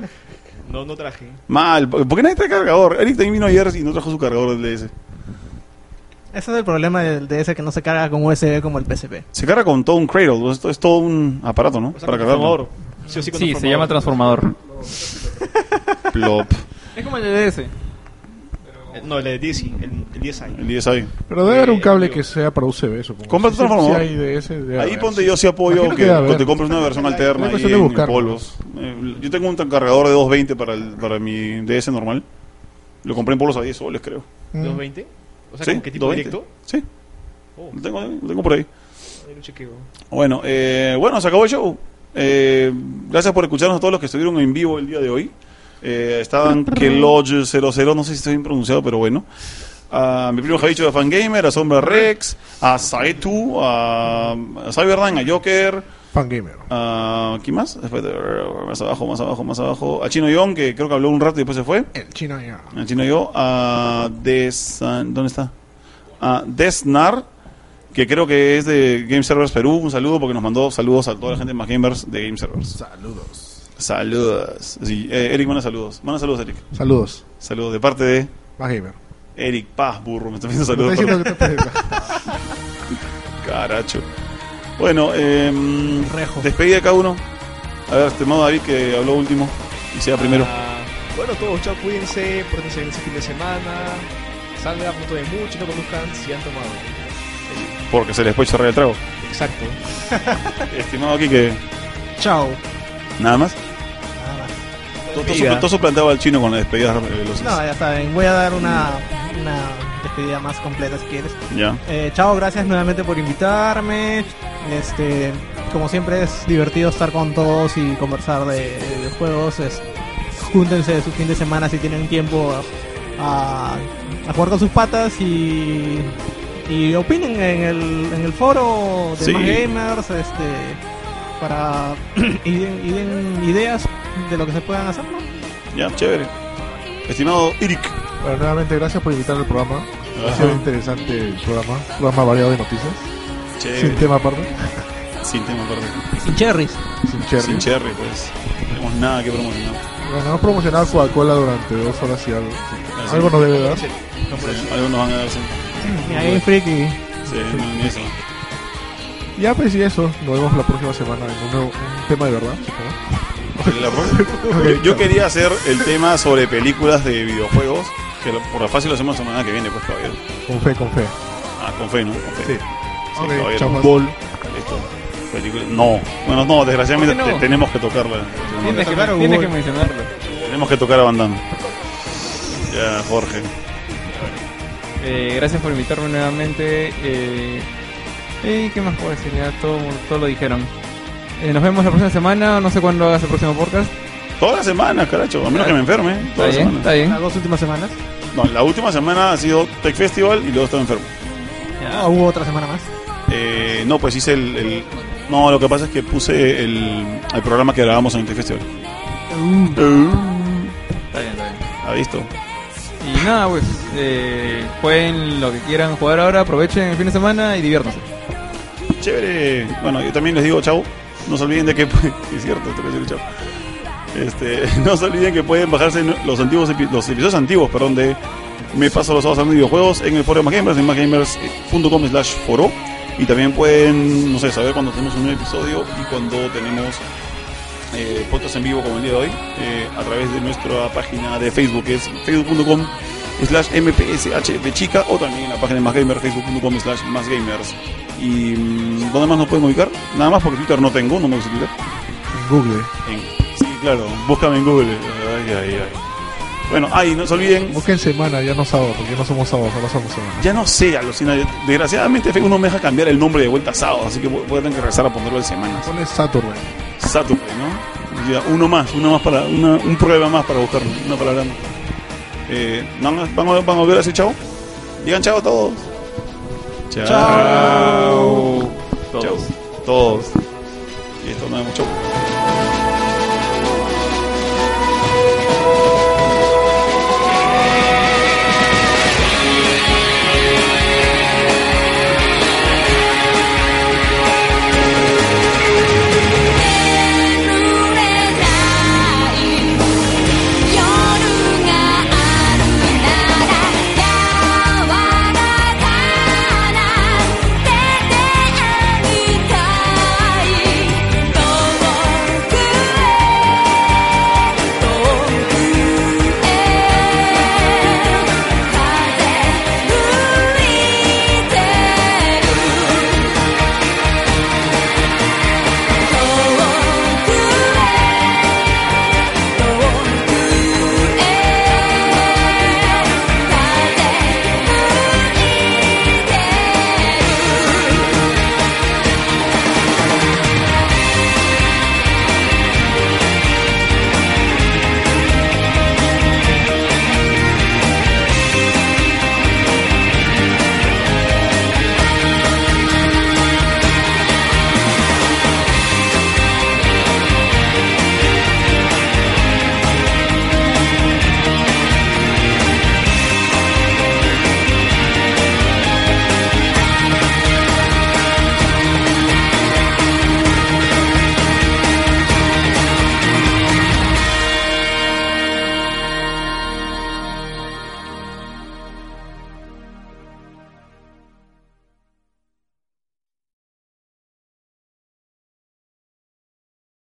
S5: No, no traje.
S2: Mal, ¿por por qué nadie trae cargador? Eric también vino ayer y no trajo su cargador del DS.
S4: Ese es el problema del DS que no se carga con USB como el PSP.
S2: Se carga con todo un cradle, pues, esto es todo un aparato, ¿no?
S5: O sea,
S2: Para cargarlo.
S5: transformador. Sí, o sí, con
S6: Sí, se
S5: transformador.
S6: llama transformador.
S2: Plop.
S6: Es como el DDS.
S5: Eh, No, el de DC, el, el DSi.
S2: El DSi.
S3: Pero debe haber un
S5: Eh,
S3: cable
S5: yo-
S3: que sea para USB, supongo.
S2: Compra
S3: Sí,
S2: tu transformador.
S3: sí hay de ese, de-
S2: Ahí ponte yo sí apoyo
S3: Imagino
S2: que
S3: que debe haber.
S2: te compres una versión alterna
S3: Es
S2: ahí
S3: cuestión de
S2: en
S3: buscar.
S2: Polos. Eh, Yo tengo un tan- cargador de 220 para, el, para mi DS normal. Lo compré en Polos a 10 soles, creo.
S3: Mm.
S5: 220. O sea,
S2: ¿Sí?
S5: ¿con qué tipo
S2: 220.
S5: directo?
S2: Sí,
S5: Oh,
S2: lo tengo, lo tengo por ahí.
S5: ahí lo chequeo.
S2: Bueno, eh, bueno, se acabó el show. Eh, gracias por escucharnos a todos los que estuvieron en vivo el día de hoy. Eh, estaban Kelodge 00, no sé si estoy bien pronunciado, pero bueno. A mi primo Javicho de Fangamer, a Sombra Rex, a Saetu, a, a Cyberdan, a Joker,
S3: Fangamer.
S2: a. ¿Quién más? Espérate, más abajo, más abajo, más abajo. A Chino Young, que creo que habló un rato y después se fue.
S3: El chino ya.
S2: A Chino Yo, a Des. a- ¿Dónde está? A Desnar, que creo que es de Game Servers Perú. Un saludo porque nos mandó saludos a toda la gente de más gamers de Game Servers.
S3: Saludos.
S2: Saludos. Sí, eh, Eric, manda saludos. Manda saludos, Eric.
S3: Saludos.
S2: Saludos de parte de
S3: Más gamer.
S2: Eric Paz, burro. Me está pidiendo
S3: Me
S2: saludos.
S3: está diciendo que te-
S2: [laughs] Caracho. Bueno, eh,
S4: Rejo.
S2: despedida de cada uno. A ver, estimado David que habló último y sea primero.
S5: Ah, bueno, todos, chao, cuídense, pórtense bien ese fin de semana. Salgan a punto de mucho y no conduzcan si han tomado.
S2: Porque se les puede cerrar el
S3: [laughs]
S2: trago.
S5: Exacto.
S2: Estimado aquí que
S4: Chao.
S2: nada más.
S4: Nada más.
S2: Tú, tú supl- tú suplantaba al chino con las despedidas eh, los-
S4: No, ya saben, voy a dar una, una despedida más completa si quieres.
S2: Ya.
S4: Eh, chao, gracias nuevamente por invitarme. Este, como siempre es divertido estar con todos y conversar de, de juegos. Es- júntense su fin de semana si tienen tiempo a, a jugar con sus patas y, y opinen en el, en el foro de
S2: Sí.
S4: más gamers, este, para [clears throat] y den, y den ideas de lo que se puedan hacer. ¿no?
S2: Ya, chévere. Estimado Irik.
S3: Bueno, nuevamente gracias por invitar al programa. Ha sido interesante el programa. Programa variado de noticias.
S2: Chévere.
S3: Sin tema aparte.
S2: Sin tema, perdón.
S4: Sin cherries.
S3: Sin cherry.
S2: Sin cherry, pues. No tenemos nada que promocionar.
S3: Bueno, hemos promocionado Coca-Cola durante dos horas y algo.
S2: Así.
S3: Algo nos debe dar.
S2: Sí, Algo nos van a dar, sí.
S4: Y ahí, friki.
S2: Sí, no, ni eso.
S3: Ya pues y eso. Nos vemos la próxima semana en un, nuevo, un tema de verdad. supongo.
S2: La pro- yo, yo quería hacer el tema sobre películas de videojuegos, que lo- por la fácil lo hacemos la semana que viene, pues, caballero.
S3: Con fe, con fe.
S2: Ah, con fe, ¿no? Con fe.
S3: Sí. Ok,
S2: caballero.
S3: chao, Juan.
S2: Ball. Listo. Película- No. Bueno, no, desgraciadamente
S6: ¿Por qué no?
S2: te- tenemos que tocarla.
S6: Tienes que,
S4: Claro,
S6: tienes
S4: Google.
S6: que mencionarlo.
S2: Tenemos que tocar a Van Damme. Ya, Jorge.
S6: Eh, gracias por invitarme nuevamente. Eh, ¿Y qué más puedo decir? Ya todo, todo lo dijeron. Eh, nos vemos la próxima semana. No sé cuándo hagas el próximo podcast.
S2: Todas las semanas, caracho. A menos que me enferme. ¿eh?
S6: Está
S2: Todas las
S6: bien,
S2: semanas.
S6: está bien.
S4: Las dos últimas semanas.
S2: No, la última semana ha sido Tech Festival y luego estaba enfermo.
S4: Ah, hubo otra semana más.
S2: Eh, no, pues hice el, el- No, lo que pasa es que puse el, el programa que grabamos en el Tech Festival.
S6: Mm.
S2: Mm.
S6: Está bien, está bien.
S2: ¿Ha visto?
S6: Y nada, pues, eh, jueguen lo que quieran jugar ahora, aprovechen el fin de semana y diviértanse.
S2: Chévere. Bueno, yo también les digo chau. No se olviden de que. [laughs] es cierto, tengo que decir chau. Este, [laughs] no se olviden que pueden bajarse los antiguos epi- los episodios antiguos, perdón, de Me Paso los Sábados hablando de videojuegos en el foro de Más Gamers, en másgamers.com slash foro. Y también pueden, no sé, saber cuando tenemos un nuevo episodio y cuando tenemos eh, podcast en vivo como el día de hoy eh, a través de nuestra página de Facebook, que es facebook.com slash mpsh de chica o también en la página de Más Gamers, facebook.com slash Más Gamers. ¿Y mm, dónde más nos pueden ubicar? Nada más porque Twitter no tengo, no me gusta Twitter.
S3: En Google.
S2: En- sí, claro, búscame en Google. Ay, ay, ay. Bueno, ay, no se olviden.
S3: Busquen semana, ya no sábado, porque ya no somos sábados, ahora somos semana.
S2: Ya no sé, alucina. Desgraciadamente, Facebook no me deja cambiar el nombre de vuelta a sábado, así que voy voy a tener que regresar a ponerlo de semanas.
S3: Pones Saturday.
S2: Saturday, ¿no? Ya, uno más, uno más para, una, un problema más para buscar una palabra más. Eh, ¿van, a- van, a- van a volver a decir chao? Digan chao a todos. Chao. Chao. Todos. Y esto nos vemos, chao.